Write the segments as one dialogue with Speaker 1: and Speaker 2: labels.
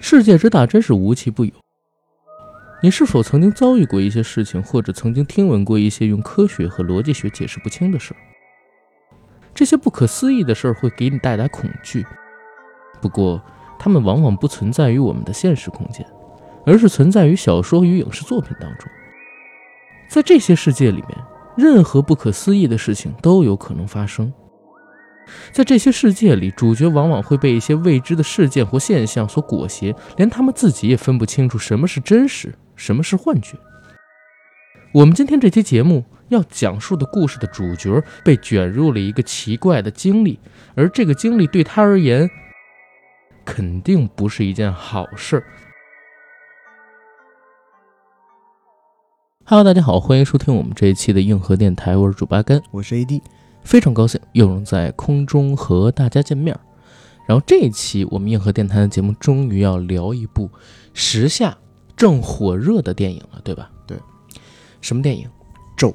Speaker 1: 世界之大，真是无奇不有。你是否曾经遭遇过一些事情，或者曾经听闻过一些用科学和逻辑学解释不清的事儿？这些不可思议的事儿会给你带来恐惧，不过它们往往不存在于我们的现实空间，而是存在于小说与影视作品当中。在这些世界里面，任何不可思议的事情都有可能发生。在这些世界里，主角往往会被一些未知的事件或现象所裹挟，连他们自己也分不清楚什么是真实，什么是幻觉。我们今天这期节目要讲述的故事的主角被卷入了一个奇怪的经历，而这个经历对他而言，肯定不是一件好事儿。Hello，大家好，欢迎收听我们这一期的硬核电台，我是主八根。
Speaker 2: 我是 AD，
Speaker 1: 非常高兴又能在空中和大家见面儿。然后这一期我们硬核电台的节目终于要聊一部时下正火热的电影了，对吧？
Speaker 2: 对，
Speaker 1: 什么电影？
Speaker 2: 咒，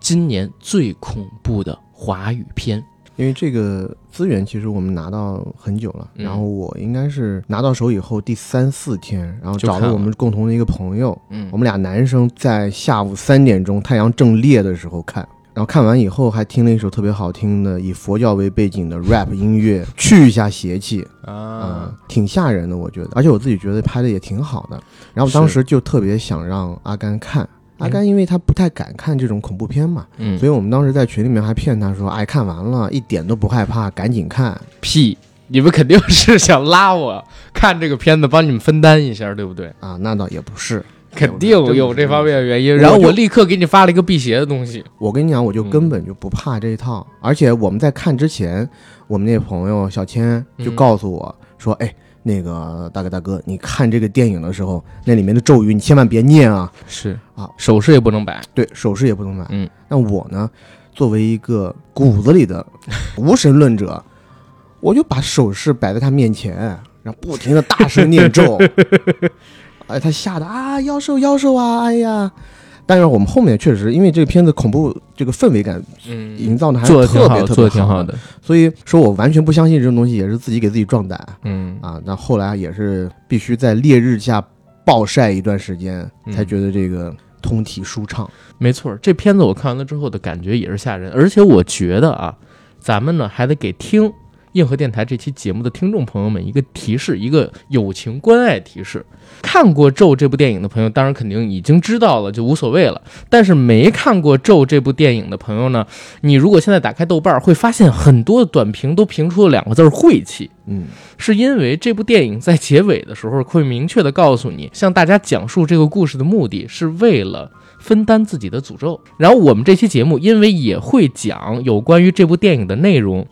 Speaker 1: 今年最恐怖的华语片。
Speaker 2: 因为这个资源其实我们拿到很久了，
Speaker 1: 嗯
Speaker 2: 然后我应该是拿到手以后第三四天，然后
Speaker 1: 就
Speaker 2: 找
Speaker 1: 看
Speaker 2: 了
Speaker 1: 了
Speaker 2: 我们共同的一个朋友，
Speaker 1: 嗯
Speaker 2: 我们俩男生在下午三点钟太阳正烈的时候看，然后看完以后还听了一首特别好听的以佛教为背景的 rap 音乐，去一下邪气，啊、
Speaker 1: 啊，
Speaker 2: 挺吓人的，我觉得，而且我自己觉得拍的也挺好的。然后
Speaker 1: 是
Speaker 2: 当时就特别想让阿甘看，阿甘因为他不太敢看这种恐怖片嘛，
Speaker 1: 嗯，
Speaker 2: 所以我们当时在群里面还骗他说：“哎，看完了，一点都不害怕，赶紧看。
Speaker 1: 屁！你们肯定是想拉我看这个片子，帮你们分担一下，对不对？”
Speaker 2: 啊，那倒也不是。
Speaker 1: 肯定有这方面的原因。
Speaker 2: 我
Speaker 1: 然后
Speaker 2: 就
Speaker 1: 我立刻给你发了一个辟邪的东西。
Speaker 2: 我跟你讲，我就根本就不怕这一套。而且我们在看之前，我们那朋友小千就告诉我说：“哎，那个大哥大哥，你看这个电影的时候，那里面的咒语你千万别念啊，
Speaker 1: 是
Speaker 2: 啊，
Speaker 1: 手势也不能摆。
Speaker 2: 对手势也不能买。”
Speaker 1: 嗯，
Speaker 2: 那我呢，作为一个骨子里的无神论者，我就把手势摆在他面前，然后不停的大声念咒。 哎，他吓得啊，妖兽妖兽啊，哎呀！但是我们后面确实，因为这个片子恐怖这个氛围感
Speaker 1: 嗯，
Speaker 2: 营造的还是
Speaker 1: 做的挺
Speaker 2: 特别
Speaker 1: 好，
Speaker 2: 特别
Speaker 1: 做的挺
Speaker 2: 好嗯
Speaker 1: 好，的。
Speaker 2: 所以说我完全不相信这种东西，也是自己给自己壮胆
Speaker 1: 嗯，
Speaker 2: 啊。那后来也是必须在烈日下暴晒一段时间，才
Speaker 1: 嗯
Speaker 2: 觉得这个通体舒畅。
Speaker 1: 没错，这片子我看完了之后的感觉也是吓人，而且我觉得啊，咱们呢还得给听硬核电台这期节目的听众朋友们一个提示，一个友情关爱提示。看过《咒》这部电影的朋友，当然肯定已经知道了，就无所谓了。但是没看过《咒》这部电影的朋友呢，你如果现在打开豆瓣儿，会发现很多的短评都评出了两个字儿“晦气”。
Speaker 2: 嗯，
Speaker 1: 是因为这部电影在结尾的时候会明确的告诉你，向大家讲述这个故事的目的是为了分担自己的诅咒。然后我们这期节目因为也会讲有关于这部电影的内容，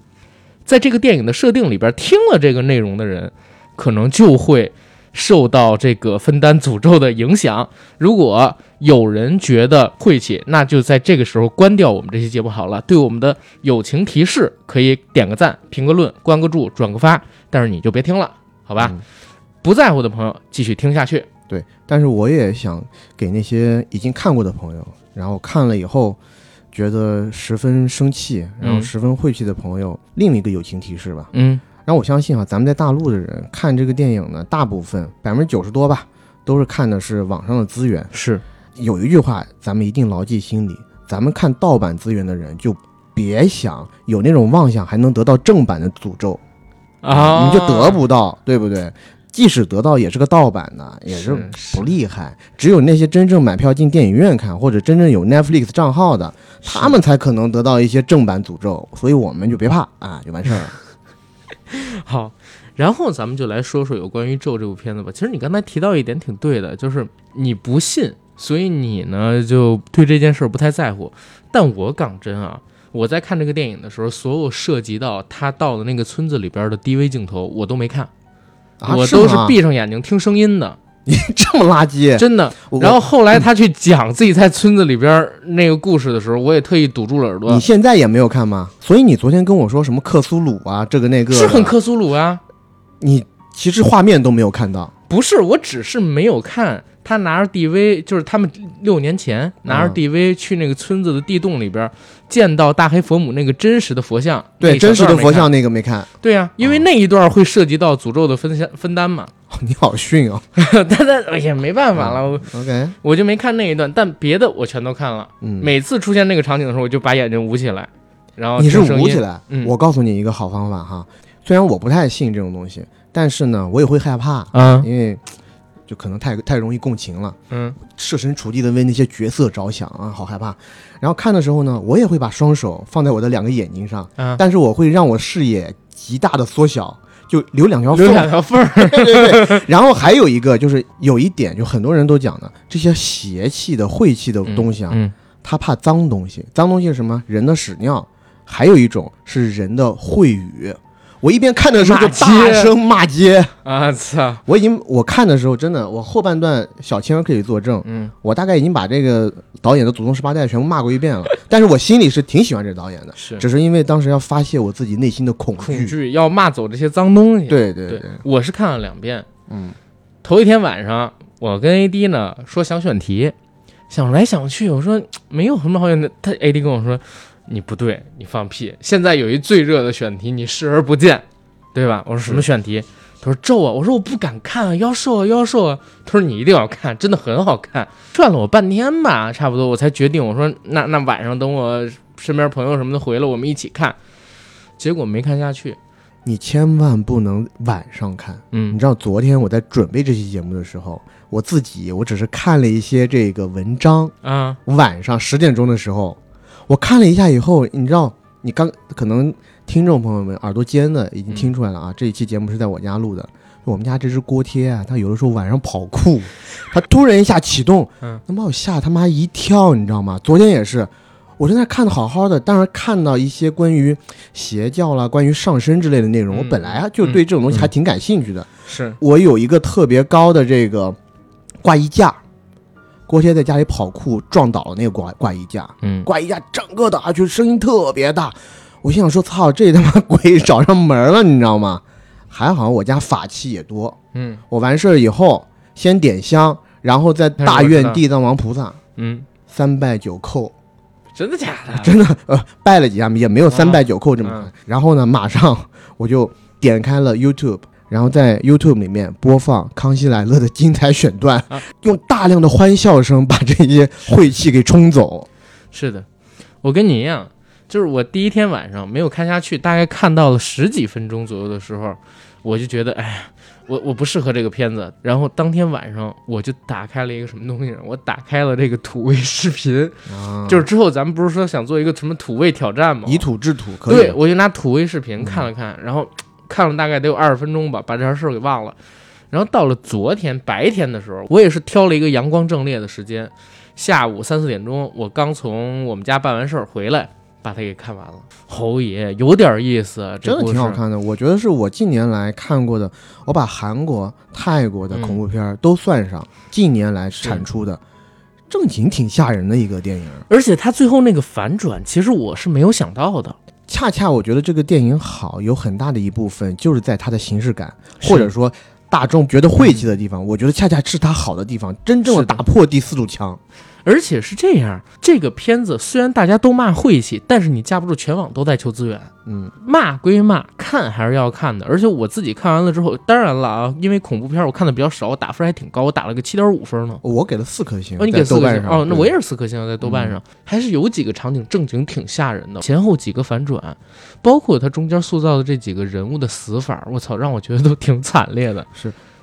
Speaker 1: 在这个电影的设定里边，听了这个内容的人，可能就会受到这个分担诅咒的影响。如果有人觉得晦气，那就在这个时候关掉我们这期节目好了。对我们的友情提示，可以点个赞、评个论、关个注、转个发，但是你就别听了，好
Speaker 2: 好
Speaker 1: 吧？不在乎的朋友继续听下去。
Speaker 2: 对，但是我也想给那些已经看过的朋友，然后看了以后觉得十分生气，然后
Speaker 1: 嗯
Speaker 2: 十分晦气的朋友，另一个友情提示吧。
Speaker 1: 嗯，
Speaker 2: 然后我相信啊，咱们在大陆的人看这个电影呢，大部分百分之九十多吧，都是看的是网上的资源。
Speaker 1: 是
Speaker 2: 有一句话，咱们一定牢记心里：咱们看盗版资源的人就。别想有那种妄想还能得到正版的诅咒
Speaker 1: 啊，
Speaker 2: 你就得不到，对不对？即使得到，也是个盗版的，也是
Speaker 1: 是
Speaker 2: 不厉害，只有那些真正买票进电影院看，或者真正有 Netflix 账号的，
Speaker 1: 是
Speaker 2: 他们才可能得到一些正版诅咒，所以我们就别怕啊，就完事 儿了。
Speaker 1: 好，然后咱们就来说说有关于《咒》这部片子吧。其实你刚才提到一点挺对的，就是你不信，所以你呢就对这件事儿不太在乎。但我讲真啊，我在看这个电影的时候，所有涉及到他到的那个村子里边的 DV 镜头，我都没看，
Speaker 2: 啊
Speaker 1: 我都是
Speaker 2: 吗
Speaker 1: 闭上眼睛听声音的，
Speaker 2: 这么垃圾，
Speaker 1: 真的。
Speaker 2: 我
Speaker 1: 然后后来他去讲自己在村子里边那个故事的时候，我也特意堵住了耳朵
Speaker 2: 你，现在也没有看吗？所以你昨天跟我说什么克苏鲁啊，这个那个的
Speaker 1: 是很，克苏鲁啊。
Speaker 2: 你其实画面都没有看到。
Speaker 1: 不是，我只是没有看他拿着 DV，就是他们六年前拿着
Speaker 2: 嗯
Speaker 1: DV 去那个村子的地洞里边儿见到大黑佛母那个真实的佛像，
Speaker 2: 对，
Speaker 1: 那一小
Speaker 2: 真实
Speaker 1: 段儿
Speaker 2: 的
Speaker 1: 没
Speaker 2: 佛嗯
Speaker 1: 看，啊
Speaker 2: 像那个没看，
Speaker 1: 对呀、因为那一段会涉及到诅咒的分享分担嘛。
Speaker 2: 你好逊哦。
Speaker 1: 但但哎呀，没办法了，
Speaker 2: 嗯
Speaker 1: 我
Speaker 2: OK，
Speaker 1: 我就没看那一段，但别的我全都看了。
Speaker 2: 嗯，
Speaker 1: 每次出现那个场景的时候，我就把眼睛捂起来，然后
Speaker 2: 你是
Speaker 1: 哦听声
Speaker 2: 捂
Speaker 1: 音
Speaker 2: 起来。
Speaker 1: 嗯
Speaker 2: 我告诉你一个好方法哈，虽然我不太信这种东西，但是呢，我也会害怕，
Speaker 1: 啊，
Speaker 2: 因为就可能太太容易共情了，
Speaker 1: 嗯
Speaker 2: 设身处地的为那些角色着想啊，好害怕。然后看的时候呢，我也会把双手放在我的两个眼睛上，
Speaker 1: 啊，
Speaker 2: 但是我会让我视野极大的缩小，就留两条缝
Speaker 1: 留。两条缝儿，
Speaker 2: 对 对对。然后还有一个就是有一点，就很多人都讲的，这些邪气的、晦气的东西啊，
Speaker 1: 嗯
Speaker 2: 他怕脏东西。脏东西是什么？人的屎尿，还有一种是人的秽语。我一边看的时候就
Speaker 1: 骂街
Speaker 2: 大声骂街。
Speaker 1: 啊操，
Speaker 2: 我已经我看的时候真的，我后半段小千儿可以作证，
Speaker 1: 嗯，
Speaker 2: 我大概已经把这个导演的祖宗十八代全部骂过一遍了。但是我心里是挺喜欢这导演的，
Speaker 1: 是
Speaker 2: 只是因为当时要发泄我自己内心的恐
Speaker 1: 恐惧要骂走这些脏东西。
Speaker 2: 对对
Speaker 1: 对
Speaker 2: 对，，
Speaker 1: 我是看了两遍。
Speaker 2: 嗯，
Speaker 1: 头一天晚上，我跟 AD 呢说想选题，想来想去，我说没有什么好选的。他 AD 跟我说，你不对，你放屁！现在有一最热的选题，你视而不见，对吧？我说什么选题？他说咒啊！我说我不敢看啊，妖兽啊，妖兽啊！他说你一定要看，真的很好看。转了我半天吧，差不多我才决定，我说那那晚上等我身边朋友什么的回来，我们一起看。结果没看下去，
Speaker 2: 你千万不能晚上看。
Speaker 1: 嗯
Speaker 2: 你，知道昨天我在准备这期节目的时候，我自己我只是看了一些这个文章。
Speaker 1: 啊，
Speaker 2: 晚上十点钟的时候，我看了一下以后，你知道，你刚可能听众朋友们耳朵尖的已经听出来了啊，这一期节目是在我家录的。我们家这只锅贴啊，它有的时候晚上跑酷，它突然一下启动，
Speaker 1: 嗯
Speaker 2: 那把我吓他妈一跳，你知道吗？昨天也是，我在那看的好好的，当然看到一些关于邪教啦、关于上身之类的内容，
Speaker 1: 嗯
Speaker 2: 我本来啊就对这种东西还挺感兴趣的，
Speaker 1: 是
Speaker 2: 我有一个特别高的这个挂衣架，锅贴在家里跑酷撞倒了那个挂挂衣架，
Speaker 1: 嗯，
Speaker 2: 挂衣架整个打去，声音特别大。我心想说，操，这他妈鬼找上门了，你知道吗？还好我家法器也多，
Speaker 1: 嗯
Speaker 2: 我完事儿以后先点香，然后在大愿地藏王菩萨
Speaker 1: 嗯，
Speaker 2: 三拜九叩，
Speaker 1: 真的假的？
Speaker 2: 真的呃拜了几下，也没有三拜九叩这么
Speaker 1: 嗯
Speaker 2: 看。然后呢，马上 我就点开了 YouTube，然后在 YouTube 里面播放《康熙来了》的精彩选段
Speaker 1: 啊，
Speaker 2: 用大量的欢笑声把这些晦气给冲
Speaker 1: 哦
Speaker 2: 走。
Speaker 1: 是的，我跟你一样，就是我第一天晚上没有看下去，大概看到了十几分钟左右的时候，我就觉得，哎呀，我我不适合这个片子。然后当天晚上我就打开了一个什么东西，我打开了这个土味视频，
Speaker 2: 啊
Speaker 1: 就是之后咱们不是说想做一个什么土味挑战吗？
Speaker 2: 以土制土，可以。嗯
Speaker 1: 对，我就拿土味视频看了看，然后看了大概得有二十分钟吧，把这件事儿给忘了。然后到了昨天白天的时候，我也是挑了一个阳光正烈的时间，下午三四点钟，我刚从我们家办完事儿回来，把它给看完了。侯爷有点意思，啊这
Speaker 2: 真的
Speaker 1: 故
Speaker 2: 挺好
Speaker 1: 事。
Speaker 2: 看的，我觉得是我近年来看过的，我把韩国、泰国的
Speaker 1: 嗯
Speaker 2: 恐怖片儿都算上，近年来产出的正经挺吓人的一个电影。
Speaker 1: 而且他最后那个反转，其实我是没有想到的，
Speaker 2: 恰恰我觉得这个电影好，有很大的一部分就是在它的形式感，
Speaker 1: 是
Speaker 2: 或者说大众觉得晦气的地方，我觉得恰恰是它好的地方，真正的
Speaker 1: 是的
Speaker 2: 打破第四堵墙。
Speaker 1: 而且是这样。这个片子虽然大家都骂晦气，但是你架不住全网都在求资源。
Speaker 2: 嗯，
Speaker 1: 骂归骂，看还是要看的。而且我自己看完了之后，当然了啊，因为恐怖片我看的比较少，我打分还挺高，我打了个七点五分呢。
Speaker 2: 我给了四颗星，
Speaker 1: 哦，你给
Speaker 2: 嗯在
Speaker 1: 四
Speaker 2: 豆
Speaker 1: 颗
Speaker 2: 瓣
Speaker 1: 星
Speaker 2: 上
Speaker 1: 哦，那
Speaker 2: 对嗯
Speaker 1: 我也是四颗星，在豆瓣上、还是有几个场景正经挺吓人的，前后几个反转，包括他中间塑造的这几个人物的死法，我操，让我觉得都挺惨烈的。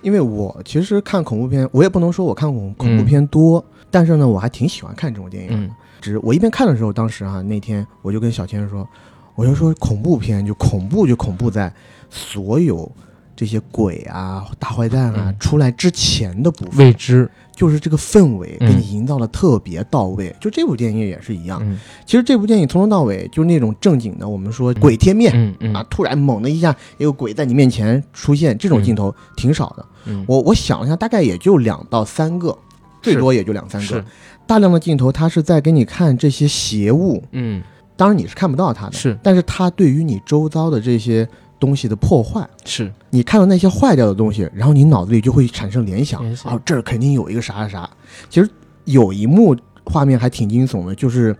Speaker 2: 因为我其实看恐怖片，我也不能说我看恐恐怖
Speaker 1: 嗯
Speaker 2: 片多，但是呢，我还挺喜欢看这种电影。
Speaker 1: 嗯
Speaker 2: 只是我一边看的时候，当时啊，那天我就跟小千说，我就说恐怖片就恐怖就恐怖在所有这些鬼啊、大坏蛋啊、
Speaker 1: 嗯
Speaker 2: 出来之前的部分，
Speaker 1: 未知，
Speaker 2: 就是这个氛围给
Speaker 1: 嗯
Speaker 2: 你营造的特别到位。就这部电影也是一样，
Speaker 1: 嗯
Speaker 2: 其实这部电影从头到尾就那种正经的，我们说鬼贴面。
Speaker 1: 嗯嗯
Speaker 2: 啊！突然猛的一下，一个鬼在你面前出现，这种镜头挺少的。
Speaker 1: 嗯，
Speaker 2: 啊我我想了一下，大概也就两到三个，最多也就两三个
Speaker 1: 是。
Speaker 2: 大量的镜头，它是在给你看这些邪物，
Speaker 1: 嗯
Speaker 2: 当然你是看不到它的，
Speaker 1: 是
Speaker 2: 但是它对于你周遭的这些东西的破坏，
Speaker 1: 是
Speaker 2: 你看到那些坏掉的东西，然后你脑子里就会产生联想
Speaker 1: 联，想
Speaker 2: 哦，这儿肯定有一个啥啥啥。其实有一幕画面还挺惊悚的，就是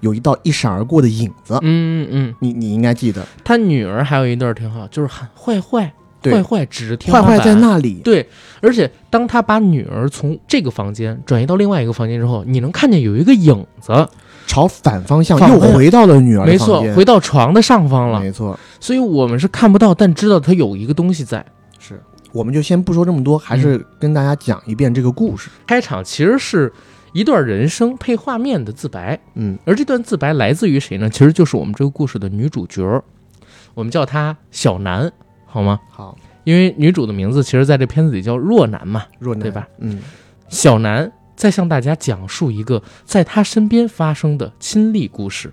Speaker 2: 有一道一闪而过的影子，
Speaker 1: 嗯嗯嗯，
Speaker 2: 你你应该记得，
Speaker 1: 他女儿还有一段挺好，就是喊坏坏
Speaker 2: 对
Speaker 1: 坏坏指着天
Speaker 2: 坏
Speaker 1: 花
Speaker 2: 坏
Speaker 1: 板
Speaker 2: 在那里，
Speaker 1: 对，而且当他把女儿从这个房间转移到另外一个房间之后，你能看见有一个影子，
Speaker 2: 朝反方向
Speaker 1: 反
Speaker 2: 又
Speaker 1: 方向
Speaker 2: 回到了女儿
Speaker 1: 没
Speaker 2: 的房
Speaker 1: 错，
Speaker 2: 间，
Speaker 1: 回到床的上方了。
Speaker 2: 没错，
Speaker 1: 所以我们是看不到，但知道它有一个东西在。
Speaker 2: 是。我们就先不说这么多，还是
Speaker 1: 嗯
Speaker 2: 跟大家讲一遍这个故事。
Speaker 1: 开场其实是一段人声配画面的自白，
Speaker 2: 嗯，
Speaker 1: 而这段自白来自于谁呢？其实就是我们这个故事的女主角儿，我们叫她小南，好吗？
Speaker 2: 好，
Speaker 1: 因为女主的名字其实在这片子里叫若楠嘛。
Speaker 2: 若男
Speaker 1: 对吧？
Speaker 2: 嗯，
Speaker 1: 小南在向大家讲述一个在他身边发生的亲历故事。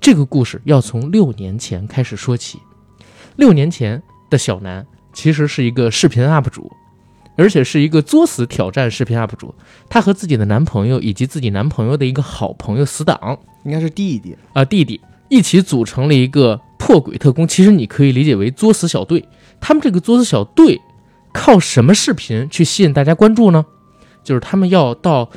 Speaker 1: 这个故事要从六年前开始说起。六年前的小南其实是一个视频 UP 主，而且是一个作死挑战视频 UP 主。她和自己的男朋友以及自己男朋友的一个好朋友死党啊、
Speaker 2: 应该是弟弟。
Speaker 1: 弟弟一起组成了一个破鬼特工，其实你可以理解为作死小队。他们这个作死小队靠什么视频去吸引大家关注呢？就是他们要到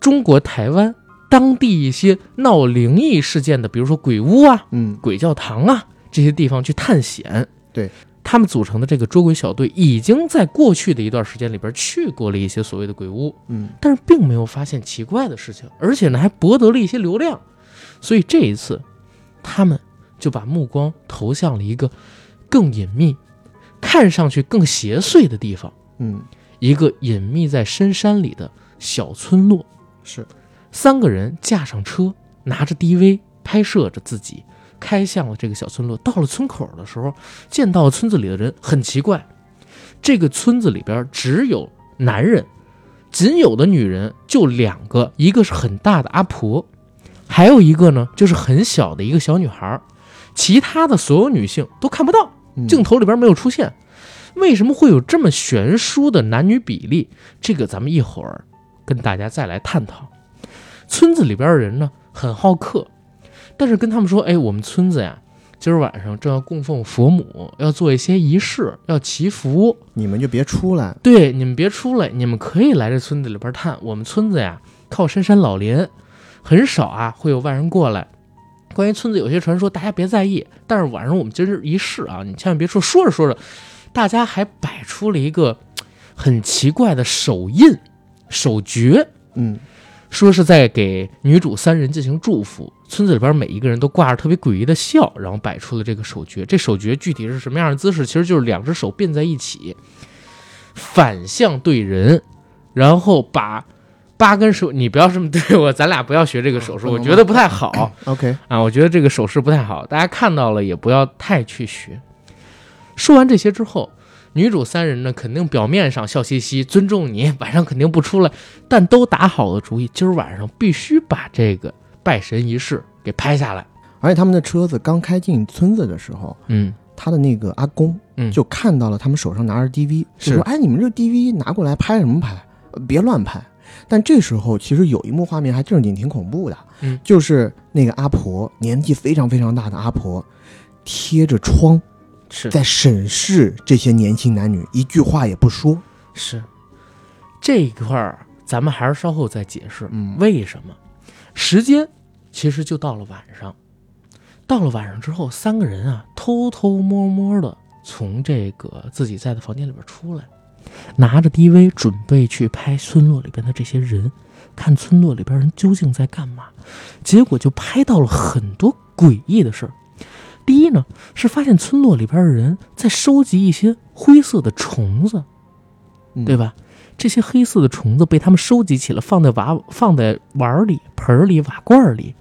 Speaker 1: 中国台湾当地一些闹灵异事件的，比如说鬼屋啊、
Speaker 2: 嗯，
Speaker 1: 鬼教堂啊这些地方去探险。
Speaker 2: 对，
Speaker 1: 他们组成的这个捉鬼小队已经在过去的一段时间里边去过了一些所谓的鬼屋，
Speaker 2: 嗯，
Speaker 1: 但是并没有发现奇怪的事情，而且呢还博得了一些流量。所以这一次，他们就把目光投向了一个更隐秘、看上去更邪祟的地方。
Speaker 2: 嗯，
Speaker 1: 一个隐秘在深山里的小村落。
Speaker 2: 是
Speaker 1: 三个人驾上车，拿着 DV 拍摄着自己，开向了这个小村落。到了村口的时候，见到村子里的人很奇怪，这个村子里边只有男人，仅有的女人就两个，一个是很大的阿婆，还有一个呢就是很小的一个小女孩儿，其他的所有女性都看不到。
Speaker 2: 嗯
Speaker 1: 镜头里边没有出现。为什么会有这么悬殊的男女比例？这个咱们一会儿跟大家再来探讨。村子里边的人呢很好客，但是跟他们说，哎，我们村子呀，今儿晚上正要供奉佛母，要做一些仪式，要祈福。
Speaker 2: 你们就别出来。
Speaker 1: 对，你们别出来，你们可以来这村子里边探。我们村子呀，靠深山老林，很少啊会有外人过来。关于村子有些传说，大家别在意。但是晚上我们今儿一试啊，你千万别说。说着说着，大家还摆出了一个很奇怪的手印、手诀，
Speaker 2: 嗯，
Speaker 1: 说是在给女主三人进行祝福。村子里边每一个人都挂着特别诡异的笑，然后摆出了这个手诀。这手诀具体是什么样的姿势？其实就是两只手并在一起，反向对人，然后把八根手。你不要这么对我，咱俩不要学这个手势，
Speaker 2: 嗯
Speaker 1: 我觉得不太好
Speaker 2: OK，
Speaker 1: 啊。我觉得这个手势不太好，大家看到了也不要太去学。说完这些之后，女主三人呢，肯定表面上笑嘻嘻，尊重你，晚上肯定不出来，但都打好了主意，今儿晚上必须把这个拜神仪式给拍下来。
Speaker 2: 而且他们的车子刚开进村子的时候，
Speaker 1: 嗯，
Speaker 2: 他的那个阿公，
Speaker 1: 嗯
Speaker 2: 就看到了他们手上拿着 DV，
Speaker 1: 是
Speaker 2: 就说：“哎，你们这 DV 拿过来拍什么拍？呃别乱拍。”但这时候其实有一幕画面还正经挺恐怖的，
Speaker 1: 嗯
Speaker 2: 就是那个阿婆，年纪非常非常大的阿婆，贴着窗
Speaker 1: 是
Speaker 2: 在审视这些年轻男女，一句话也不说。
Speaker 1: 是，这一块儿咱们还是稍后再解释。
Speaker 2: 嗯
Speaker 1: 为什么？时间其实就到了晚上，到了晚上之后，三个人啊偷偷摸摸的从这个自己在的房间里边出来，拿着 DV 准备去拍村落里边的这些人，看村落里边人究竟在干嘛。结果就拍到了很多诡异的事儿。第一呢，是发现村落里边的人在收集一些灰色的虫子，
Speaker 2: 嗯
Speaker 1: 对吧？这些黑色的虫子被他们收集起来，放在瓦放在碗儿里、盆儿里、瓦罐儿里。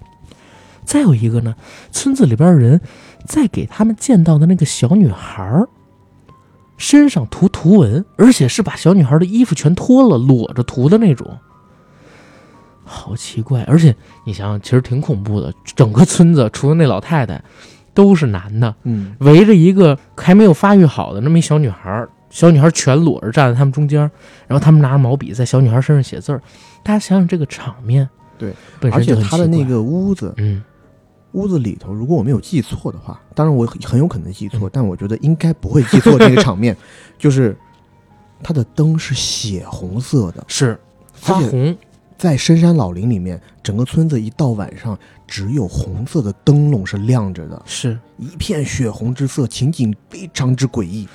Speaker 1: 再有一个呢，村子里边的人在给他们见到的那个小女孩儿身上涂图文，而且是把小女孩的衣服全脱了，裸着涂的那种，好奇怪。而且你想想，其实挺恐怖的，整个村子除了那老太太，都是男的。
Speaker 2: 嗯，
Speaker 1: 围着一个还没有发育好的那么一小女孩儿，小女孩儿全裸着站在他们中间儿，然后他们拿着毛笔在小女孩儿身上写字儿。大家想想这个场面，
Speaker 2: 对，
Speaker 1: 本
Speaker 2: 而
Speaker 1: 身
Speaker 2: 且
Speaker 1: 就很奇
Speaker 2: 他
Speaker 1: 怪。
Speaker 2: 的那，个屋子，
Speaker 1: 嗯，
Speaker 2: 屋子里头，如果我没有记错的话，当然我很很有可能记错，但我觉得应该不会记错这个场面， 就是它的灯是血红色的，
Speaker 1: 是
Speaker 2: 而
Speaker 1: 发
Speaker 2: 且
Speaker 1: 红，
Speaker 2: 在深山老林里面，整个村子一到晚上，只有红色的灯笼是亮着的，
Speaker 1: 是
Speaker 2: 一片血红之色，情景非常之诡异。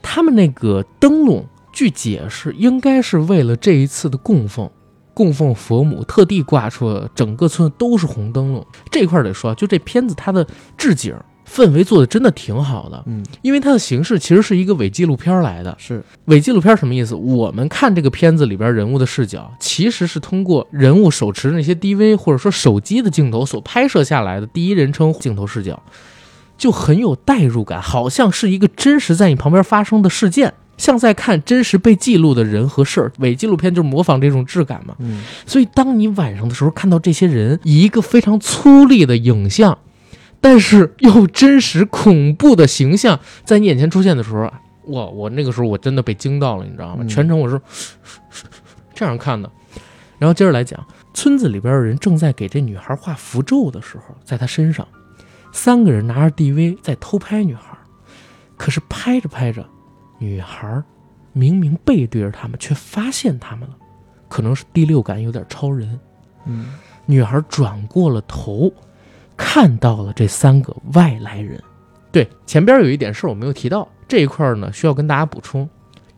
Speaker 1: 他们那个灯笼，据解释，应该是为了这一次的供奉，供奉佛母，特地挂出了整个村都是红灯笼。这块儿得说，就这片子它的置景氛围做的真的挺好的，
Speaker 2: 嗯，
Speaker 1: 因为它的形式其实是一个伪纪录片儿来的。
Speaker 2: 是
Speaker 1: 伪纪录片儿什么意思？我们看这个片子里边人物的视角，其实是通过人物手持那些 DV 或者说手机的镜头所拍摄下来的第一人称镜头视角，就很有代入感，好像是一个真实在你旁边发生的事件，像在看真实被记录的人和事儿。伪纪录片就是模仿这种质感嘛。
Speaker 2: 嗯，
Speaker 1: 所以，当你晚上的时候看到这些人以一个非常粗粝的影像，但是又真实恐怖的形象在你眼前出现的时候，啊哇！我那个时候我真的被惊到了，你知道吗？
Speaker 2: 嗯
Speaker 1: 全程我是这样看的。然后接着来讲，村子里边的人正在给这女孩画符咒的时候，在她身上，三个人拿着 DV 在偷拍女孩，可是拍着拍着，女孩明明背对着他们，却发现他们了。可能是第六感有点超人。
Speaker 2: 嗯，
Speaker 1: 女孩转过了头，看到了这三个外来人。对，前边有一点事儿我没有提到，这一块儿呢需要跟大家补充。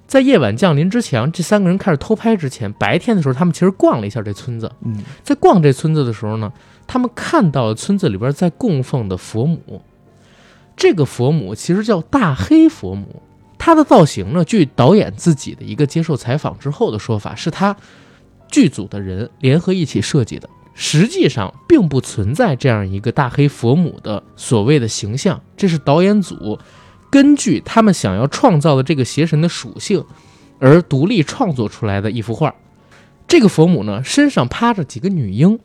Speaker 1: 在夜晚降临之前，这三个人开始偷拍之前，白天的时候他们其实逛了一下这村子。
Speaker 2: 嗯，
Speaker 1: 在逛这村子的时候呢，他们看到了村子里边在供奉的佛母，这个佛母其实叫大黑佛母。她的造型呢，据导演自己的一个接受采访之后的说法，是他剧组的人联合一起设计的。实际上并不存在这样一个大黑佛母的所谓的形象，这是导演组根据他们想要创造的这个邪神的属性而独立创作出来的一幅画。这个佛母呢，身上趴着几个女婴，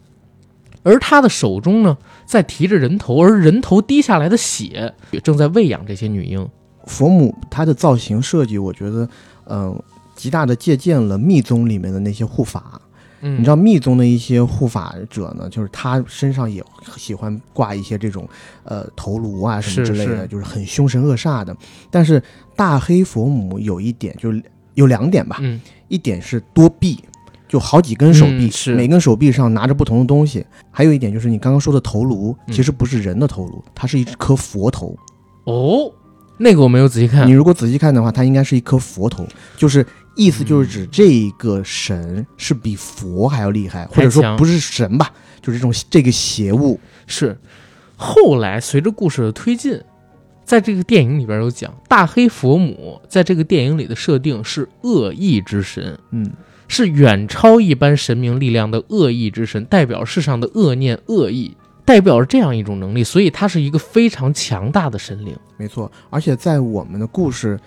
Speaker 1: 而她的手中呢，在提着人头，而人头滴下来的血也正在喂养这些女婴。
Speaker 2: 佛母她的造型设计，我觉得，嗯、极大的借鉴了密宗里面的那些护法。
Speaker 1: 嗯
Speaker 2: 你知道密宗的一些护法者呢，就是他身上也喜欢挂一些这种呃头颅啊什么
Speaker 1: 是
Speaker 2: 之类的，
Speaker 1: 是
Speaker 2: 就是很凶神恶煞的。但是大黑佛母有一点，就是有两点吧，
Speaker 1: 嗯，
Speaker 2: 一点是多臂，就好几根手臂，
Speaker 1: 嗯是
Speaker 2: 每根手臂上拿着不同的东西。还有一点就是你刚刚说的头颅，
Speaker 1: 嗯
Speaker 2: 其实不是人的头颅，它是一颗佛头。
Speaker 1: 哦，那个我没有仔细 看
Speaker 2: 你。如果仔细看的话，它应该是一颗佛头，就是。意思就是
Speaker 1: 嗯
Speaker 2: 指这一个神是比佛还要厉害，或者
Speaker 1: 太强
Speaker 2: 说不是神吧，就是这种这个邪物。
Speaker 1: 是后来随着故事的推进，在这个电影里边有讲，大黑佛母在这个电影里的设定是恶意之神，
Speaker 2: 嗯，
Speaker 1: 是远超一般神明力量的恶意之神，代表世上的恶念、恶意，代表着这样一种能力，所以它是一个非常强大的神灵。
Speaker 2: 没错。而且在我们的故事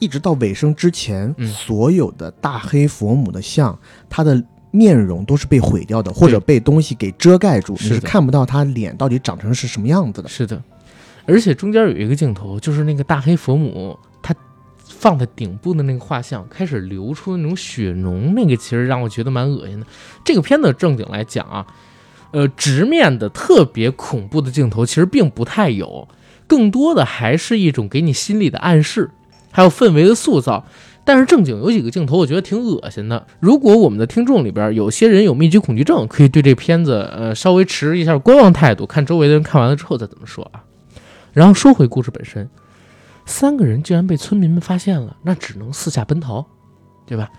Speaker 2: 一直到尾声之前，
Speaker 1: 嗯
Speaker 2: 所有的大黑佛母的像，它的面容都是被毁掉的，或者被东西给遮盖住，
Speaker 1: 是
Speaker 2: 你
Speaker 1: 的
Speaker 2: 是看不到它脸到底长成是什么样子的。
Speaker 1: 是的，而且中间有一个镜头，就是那个大黑佛母，她放在顶部的那个画像开始流出那种血脓，那个其实让我觉得蛮恶心的。这个片子正经来讲啊，呃，直面的特别恐怖的镜头其实并不太有，更多的还是一种给你心理的暗示，还有氛围的塑造。但是正经有几个镜头，我觉得挺恶心的。如果我们的听众里边有些人有密集恐惧症，可以对这片子呃稍微持一下观望态度，看周围的人看完了之后再怎么说啊。然后说回故事本身，三个人竟然被村民们发现了，那只能四下奔逃，对吧？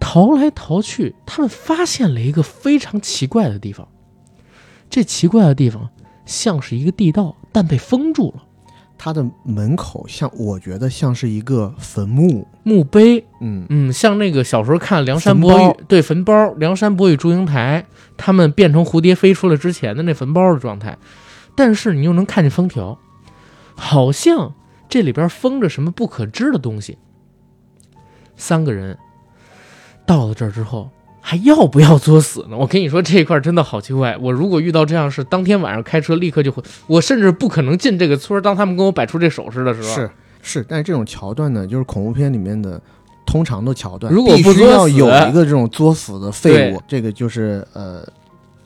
Speaker 1: 逃来逃去，他们发现了一个非常奇怪的地方。这奇怪的地方像是一个地道，但被封住了，
Speaker 2: 它的门口像，我觉得像是一个坟墓。
Speaker 1: 墓碑
Speaker 2: 嗯，
Speaker 1: 嗯，像那个小时候看《梁山伯与
Speaker 2: 坟包
Speaker 1: 对坟包》《梁山伯与祝英台》，他们变成蝴蝶飞出来之前的那坟包的状态，但是你又能看见封条，好像这里边封着什么不可知的东西。三个人到了这儿之后，还要不要作死呢？我跟你说，这一块真的好奇怪。我如果遇到这样的事，当天晚上开车立刻就回，我甚至不可能进这个村儿。当他们跟我摆出这手势的时候，
Speaker 2: 是是，但是这种桥段呢，就是恐怖片里面的。通常的桥段，
Speaker 1: 如果不
Speaker 2: 必须要
Speaker 1: 作死
Speaker 2: 有一个这种作死的废物
Speaker 1: 对，
Speaker 2: 这个就是呃，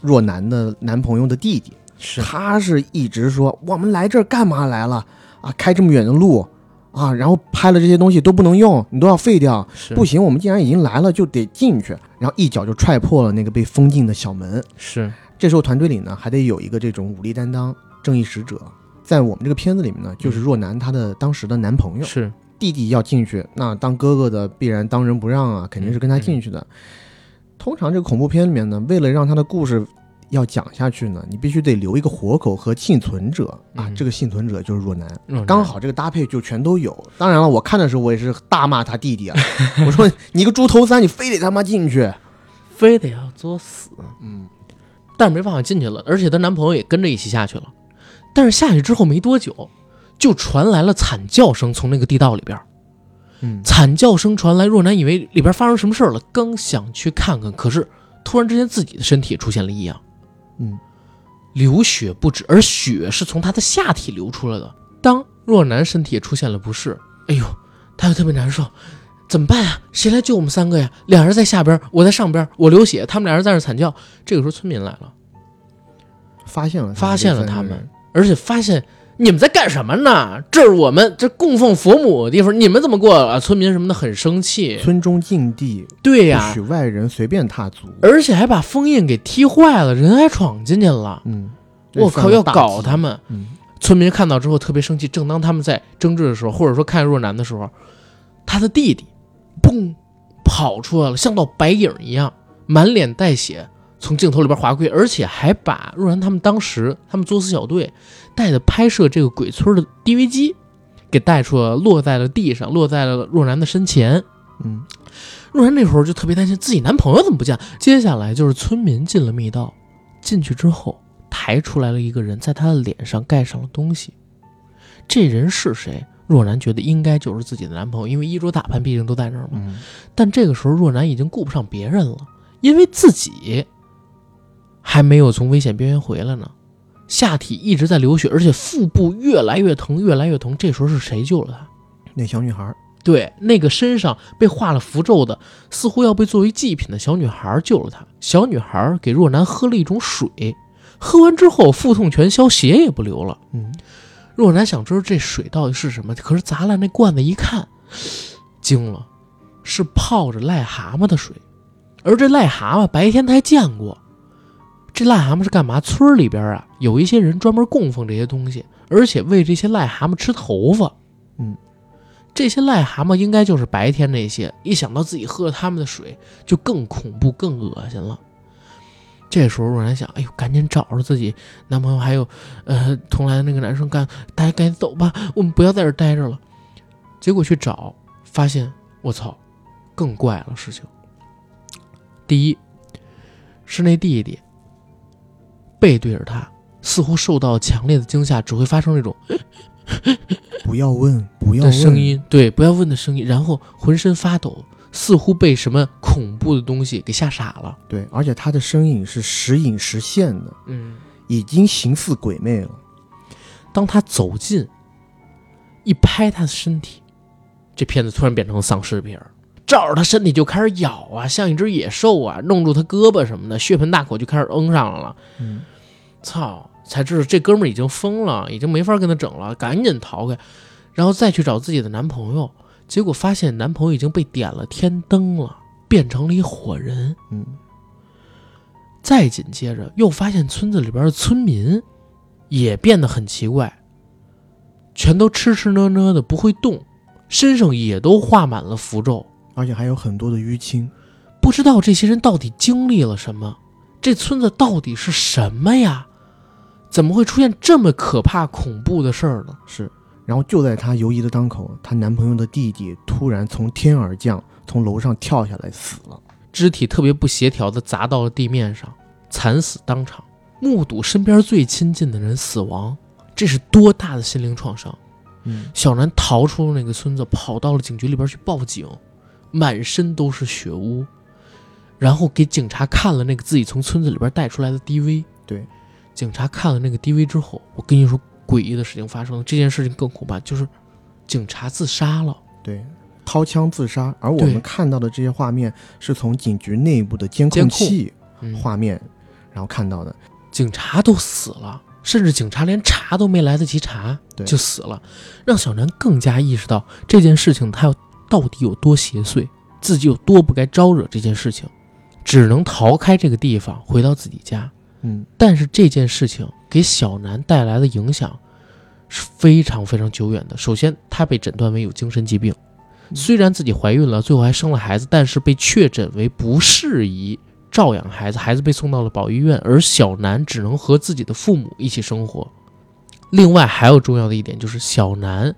Speaker 2: 若男的男朋友的弟弟，
Speaker 1: 是
Speaker 2: 他是一直说我们来这儿干嘛来了啊？开这么远的路啊，然后拍了这些东西都不能用，你都要废掉。
Speaker 1: 是
Speaker 2: 不行，我们既然已经来了，就得进去。然后一脚就踹破了那个被封禁的小门。
Speaker 1: 是
Speaker 2: 这时候团队里呢，还得有一个这种武力担当、正义使者。在我们这个片子里面呢，就是若男她的当时的男朋
Speaker 1: 嗯
Speaker 2: 友。
Speaker 1: 是
Speaker 2: 弟弟要进去，那当哥哥的必然当仁不让啊，肯定是
Speaker 1: 嗯
Speaker 2: 跟他进去的。通常这个恐怖片里面呢，为了让他的故事要讲下去呢，你必须得留一个活口和幸存者啊。
Speaker 1: 嗯
Speaker 2: 这个幸存者就是若男，
Speaker 1: 嗯
Speaker 2: 刚好这个搭配就全都有。当然了，我看的时候我也是大骂他弟弟啊，我说你个猪头三，你非得他妈 进去。
Speaker 1: 非得要作死，
Speaker 2: 嗯，
Speaker 1: 但是没办法进去了，而且她男朋友也跟着一起下去了。但是下去之后没多久，就传来了惨叫声，从那个地道里边，
Speaker 2: 嗯
Speaker 1: 惨叫声传来，若男以为里边发生什么事儿了，刚想去看看，可是突然之间自己的身体也出现了异样，
Speaker 2: 嗯，
Speaker 1: 流血不止，而血是从他的下体流出来的。当若男身体也出现了不适，哎呦，他又特别难受，怎么办啊？谁来救我们三个呀？俩人在下边，我在上边，我流血，他们俩人在那惨叫。这个时候村民来了，
Speaker 2: 发现了他们，
Speaker 1: 发现了
Speaker 2: 这三
Speaker 1: 他
Speaker 2: 个人
Speaker 1: 们，而且发现你们在干什么呢？这是我们这供奉佛母的地方，你们怎么过啊？村民什么的很生气，
Speaker 2: 村中禁地，
Speaker 1: 对
Speaker 2: 不
Speaker 1: 呀、
Speaker 2: 许外人随便踏足。
Speaker 1: 而且还把封印给踢坏了，人还闯进去了。
Speaker 2: 嗯，这
Speaker 1: 我
Speaker 2: 犯
Speaker 1: 靠，
Speaker 2: 了
Speaker 1: 要
Speaker 2: 大
Speaker 1: 搞
Speaker 2: 忌
Speaker 1: 他。们！
Speaker 2: 嗯
Speaker 1: 村民看到之后特别生气。正当他们在争执的时候，或者说看若男的时候，他的弟弟嘣跑出来了，像道白影一样，满脸带血，从镜头里边滑跪，而且还把若男他们当时他们作死小队带的拍摄这个鬼村的 DV 机给带出来了，落在了地上，落在了若男的身前。
Speaker 2: 嗯，
Speaker 1: 若然那会儿就特别担心自己男朋友怎么不见。接下来就是村民进了密道，进去之后抬出来了一个人，在他的脸上盖上了东西。这人是谁？若然觉得应该就是自己的男朋友，因为衣着打扮毕竟都在那儿嘛。
Speaker 2: 嗯
Speaker 1: 但这个时候，若然已经顾不上别人了，因为自己还没有从危险边缘回来呢，下体一直在流血，而且腹部越来越疼，越来越疼。这时候是谁救了他？
Speaker 2: 那小女孩儿，
Speaker 1: 对，那个身上被画了符咒的，似乎要被作为祭品的小女孩救了他。小女孩给若男喝了一种水，喝完之后腹痛全消，血也不流了。
Speaker 2: 嗯，
Speaker 1: 若男想知道这水到底是什么，可是砸烂那罐子一看，惊了，是泡着癞蛤蟆的水。而这癞蛤蟆白天他还见过，这癞蛤蟆是干嘛？村儿里边啊，有一些人专门供奉这些东西，而且为这些癞蛤蟆吃头发。
Speaker 2: 嗯，
Speaker 1: 这些癞蛤蟆应该就是白天那些，一想到自己喝了他们的水，就更恐怖、更恶心了。这时候若然想，哎呦，赶紧找着自己男朋友，还有，呃，同来的那个男生干，大家赶紧走吧，我们不要在这儿待着了。结果去找，发现我操，更怪了事情。第一，是那弟弟背对着他，似乎受到强烈的惊吓，只会发生那种
Speaker 2: 不要问，不要
Speaker 1: 的
Speaker 2: 问
Speaker 1: 声。音，对，不要问的声音，然后浑身发抖，似乎被什么恐怖的东西给吓傻了。
Speaker 2: 对，而且她的身影是时隐时现的，
Speaker 1: 嗯，
Speaker 2: 已经形似鬼魅了。
Speaker 1: 当他走近，一拍他的身体，这片子突然变成了丧尸片儿，照着他身体就开始咬啊，像一只野兽啊，弄住他胳膊什么的，血盆大口就开始嗯上来了。
Speaker 2: 嗯，
Speaker 1: 操！才知道这哥们儿已经疯了，已经没法跟他整了，赶紧逃开，然后再去找自己的男朋友。结果发现男朋友已经被点了天灯了，变成了一火人。
Speaker 2: 嗯，
Speaker 1: 再紧接着又发现村子里边的村民也变得很奇怪，全都吃吃呢呢的不会动，身上也都画满了符咒。
Speaker 2: 而且还有很多的淤青。
Speaker 1: 不知道这些人到底经历了什么，这村子到底是什么呀？怎么会出现这么可怕恐怖的事儿呢？
Speaker 2: 是，然后就在她犹疑的当口，她男朋友的弟弟突然从天而降，从楼上跳下来死了。
Speaker 1: 肢体特别不协调的砸到了地面上，惨死当场，目睹身边最亲近的人死亡，这是多大的心灵创伤！
Speaker 2: 嗯，
Speaker 1: 小南逃出那个村子，跑到了警局里边去报警，满身都是血污，然后给警察看了那个自己从村子里边带出来的 DV。
Speaker 2: 对，
Speaker 1: 警察看了那个 DV 之后，我跟你说诡异的事情发生了，这件事情更恐怕就是警察自杀了。
Speaker 2: 对，掏枪自杀。而我
Speaker 1: 对
Speaker 2: 们看到的这些画面是从警局内部的监控
Speaker 1: 监控
Speaker 2: 器
Speaker 1: 嗯
Speaker 2: 画面，然后看到的。
Speaker 1: 警察都死了，甚至警察连查都没来得及查
Speaker 2: 对
Speaker 1: 就死了，让小南更加意识到这件事情他要到底有多邪祟，自己有多不该招惹这件事情，只能逃开这个地方，回到自己家。
Speaker 2: 嗯，
Speaker 1: 但是这件事情给小南带来的影响是非常非常久远的。首先，她被诊断为有精神疾病，虽然自己怀孕了，最后还生了孩子，但是被确诊为不适宜照养孩子，孩子被送到了保育院，而小南只能和自己的父母一起生活。另外，还有重要的一点就是，小南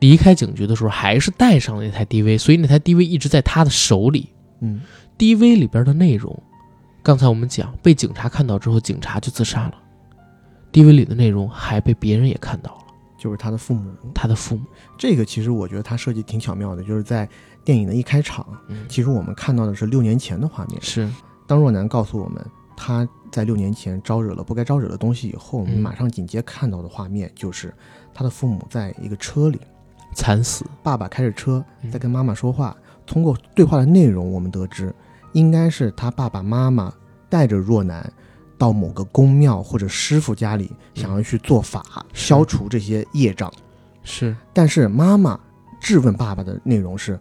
Speaker 1: 离开警局的时候还是带上了那台 DV，所以那台 DV 一直在他的手里。
Speaker 2: 嗯
Speaker 1: DV 里边的内容，刚才我们讲被警察看到之后，警察就自杀了。DV 里的内容还被别人也看到了，
Speaker 2: 就是他的父母。
Speaker 1: 他的父母。
Speaker 2: 这个其实我觉得他设计挺巧妙的，就是在电影的一开场，
Speaker 1: 嗯，
Speaker 2: 其实我们看到的是六年前的画面。
Speaker 1: 是
Speaker 2: 当若男告诉我们他在六年前招惹了不该招惹的东西以后，我们
Speaker 1: 嗯
Speaker 2: 马上紧接看到的画面就是他的父母在一个车里，
Speaker 1: 惨死。
Speaker 2: 爸爸开着车
Speaker 1: 嗯
Speaker 2: 在跟妈妈说话。通过对话的内容，我们得知应该是他爸爸妈妈带着若男到某个公庙或者师傅家里，
Speaker 1: 嗯
Speaker 2: 想要去做法，
Speaker 1: 是
Speaker 2: 消除这些业障。
Speaker 1: 是
Speaker 2: 但是妈妈质问爸爸的内容是：“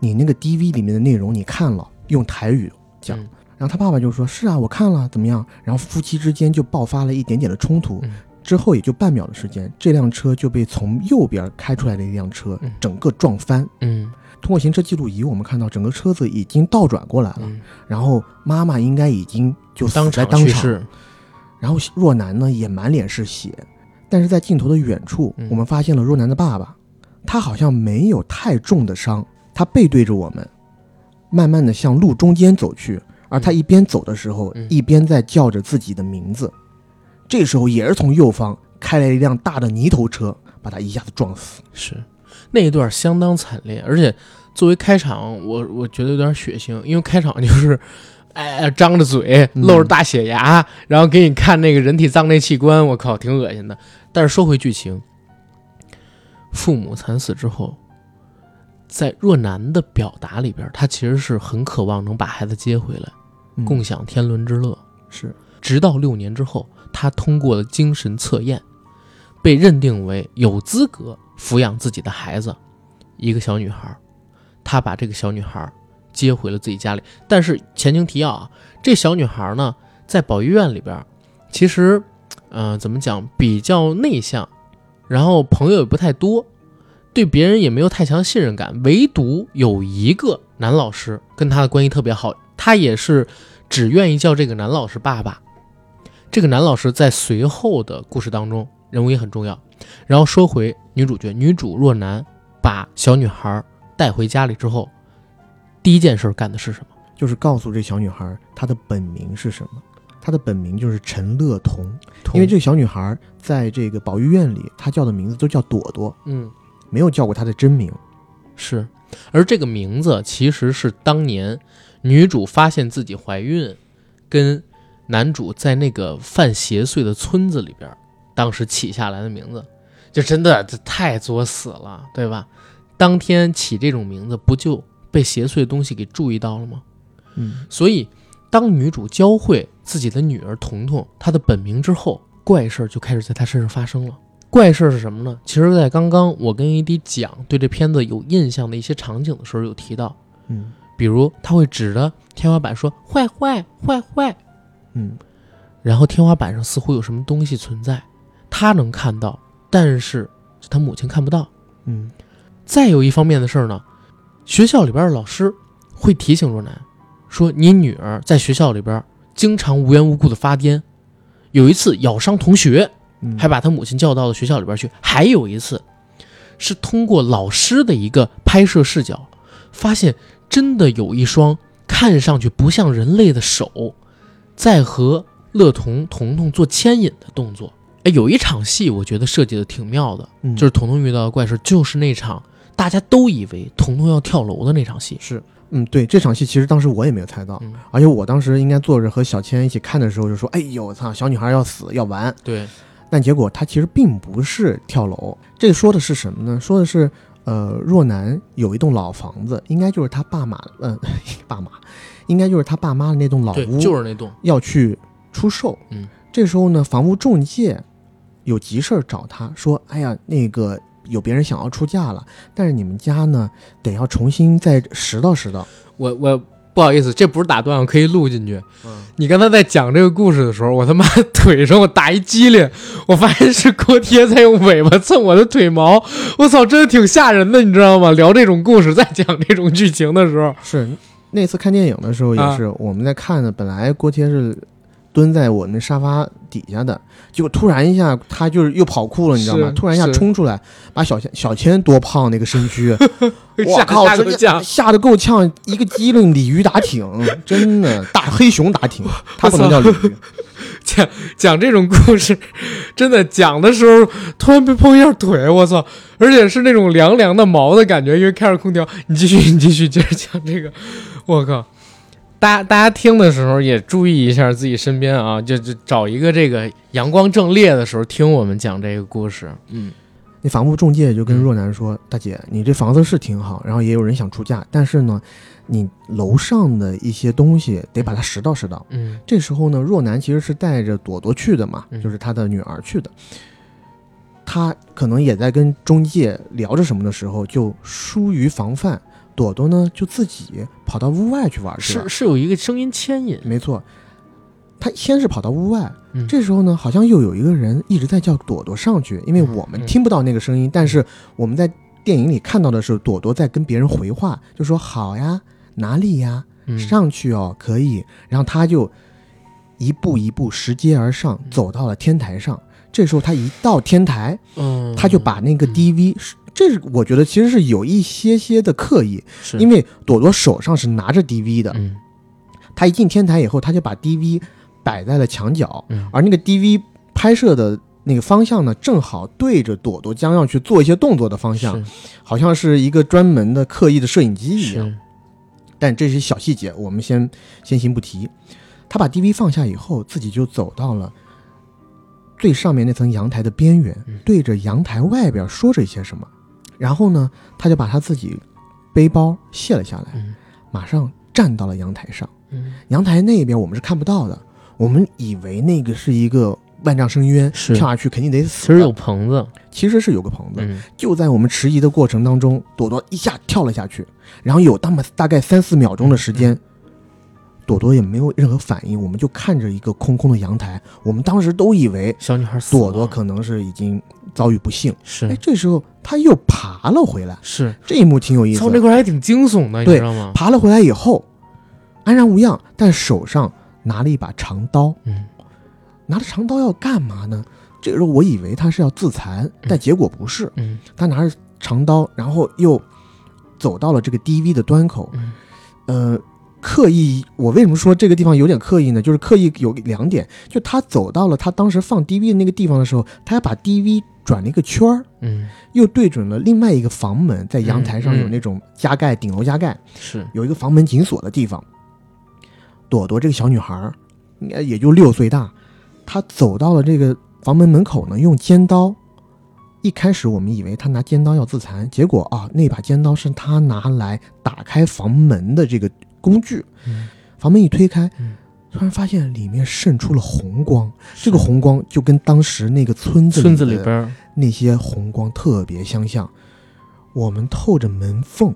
Speaker 2: 你那个 DV 里面的内容你看了？”用台语讲。
Speaker 1: 嗯
Speaker 2: 然后他爸爸就说：“是啊，我看了，怎么样？”然后夫妻之间就爆发了一点点的冲突
Speaker 1: 嗯，
Speaker 2: 之后也就半秒的时间，这辆车就被从右边开出来的一辆车
Speaker 1: 嗯
Speaker 2: 整个撞翻。
Speaker 1: 嗯
Speaker 2: 通过行车记录仪，我们看到整个车子已经倒转过来了，
Speaker 1: 嗯，
Speaker 2: 然后妈妈应该已经就死
Speaker 1: 当
Speaker 2: 在
Speaker 1: 场
Speaker 2: 当
Speaker 1: 去
Speaker 2: 场，
Speaker 1: 世。
Speaker 2: 然后若男呢也满脸是血，但是在镜头的远处，
Speaker 1: 嗯
Speaker 2: 我们发现了若男的爸爸，他好像没有太重的伤，他背对着我们，慢慢的向路中间走去，而他一边走的时候，
Speaker 1: 嗯
Speaker 2: 一边在叫着自己的名字。这时候也是从右方开来一辆大的泥头车，把他一下子撞死。
Speaker 1: 是那一段相当惨烈，而且作为开场，我我觉得有点血腥，因为开场就是。哎，张着嘴，
Speaker 2: 嗯
Speaker 1: 露着大血牙，然后给你看那个人体脏内器官，我靠，挺恶心的。但是说回剧情，父母惨死之后，在若男的表达里边，他其实是很渴望能把孩子接回来，共享天伦之乐。
Speaker 2: 嗯是
Speaker 1: 直到六年之后，他通过了精神测验，被认定为有资格抚养自己的孩子，一个小女孩儿。他把这个小女孩儿接回了自己家里。但是前情提要啊，这小女孩儿呢，在保育院里边儿，其实，呃，怎么讲，比较内向，然后朋友也不太多，对别人也没有太强信任感。唯独有一个男老师跟她的关系特别好，她也是只愿意叫这个男老师爸爸。这个男老师在随后的故事当中人物也很重要。然后说回女主角，女主若男把小女孩带回家里之后，第一件事干的是什么？
Speaker 2: 就是告诉这小女孩她的本名是什么，她的本名就是陈乐彤，因为这个小女孩在这个保育院里，她叫的名字都叫朵朵。
Speaker 1: 嗯
Speaker 2: 没有叫过她的真名。
Speaker 1: 是，而这个名字其实是当年女主发现自己怀孕，跟男主在那个犯邪祟的村子里边，当时起下来的名字，就真的这太作死了，对吧？当天起这种名字，不就被邪祟的东西给注意到了吗？
Speaker 2: 嗯，
Speaker 1: 所以，当女主教会自己的女儿彤彤她的本名之后，怪事儿就开始在她身上发生了。怪事儿是什么呢？其实，在刚刚我跟 AD 讲对这片子有印象的一些场景的时候，有提到，
Speaker 2: 嗯
Speaker 1: 比如他会指着天花板说“坏坏坏坏
Speaker 2: 嗯，”，
Speaker 1: 然后天花板上似乎有什么东西存在，他能看到，但是他母亲看不到。
Speaker 2: 嗯，
Speaker 1: 再有一方面的事儿呢，学校里边的老师会提醒若男，说你女儿在学校里边经常无缘无故的发癫，有一次咬伤同学，
Speaker 2: 嗯
Speaker 1: 还把他母亲叫到了学校里边去，还有一次是通过老师的一个拍摄视角，发现真的有一双看上去不像人类的手，在和乐童彤彤做牵引的动作。哎，有一场戏我觉得设计的挺妙的，
Speaker 2: 嗯
Speaker 1: 就是彤彤遇到的怪事，就是那场大家都以为彤彤要跳楼的那场戏。
Speaker 2: 是嗯，对，这场戏其实当时我也没有猜到，
Speaker 1: 嗯
Speaker 2: 而且我当时应该坐着和小千一起看的时候就说：“哎呦，我操，小女孩要死要完。
Speaker 1: 对，”
Speaker 2: 但结果她其实并不是跳楼，这说的是什么呢？说的是。呃，若男有一栋老房子，应该就是他爸妈，嗯、 爸妈，应该就是他爸妈的那栋老
Speaker 1: 对，
Speaker 2: 屋，
Speaker 1: 就是那栋。
Speaker 2: 要去出售。
Speaker 1: 嗯，
Speaker 2: 这时候呢，房屋中介有急事儿找他说：“哎呀，那个有别人想要出价了，但是你们家呢得要重新再拾掇拾掇。
Speaker 1: 我我
Speaker 3: 不好意思，这不是打断，我可以录进去。
Speaker 2: 嗯
Speaker 3: 你刚才在讲这个故事的时候，我他妈腿上我打一激灵，我发现是锅贴在用尾巴蹭我的腿毛，我操，真的挺吓人的，你知道吗？聊这种故事，在讲这种剧情的时候，
Speaker 2: 是那次看电影的时候
Speaker 3: 啊
Speaker 2: 也是，我们在看的，本来锅贴是蹲在我们沙发底下的，结果突然一下他就是又跑酷了，你知道吗
Speaker 3: 是？
Speaker 2: 突然一下
Speaker 3: 是
Speaker 2: 冲出来，把小千小千多胖那个身躯，我
Speaker 3: 吓
Speaker 2: 靠，
Speaker 3: 吓
Speaker 2: 真
Speaker 3: 得
Speaker 2: 的
Speaker 3: 酱，
Speaker 2: 吓得够呛，一个机灵鲤鱼打挺， 真的大黑熊 打挺，它
Speaker 3: 我
Speaker 2: 不能叫
Speaker 3: 操
Speaker 2: 鲤鱼，
Speaker 3: 讲讲这种故事， 真的讲的时候突然被碰一下腿，我操！而且是那种凉凉的毛的感觉，因为开着空调。你继续，你继续，接着讲这个，我靠！大家大家听的时候也注意一下自己身边啊，就就找一个这个阳光正烈的时候听我们讲这个故事。嗯，
Speaker 2: 那房屋中介就跟若男说：“大姐，你这房子是挺好，然后也有人想出价，但是呢，你楼上的一些东西得把它拾到拾到。”
Speaker 3: 嗯
Speaker 2: 这时候呢，若男其实是带着朵朵去的嘛
Speaker 3: 嗯，
Speaker 2: 就是他的女儿去的。他可能也在跟中介聊着什么的时候，就疏于防范，朵朵呢就自己跑到屋外去玩去了
Speaker 3: 是。是有一个声音牵引，
Speaker 2: 没错，他先是跑到屋外，
Speaker 3: 嗯
Speaker 2: 这时候呢，好像又有一个人一直在叫朵朵上去，因为我们
Speaker 3: 嗯
Speaker 2: 听不到那个声音，但是我们在电影里看到的是朵朵在跟别人回话，就说好呀，哪里呀，
Speaker 3: 嗯
Speaker 2: 上去哦，可以。然后他就一步一步拾阶而上，走到了天台上。这时候他一到天台，
Speaker 3: 嗯，
Speaker 2: 他就把那个
Speaker 3: 嗯
Speaker 2: DV，、是这是我觉得其实是有一些些的刻意，
Speaker 1: 是
Speaker 2: 因为朵朵手上是拿着 DV 的，
Speaker 3: 嗯
Speaker 2: 他一进天台以后，他就把 DV 摆在了墙角，
Speaker 3: 嗯
Speaker 2: 而那个 DV 拍摄的那个方向呢，正好对着朵朵将要去做一些动作的方向，好像是一个专门的刻意的摄影机
Speaker 3: 是
Speaker 2: 一样。
Speaker 3: 是
Speaker 2: 但这些小细节我们先先行不提。他把 DV 放下以后，自己就走到了最上面那层阳台的边缘
Speaker 3: 嗯，
Speaker 2: 对着阳台外边说着一些什么。然后呢，他就把他自己背包卸了下来，
Speaker 3: 嗯
Speaker 2: 马上站到了阳台上。
Speaker 3: 嗯
Speaker 2: 阳台那边我们是看不到的，我们以为那个是一个万丈深渊，
Speaker 1: 是
Speaker 2: 跳下去肯定得死。
Speaker 1: 其实有棚子，
Speaker 2: 其实是有个棚子。
Speaker 3: 嗯
Speaker 2: 就在我们迟疑的过程当中，朵朵一下跳了下去，然后有那么大概三四秒钟的时间，朵朵也没有任何反应，我们就看着一个空空的阳台，我们当时都以为
Speaker 1: 小女孩死了
Speaker 2: 朵朵可能是已经遭遇不幸。哎
Speaker 1: 是，
Speaker 2: 这时候她又爬了回来，
Speaker 1: 是
Speaker 2: 这一幕挺有意思
Speaker 3: 操，这
Speaker 2: 的。
Speaker 3: 块儿还挺惊悚的，你
Speaker 2: 对
Speaker 3: 知道吗？
Speaker 2: 爬了回来以后，安然无恙，但手上拿了一把长刀。
Speaker 3: 嗯，
Speaker 2: 拿着长刀要干嘛呢？这时候我以为他是要自残，但结果不是。
Speaker 3: 嗯
Speaker 2: 他拿着长刀，然后又走到了这个 DV 的端口，
Speaker 3: 嗯
Speaker 2: 呃，刻意，我为什么说这个地方有点刻意呢？就是刻意有两点，就他走到了他当时放 DV 的那个地方的时候，他还把 DV 转了一个圈儿，
Speaker 3: 嗯
Speaker 2: 又对准了另外一个房门，在阳台上
Speaker 3: 嗯嗯
Speaker 2: 有那种加盖，顶楼加盖，
Speaker 1: 是
Speaker 2: 有一个房门紧锁的地方。朵朵这个小女孩儿，应该也就六岁大，她走到了这个房门门口呢，用尖刀。一开始我们以为她拿尖刀要自残，结果啊，那把尖刀是她拿来打开房门的这个工具。
Speaker 3: 嗯
Speaker 2: 房门一推开
Speaker 3: 嗯，
Speaker 2: 突然发现里面渗出了红光，这个红光就跟当时那个村子
Speaker 1: 村子里
Speaker 2: 的
Speaker 1: 边儿
Speaker 2: 那些红光特别相像。我们透着门缝，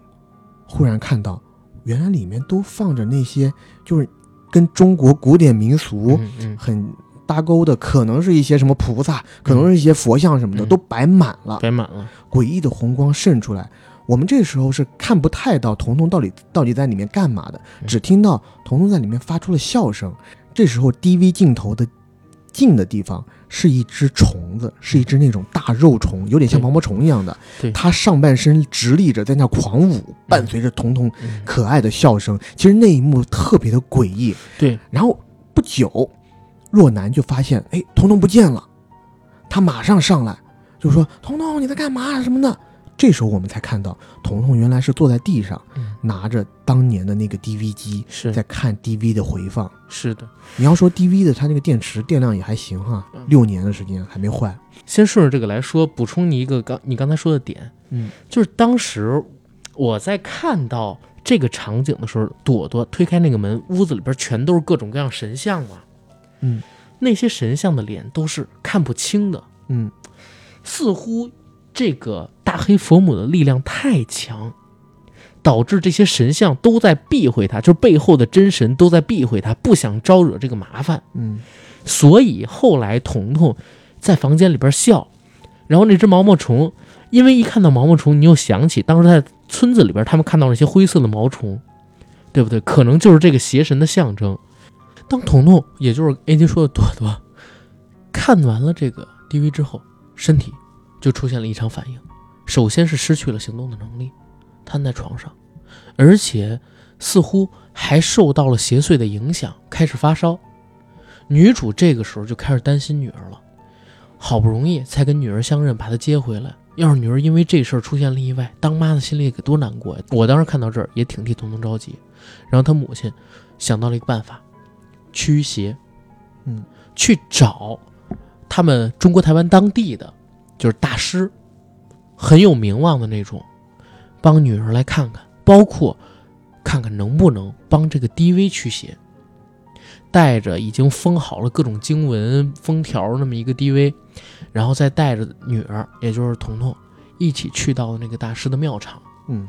Speaker 2: 忽然看到，原来里面都放着那些就是跟中国古典民俗
Speaker 3: 嗯嗯
Speaker 2: 很搭钩的，可能是一些什么菩萨，可能是一些佛像什么的，
Speaker 3: 嗯
Speaker 2: 都摆满了。
Speaker 1: 摆满了，
Speaker 2: 诡异的红光渗出来。我们这时候是看不太到彤彤到底到底在里面干嘛的，
Speaker 3: 嗯
Speaker 2: 只听到彤彤在里面发出了笑声。这时候 DV 镜头的近的地方是一只虫子，是一只那种大肉虫，有点像
Speaker 1: 对
Speaker 2: 毛毛虫一样的
Speaker 1: 对。
Speaker 2: 它上半身直立着在那狂舞，伴随着彤彤
Speaker 3: 嗯
Speaker 2: 可爱的笑声。其实那一幕特别的诡异。
Speaker 1: 对，
Speaker 2: 然后不久，若男就发现，哎，彤彤不见了，他马上上来就说：“彤彤，你在干嘛啊什么的？”这时候我们才看到，彤彤原来是坐在地上，
Speaker 3: 嗯
Speaker 2: 拿着当年的那个 DV 机
Speaker 1: 是
Speaker 2: 在看 DV 的回放。
Speaker 1: 是的。
Speaker 2: 你要说 DV 的，它那个电池电量也还行哈，
Speaker 1: 嗯
Speaker 2: 六年的时间还没坏。
Speaker 1: 先顺着这个来说，补充你一个刚你刚才说的点，
Speaker 2: 嗯，
Speaker 1: 就是当时我在看到这个场景的时候，朵朵推开那个门，屋子里边全都是各种各样神像嘛，
Speaker 2: 嗯，
Speaker 1: 那些神像的脸都是看不清的，
Speaker 2: 嗯，
Speaker 1: 似乎这个大黑佛母的力量太强，导致这些神像都在避讳他，就是背后的真神都在避讳他，不想招惹这个麻烦。
Speaker 2: 嗯，
Speaker 1: 所以后来彤彤在房间里边笑，然后那只毛毛虫，因为一看到毛毛虫，你又想起当时在村子里边他们看到那些灰色的毛虫，对不对？可能就是这个邪神的象征。当彤彤，也就是 AD 说的朵朵，看完了这个 DV 之后，身体就出现了异常反应，首先是失去了行动的能力，瘫在床上，而且似乎还受到了邪祟的影响，开始发烧。女主这个时候就开始担心女儿了，好不容易才跟女儿相认，把她接回来。要是女儿因为这事儿出现了意外，当妈的心里得多难过呀！我当时看到这儿也挺替彤彤着急。然后她母亲想到了一个办法，驱邪，
Speaker 2: 嗯，
Speaker 1: 去找他们中国台湾当地的就是大师，很有名望的那种，帮女儿来看看，包括看看能不能帮这个 DV 驱邪。带着已经封好了各种经文封条那么一个 DV，然后再带着女儿，也就是彤彤，一起去到那个大师的庙场。
Speaker 2: 嗯，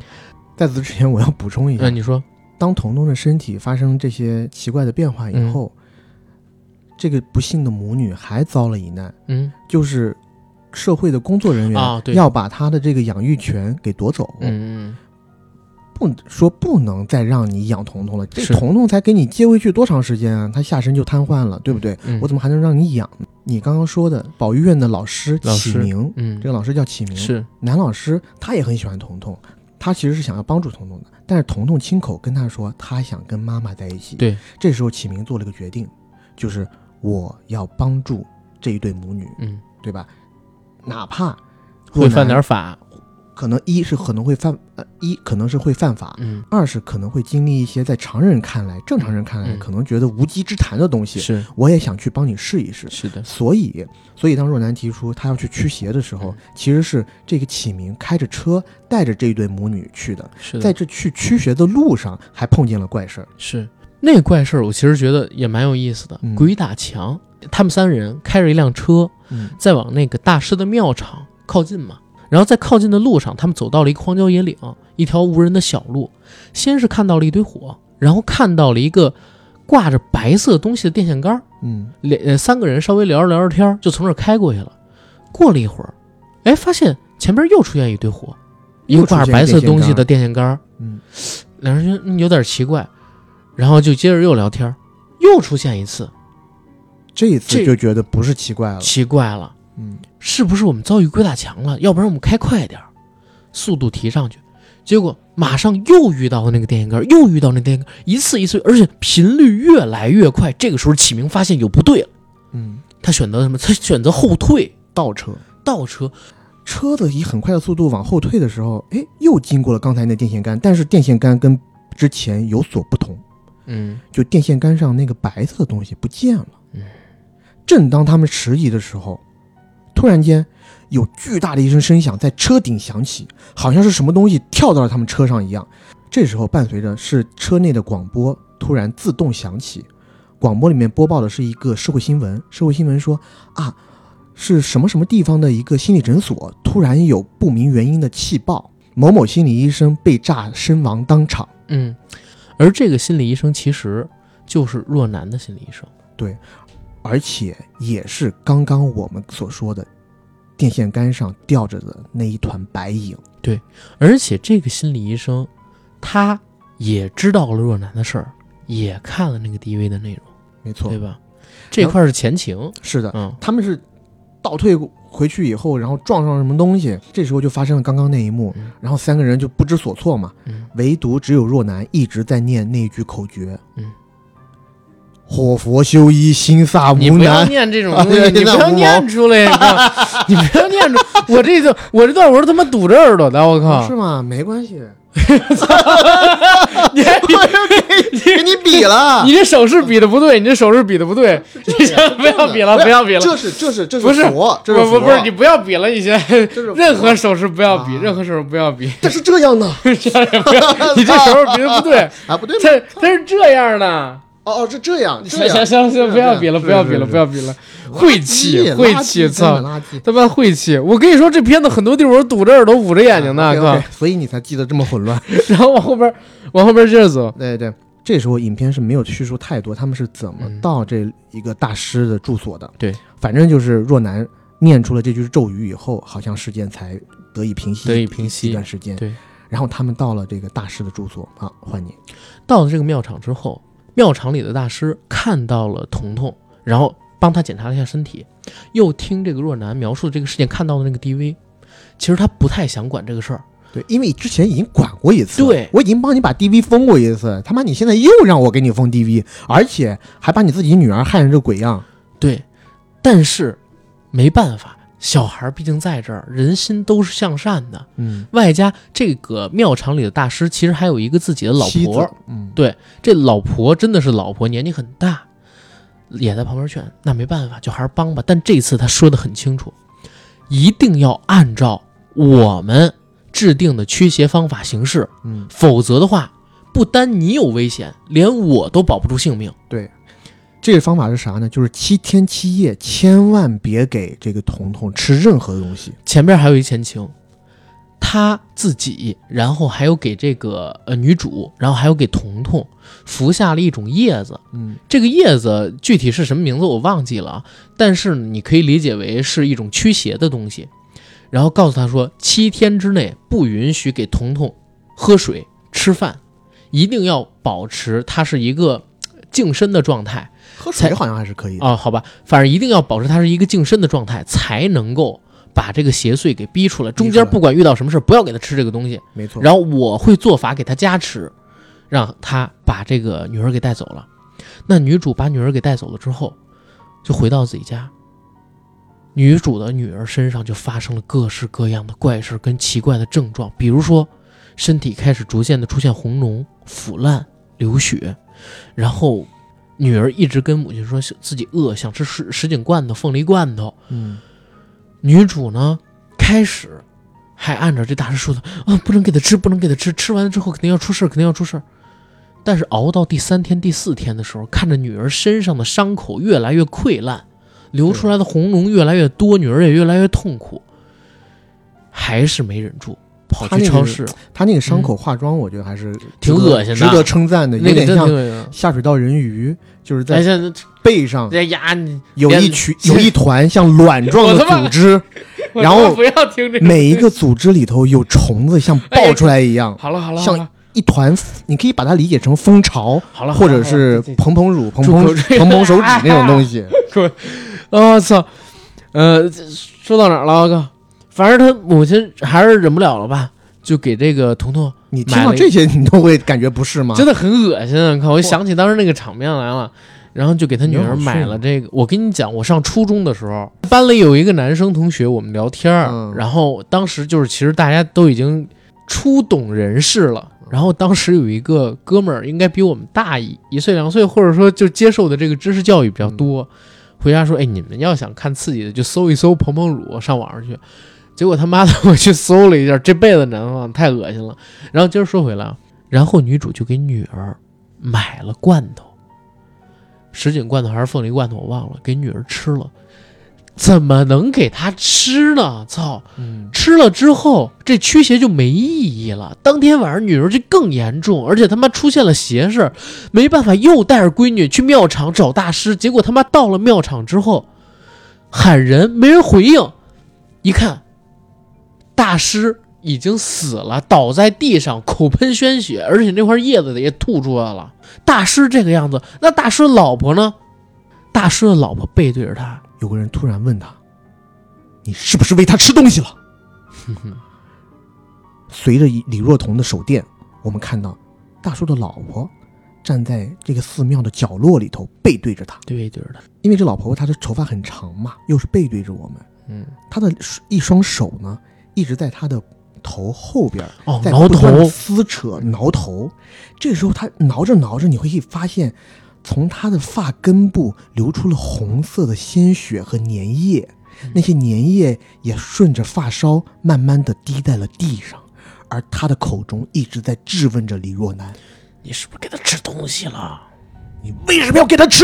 Speaker 2: 在此之前我要补充一
Speaker 1: 那
Speaker 2: 下，
Speaker 1: 你说，
Speaker 2: 当彤彤的身体发生这些奇怪的变化
Speaker 1: 嗯
Speaker 2: 以后，这个不幸的母女还遭了一难，
Speaker 1: 嗯
Speaker 2: 就是社会的工作人员
Speaker 1: 啊对
Speaker 2: 要把她的这个养育权给夺走，
Speaker 1: 嗯
Speaker 2: 不说不能再让你养彤彤了，这
Speaker 1: 是
Speaker 2: 彤彤才给你接回去多长时间啊？她下身就瘫痪了，对不对？
Speaker 1: 嗯，
Speaker 2: 我怎
Speaker 1: 么
Speaker 2: 么还能让你养呢？你刚刚说的保育院的老师
Speaker 1: 老
Speaker 2: 启
Speaker 1: 师
Speaker 2: 明，
Speaker 1: 嗯
Speaker 2: 这个老师叫启明，
Speaker 1: 是
Speaker 2: 男老师他也很喜欢彤彤，他其实是想要帮助彤彤的，但是彤彤亲口跟他说，他想跟妈妈在一起。
Speaker 1: 对，
Speaker 2: 这时候启明做了个决定，就是我要帮助这一对母女，
Speaker 1: 嗯
Speaker 2: 对吧？哪怕
Speaker 1: 会犯点
Speaker 2: 儿，
Speaker 1: 法，
Speaker 2: 可能一是可能会犯，呃，一可能是会犯法，
Speaker 1: 嗯
Speaker 2: 二是可能会经历一些在常人看来、正常人看来
Speaker 1: 嗯
Speaker 2: 可能觉得无稽之谈的东西。
Speaker 1: 是
Speaker 2: 我也想去帮你试一试。
Speaker 1: 是的，
Speaker 2: 所以，所以当若男提出他要去驱邪的时候
Speaker 1: 嗯，
Speaker 2: 其实是这个启明开着车带着这一对母女去的，
Speaker 1: 是
Speaker 2: 在
Speaker 1: 的，
Speaker 2: 这去驱邪的路上还碰见了怪事儿。
Speaker 1: 是那怪事儿，我其实觉得也蛮有意思的。
Speaker 2: 嗯
Speaker 1: 鬼打墙，他们三人开着一辆车，
Speaker 2: 嗯
Speaker 1: 再往那个大师的庙场靠近嘛。然后在靠近的路上，他们走到了一个荒郊野岭，一条无人的小路。先是看到了一堆火，然后看到了一个挂着白色东西的电线杆儿。
Speaker 2: 嗯，
Speaker 1: 两呃三个人稍微聊着聊着天儿，就从这儿开过去了。过了一会儿，哎，发现前边又出现一堆火，一个挂着白色东西的电线杆儿。
Speaker 2: 嗯，
Speaker 1: 两人觉得嗯有点奇怪，然后就接着又聊天儿，又出现一次，
Speaker 2: 这一次
Speaker 1: 这
Speaker 2: 就觉得不是奇怪了。
Speaker 1: 奇怪了。
Speaker 2: 嗯，
Speaker 1: 是不是我们遭遇鬼打墙了？要不然我们开快点，儿，速度提上去。结果马上又遇到了那个电线杆儿，又遇到那电线杆儿，一次一次，而且频率越来越快。这个时候，启明发现有不对了，
Speaker 2: 嗯，
Speaker 1: 他选择什么？他选择后退，
Speaker 2: 倒车，
Speaker 1: 倒车。
Speaker 2: 车子以很快的速度往后退的时候，哎，又经过了刚才那电线杆，但是电线杆跟之前有所不同，
Speaker 1: 嗯，
Speaker 2: 就电线杆上那个白色的东西不见了。
Speaker 1: 嗯，
Speaker 2: 正当他们迟疑的时候，突然间有巨大的一声声响在车顶响起，好像是什么东西跳到了他们车上一样。这时候伴随着是车内的广播突然自动响起，广播里面播报的是一个社会新闻，社会新闻说啊，是什么什么地方的一个心理诊所突然有不明原因的气爆，某某心理医生被炸身亡当场。
Speaker 1: 嗯，而这个心理医生其实就是若男的心理医生。
Speaker 2: 而且也是刚刚我们所说的电线杆上吊着的那一团白影。
Speaker 1: 而且这个心理医生，他也知道了若男的事儿，也看了那个 DV 的内容，
Speaker 2: 没错啊
Speaker 1: 对，吧？这块儿是前情。
Speaker 2: 是的，
Speaker 1: 嗯，
Speaker 2: 他们是倒退回去以后，然后撞上什么东西，这时候就发生了刚刚那一幕，
Speaker 1: 嗯
Speaker 2: 然后三个人就不知所措嘛。
Speaker 1: 嗯
Speaker 2: 唯独只有若男一直在念那句口诀，
Speaker 1: 嗯，
Speaker 2: 火佛修一心萨
Speaker 1: 你
Speaker 2: 无
Speaker 1: 不要
Speaker 2: 难。
Speaker 1: 念这种
Speaker 2: 啊
Speaker 1: 东西，
Speaker 2: 对
Speaker 1: 你不
Speaker 2: 现在
Speaker 1: 要
Speaker 2: 无
Speaker 1: 念出来，你知道吗你不要念出，我这就我这段我是他妈堵着耳朵的，我靠
Speaker 2: 是！吗？没关系，
Speaker 1: 你
Speaker 2: 给你比了
Speaker 1: 你，这手势比的不对，你这手势比的不对，你先不要比了，不要比了，
Speaker 2: 这是这是这
Speaker 1: 不是
Speaker 2: 佛，这
Speaker 1: 不不
Speaker 2: 佛
Speaker 1: 不是你不要比了，你先
Speaker 2: 这是佛
Speaker 1: 任何手势不要比，
Speaker 2: 啊
Speaker 1: 任何手势不要比，
Speaker 2: 这是这样的，
Speaker 1: 这样也不要，你这手势比的不对，
Speaker 2: 啊，不对吗？
Speaker 1: 它它是这样的，
Speaker 2: 哦，这这样，这
Speaker 3: 行行
Speaker 2: 样
Speaker 3: 行行，不要比了，不要比了，不要比了，晦气
Speaker 2: 垃圾
Speaker 3: 晦
Speaker 2: 垃圾
Speaker 3: 气，
Speaker 2: 真的
Speaker 3: 操！
Speaker 2: 垃圾。
Speaker 3: 他妈晦气！我跟你说，这片子很多地方我堵着耳朵捂着
Speaker 1: 哎
Speaker 3: 眼睛呢，
Speaker 2: 啊 OK，OK，
Speaker 3: 靠！
Speaker 2: 所以你才记得这么混乱。
Speaker 3: 然后往后边往后边接着走，
Speaker 2: 对对，这时候影片是没有叙述太多，他们是怎么
Speaker 3: 嗯
Speaker 2: 到这一个大师的住所的。
Speaker 1: 对，
Speaker 2: 反正就是若男念出了这句咒语以后，好像事件才得以平息，
Speaker 1: 得以平息
Speaker 2: 一段时间。
Speaker 1: 对，
Speaker 2: 然后他们到了这个大师的住所啊，换你。
Speaker 1: 到了这个庙场之后，庙场里的大师看到了彤彤，然后帮他检查了一下身体，又听这个若男描述这个事件看到的那个 DV，其实他不太想管这个事儿。
Speaker 2: 对，因为之前已经管过一次，
Speaker 1: 对
Speaker 2: 我已经帮你把 DV 封过一次，他妈你现在又让我给你封 DV，而且还把你自己女儿害成这鬼样。
Speaker 1: 对，但是没办法，小孩儿毕竟在这儿，人心都是向善的。
Speaker 2: 嗯，
Speaker 1: 外加这个庙场里的大师其实还有一个自己的老
Speaker 2: 妻子
Speaker 1: 婆，，
Speaker 2: 嗯，
Speaker 1: 这老婆真的是老婆，年纪很大，也在旁边劝。那没办法，就还是帮吧。但这次他说的很清楚，一定要按照我们制定的驱邪方法行事，
Speaker 2: 嗯，
Speaker 1: 否则的话，不单你有危险，连我都保不住性命。
Speaker 2: 这个方法是啥呢？就是七天七夜，千万别给这个彤彤吃任何东西。
Speaker 1: 前边还有一前情，他自己，然后还有给这个呃女主，然后还有给彤彤服下了一种叶子。
Speaker 2: 嗯，
Speaker 1: 这个叶子具体是什么名字我忘记了啊，但是你可以理解为是一种驱邪的东西。然后告诉他说，七天之内不允许给彤彤喝水、吃饭，一定要保持它是一个呃净身的状态。
Speaker 2: 喝
Speaker 1: 水
Speaker 2: 水好像还是可以的。
Speaker 1: 啊、好吧，反正一定要保持它是一个净身的状态，才能够把这个邪祟给逼出来。中
Speaker 2: 逼出
Speaker 1: 间
Speaker 2: 来
Speaker 1: 不管遇到什么事儿，不要给他吃这个东西。
Speaker 2: 没错，
Speaker 1: 然后我会做法给他加持，让他把这个女儿给带走了。那女主把女儿给带走了之后，就回到自己家。女主的女儿身上就发生了各式各样的怪事儿跟奇怪的症状，比如说身体开始逐渐的出现红脓、腐烂、流血，然后女儿一直跟母亲说自己饿，想吃什什锦罐头、凤梨罐头，
Speaker 2: 嗯，
Speaker 1: 女主呢，开始还按照这大师说的啊，不能给他吃，不能给他吃，吃完了之后肯定要出事儿，肯定要出事儿。但是熬到第三天、第四天的时候，看着女儿身上的伤口越来越溃烂，流出来的红脓越来越多，女儿也越来越痛苦，还是没忍住，跑
Speaker 2: 她
Speaker 1: 去
Speaker 2: 那个
Speaker 1: 超市，
Speaker 2: 他那个伤口化妆，我觉得还是
Speaker 1: 挺
Speaker 2: 值得
Speaker 1: 恶心的
Speaker 2: 值得称赞的，有
Speaker 1: 那个
Speaker 2: 点
Speaker 1: 真
Speaker 2: 像
Speaker 1: 的。
Speaker 2: 下水道人鱼，就是
Speaker 1: 哎
Speaker 2: 在
Speaker 1: 呀，
Speaker 2: 背上
Speaker 1: 哎呀，你
Speaker 2: 有
Speaker 1: 连
Speaker 2: 一群有一团像卵状的
Speaker 3: 我他妈
Speaker 2: 组织，
Speaker 3: 我
Speaker 2: 然后
Speaker 3: 他妈 不要听这个。
Speaker 2: 每一个组织里头有虫子像
Speaker 3: 哎
Speaker 2: 爆出来一样，
Speaker 3: 好了好了，
Speaker 2: 像
Speaker 3: 好了
Speaker 2: 一团，你可以把它理解成蜂巢，
Speaker 3: 好了，
Speaker 2: 或者是蓬蓬乳、蓬蓬
Speaker 3: 住口
Speaker 2: 蓬蓬手指那种东西。
Speaker 1: 啊
Speaker 3: 我操，呃，这说到哪儿了？我靠，
Speaker 1: 反正他母亲还是忍不了了吧，就给这个彤彤
Speaker 2: 你听到这些，你都会感觉不适吗？
Speaker 3: 真
Speaker 2: 的，
Speaker 3: 的很恶心啊！靠，我一想起当时那个场面来了。
Speaker 1: 然后就给他女儿买了这个。我跟你讲，我上初中的时候，班里有一个男生同学，我们聊天儿，
Speaker 2: 嗯
Speaker 1: 然后当时就是其实大家都已经初懂人事了。然后当时有一个哥们儿，应该比我们大一一岁两岁，或者说就接受的这个知识教育比较多。回家说：“哎，你们要想看刺激的，就搜一搜蓬蓬乳，上网上去。”结果他妈的，我去搜了一下，这辈子难忘，太恶心了。然后接着说回来啊，然后女主就给女儿买了罐头，什锦罐头还是凤梨罐头，我忘了，给女儿吃了。怎么能给她吃呢？操！
Speaker 2: 嗯，
Speaker 1: 吃了之后，这驱邪就没意义了。当天晚上，女儿就更严重，而且他妈出现了邪事儿，没办法，又带着闺女去庙场找大师。结果他妈到了庙场之后，喊人没人回应，一看，大师已经死了，倒在地上，口喷鲜血，而且那块叶子也吐出来了。大师这个样子，那大师老婆呢？大师的老婆背对着他，
Speaker 2: 有个人突然问他：“你是不是喂他吃东西了？”随着李若彤的手电，我们看到大叔的老婆站在这个寺庙的角落里头，背对着他。
Speaker 1: 背对着他，
Speaker 2: 因为这老婆婆她的头发很长嘛，又是背对着我们，
Speaker 1: 嗯，
Speaker 2: 她的一双手呢一直在她的头后边儿
Speaker 1: 哦，
Speaker 2: 在
Speaker 1: 挠
Speaker 2: 不断地
Speaker 1: 头，
Speaker 2: 撕扯挠头。这时候她挠着挠着，你会可以发现，从她的发根部流出了红色的鲜血和粘液，
Speaker 1: 嗯
Speaker 2: 那些粘液也顺着发梢慢慢的滴在了地上。而她的口中一直在质问着李若男
Speaker 1: 你是不是给他吃东西了？：“
Speaker 2: 你为什么要给他吃？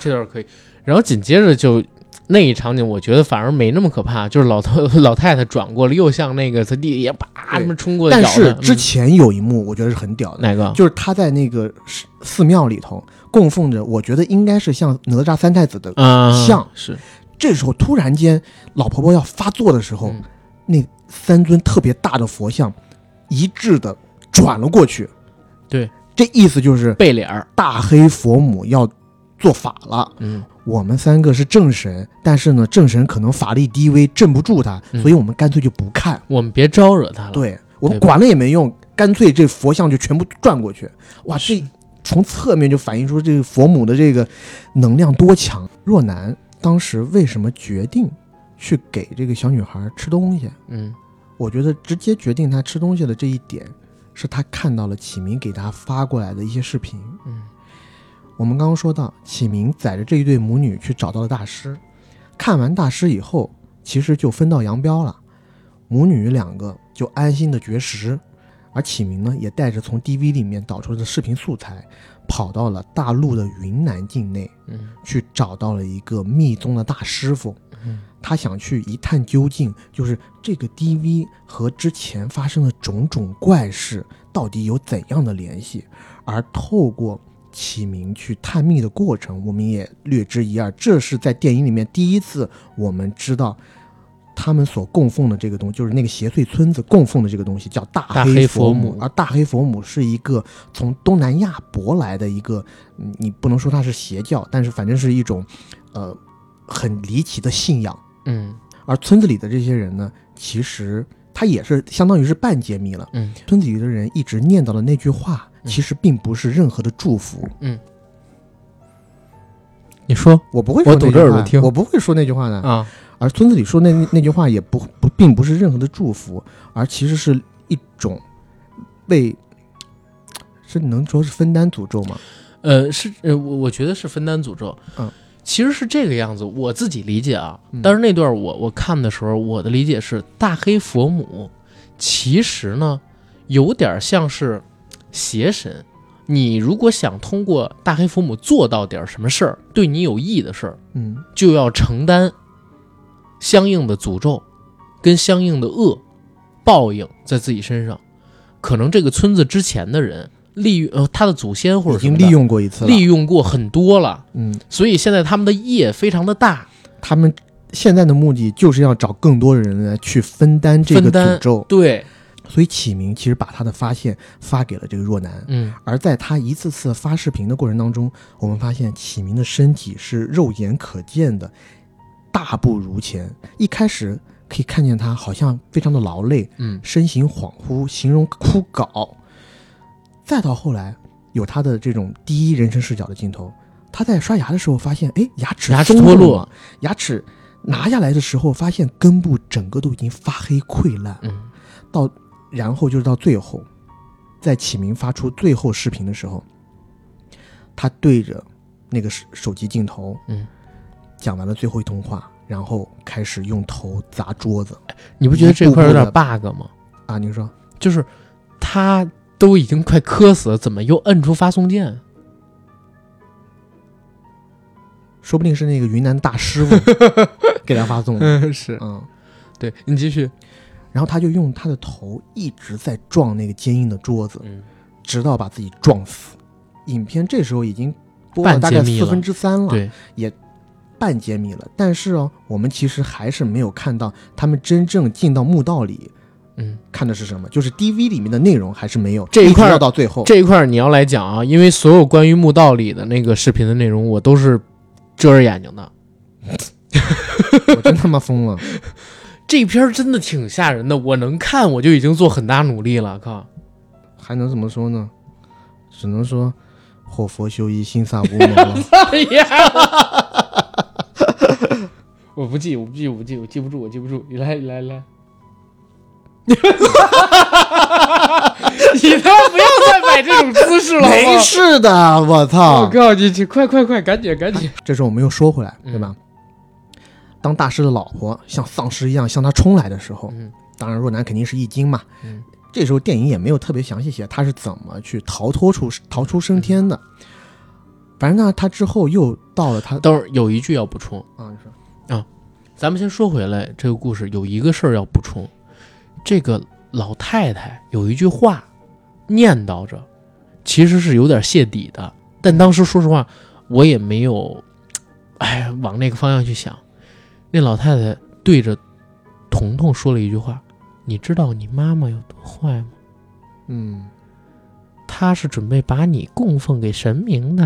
Speaker 1: 这段可以。然后紧接着就那一场景，我觉得反而没那么可怕，就是老头 老太太转过来，又向那个他弟弟也啪
Speaker 2: 对
Speaker 1: 他们冲过来
Speaker 2: 但
Speaker 1: 咬
Speaker 2: 是
Speaker 1: 他。
Speaker 2: 之
Speaker 1: 嗯
Speaker 2: 前有一幕我觉得是很屌的，
Speaker 1: 哪个？
Speaker 2: 就是他在那个寺寺庙里头供奉着，我觉得应该是像哪吒三太子的。
Speaker 1: 啊，
Speaker 2: 像
Speaker 1: 是
Speaker 2: 这时候突然间，老婆婆要发作的时候，
Speaker 1: 嗯
Speaker 2: 那三尊特别大的佛像一致的转了过去。
Speaker 1: 对，
Speaker 2: 这意思就是
Speaker 1: 背脸儿。
Speaker 2: 大黑佛母要做法了。
Speaker 1: 嗯，
Speaker 2: 我们三个是正神，但是呢，正神可能法力低微，镇不住他，
Speaker 1: 嗯
Speaker 2: 所以我们干脆就不看。
Speaker 1: 我们别招惹他了。
Speaker 2: 对我们
Speaker 1: 对吧
Speaker 2: 管了也没用，干脆这佛像就全部转过去。哇，
Speaker 1: 是
Speaker 2: 这从侧面就反映出这个佛母的这个能量多强。若男当时为什么决定去给这个小女孩吃东西？
Speaker 1: 嗯，
Speaker 2: 我觉得直接决定她吃东西的这一点，是她看到了启明给她发过来的一些视频。
Speaker 1: 嗯，
Speaker 2: 我们刚刚说到，启明载着这一对母女去找到了大师，看完大师以后，其实就分道扬镳了。母女两个就安心的绝食，而启明呢，也带着从 DV 里面导出的视频素材，跑到了大陆的云南境内，
Speaker 1: 嗯，
Speaker 2: 去找到了一个密宗的大师傅，
Speaker 1: 嗯，
Speaker 2: 他想去一探究竟，就是这个 DV 和之前发生的种种怪事到底有怎样的联系，而透过。启明去探秘的过程，我们也略知一二。这是在电影里面第一次我们知道，他们所供奉的这个东西，就是那个邪祟村子供奉的这个东西，叫大
Speaker 1: 大黑
Speaker 2: 佛
Speaker 1: 佛
Speaker 2: 母。
Speaker 1: 母
Speaker 2: 而大黑佛母是一个从东南亚舶来的一个，嗯你不能说它是邪教，但是反正是一种，呃，很离奇的信仰。
Speaker 1: 嗯
Speaker 2: 而村子里的这些人呢，其实他也是相当于是半解密了。
Speaker 1: 嗯，
Speaker 2: 村子里的人一直念叨的那句话，
Speaker 1: 嗯
Speaker 2: 其实并不是任何的祝福。
Speaker 4: 你说
Speaker 2: 我不会
Speaker 4: 我
Speaker 2: 说
Speaker 4: 堵
Speaker 2: 那句
Speaker 4: 着耳
Speaker 2: 话
Speaker 4: 朵听
Speaker 2: 我不会说那句话的。
Speaker 1: 啊，
Speaker 2: 而村子里说那那句话也不不并不是任何的祝福，而其实是一种为是能说是分担诅咒吗？
Speaker 1: 呃，是呃，我我觉得是分担诅咒。
Speaker 2: 嗯，
Speaker 1: 其实是这个样子，我自己理解啊
Speaker 2: 嗯。
Speaker 1: 但是那段我我看的时候，我的理解是大黑佛母其实呢有点像是邪神。你如果想通过大黑佛母做到点什么事儿，对你有益的事儿，
Speaker 2: 嗯，
Speaker 1: 就要承担相应的诅咒跟相应的恶报应在自己身上。可能这个村子之前的人利用呃他的祖先或者
Speaker 2: 已经
Speaker 1: 什么的
Speaker 2: 利用过一次了。
Speaker 1: 利用过很多了，
Speaker 2: 嗯，
Speaker 1: 所以现在他们的业非常的大。
Speaker 2: 他们现在的目的就是要找更多的人来去分担这个
Speaker 1: 分担
Speaker 2: 诅咒，
Speaker 1: 对，
Speaker 2: 所以启明其实把他的发现发给了这个若男。
Speaker 1: 嗯
Speaker 2: 而在他一次次发视频的过程当中，我们发现启明的身体是肉眼可见的大不如前。一开始可以看见他好像非常的劳累，
Speaker 1: 嗯
Speaker 2: 身形恍惚，形容枯槁。再到后来，有他的这种第一人称视角的镜头，他在刷牙的时候发现，哎，牙齿
Speaker 1: 牙齿
Speaker 2: 松
Speaker 1: 脱
Speaker 2: 了
Speaker 1: 落
Speaker 2: 嘛，牙齿拿下来的时候发现根部整个都已经发黑溃烂。
Speaker 1: 嗯
Speaker 2: 然后就是到最后，在启明发出最后视频的时候，他对着那个手手机镜头，
Speaker 1: 嗯，
Speaker 2: 讲完了最后一通话，然后开始用头砸桌子
Speaker 1: 你不觉得这块有点 bug 吗？
Speaker 2: 啊！您说
Speaker 1: 就是他都已经快磕死了，怎么又摁出发送键？
Speaker 2: 说不定是那个云南大 师傅给他发送的，
Speaker 1: 嗯，是
Speaker 2: 嗯，
Speaker 1: 对你继续。
Speaker 2: 然后他就用他的头一直在撞那个坚硬的桌子，
Speaker 1: 嗯
Speaker 2: 直到把自己撞死。影片这时候已经播了
Speaker 1: 半
Speaker 2: 大概
Speaker 1: 揭秘
Speaker 2: 四
Speaker 1: 了
Speaker 2: 分之三了，
Speaker 1: 对，
Speaker 2: 半揭秘了，但是哦，我们其实还是没有看到他们真正进到墓道里
Speaker 1: 嗯，
Speaker 2: 看的是什么，就是 DV 里面的内容还是没有
Speaker 1: 这一块
Speaker 2: 直要到最后，
Speaker 1: 这一块你要来讲啊，因为所有关于墓道里的那个视频的内容，我都是遮着眼睛的。
Speaker 2: 我真他妈疯了。
Speaker 1: 这片儿真的挺吓人的，我能看我就已经做很大努力了，靠！
Speaker 2: 还能怎么说呢？只能说祸佛修一，心萨无 门了。
Speaker 1: 我不记，我不记，我不记，我记不住，我记不住。你来，你来，你 来。你他妈不要再摆这种姿势了，好不
Speaker 2: 没
Speaker 1: 好
Speaker 2: 事的，我
Speaker 1: 我
Speaker 2: 操！
Speaker 1: 告诉你，你快快快，赶紧赶紧！
Speaker 2: 这时候我们又说回来，
Speaker 1: 嗯
Speaker 2: 对吧？当大师的老婆像丧尸一样向他冲来的时候，
Speaker 1: 嗯
Speaker 2: 当然若男肯定是一惊嘛，
Speaker 1: 嗯
Speaker 2: 这时候电影也没有特别详细写他是怎么去逃脱出逃出升天的。
Speaker 1: 嗯
Speaker 2: 反正呢，他之后又到了他
Speaker 1: 等会儿有一句要补充，
Speaker 2: 啊，你说
Speaker 1: 咱们先说回来，这个故事有一个事儿要补充，这个老太太有一句话念叨着，其实是有点泄底的，但当时说实话，我也没有，哎，往那个方向去想。那老太太对着彤彤说了一句话：“你知道你妈妈有多坏吗？
Speaker 2: 嗯，
Speaker 1: 她是准备把你供奉给神明的。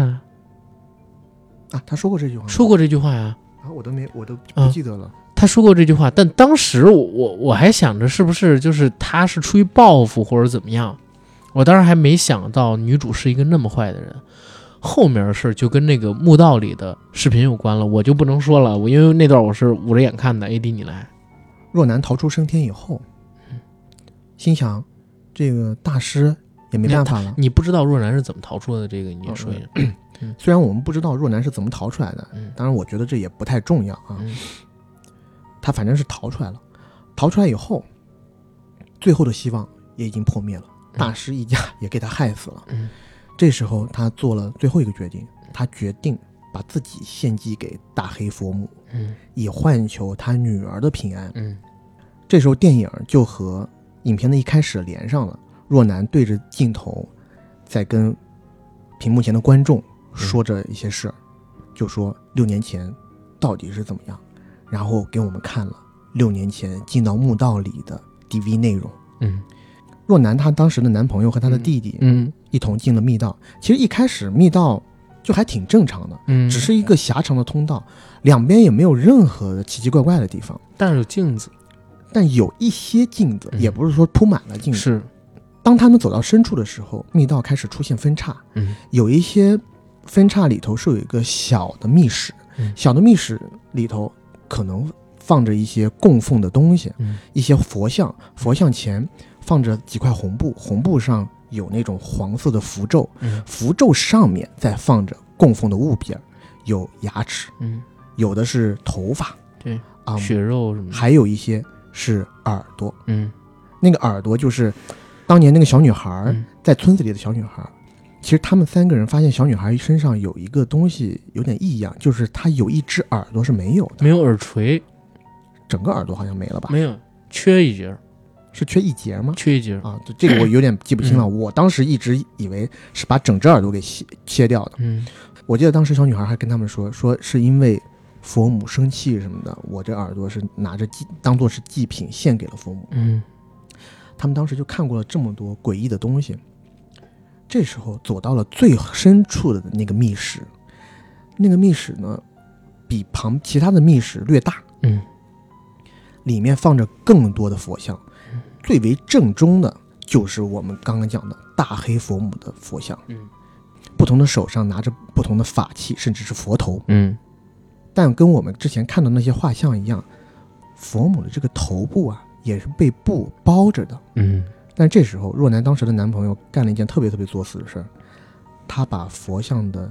Speaker 2: 啊，他说过这句话”吗？
Speaker 1: 说过这句话呀、
Speaker 2: 啊，我都没，我都不
Speaker 1: 啊
Speaker 2: 记得了。
Speaker 1: 他说过这句话，但当时我我我还想着是不是就是他是出于报复或者怎么样，我当时还没想到女主是一个那么坏的人。后面的事儿就跟那个墓道里的视频有关了，我就不能说了，我因为那段我是捂着眼看的。AD 你来，
Speaker 2: 若男逃出升天以后，
Speaker 1: 嗯
Speaker 2: 心想这个大师也没办法了。
Speaker 1: 你不知道若男是怎么逃出的，这个你也说一下。
Speaker 2: 虽然我们不知道若男是怎么逃出来的，
Speaker 1: 嗯
Speaker 2: 当然我觉得这也不太重要啊。
Speaker 1: 嗯
Speaker 2: 他反正是逃出来了，逃出来以后，最后的希望也已经破灭了，
Speaker 1: 嗯
Speaker 2: 大师一家也给他害死了。
Speaker 1: 嗯
Speaker 2: 这时候他做了最后一个决定，他决定把自己献祭给大黑佛母，
Speaker 1: 嗯
Speaker 2: 以换求他女儿的平安。
Speaker 1: 嗯
Speaker 2: 这时候电影就和影片的一开始连上了。若男对着镜头，在跟屏幕前的观众
Speaker 1: 嗯
Speaker 2: 说着一些事儿，就说六年前到底是怎么样，然后给我们看了六年前进到墓道里的 DV 内容。
Speaker 1: 嗯
Speaker 2: 若男她当时的男朋友和她的弟弟
Speaker 1: 嗯
Speaker 2: 一同进了密道，其实一开始密道就还挺正常的，
Speaker 1: 嗯，
Speaker 2: 只是一个狭长的通道，两边也没有任何的奇奇怪怪的地方。
Speaker 1: 但是有镜子，
Speaker 2: 但有一些镜子，
Speaker 1: 嗯
Speaker 2: 也不是说铺满了镜子。
Speaker 1: 是
Speaker 2: 当他们走到深处的时候，密道开始出现分叉，
Speaker 1: 嗯
Speaker 2: 有一些分叉里头是有一个小的密室，
Speaker 1: 嗯
Speaker 2: 小的密室里头可能放着一些供奉的东西，
Speaker 1: 嗯
Speaker 2: 一些佛像，佛像前放着几块红布，红布上有那种黄色的符咒，
Speaker 1: 嗯
Speaker 2: 符咒上面再放着供奉的物品，有牙齿，
Speaker 1: 嗯，
Speaker 2: 有的是头发，
Speaker 1: 对
Speaker 2: 啊，
Speaker 1: 血肉什么的，
Speaker 2: 还有一些是耳朵，
Speaker 1: 嗯
Speaker 2: 那个耳朵就是当年那个小女孩儿
Speaker 1: 嗯
Speaker 2: 在村子里的小女孩儿。其实他们三个人发现小女孩身上有一个东西有点异样，就是她有一只耳朵是没有的，
Speaker 1: 没有耳垂，
Speaker 2: 整个耳朵好像没了吧？
Speaker 1: 没有缺一节儿，
Speaker 2: 是缺一节吗？
Speaker 1: 缺一节儿，
Speaker 2: 啊，这这个我有点记不清了。我当时一直以为是把整只耳朵给切切掉的。
Speaker 1: 嗯
Speaker 2: 我记得当时小女孩还跟他们说，说是因为佛母生气什么的，我这耳朵是拿着祭当做是祭品献给了佛母。
Speaker 1: 嗯
Speaker 2: 他们当时就看过了这么多诡异的东西。这时候走到了最深处的那个密室，那个密室呢，比旁其他的密室略大，
Speaker 1: 嗯。
Speaker 2: 里面放着更多的佛像，
Speaker 1: 嗯
Speaker 2: 最为正宗的就是我们刚刚讲的大黑佛母的佛像，
Speaker 1: 嗯
Speaker 2: 不同的手上拿着不同的法器，甚至是佛头。
Speaker 1: 嗯
Speaker 2: 但跟我们之前看到那些画像一样，佛母的这个头部啊，也是被布包着的。
Speaker 1: 嗯
Speaker 2: 但这时候，若男当时的男朋友干了一件特别特别作死的事儿，他把佛像的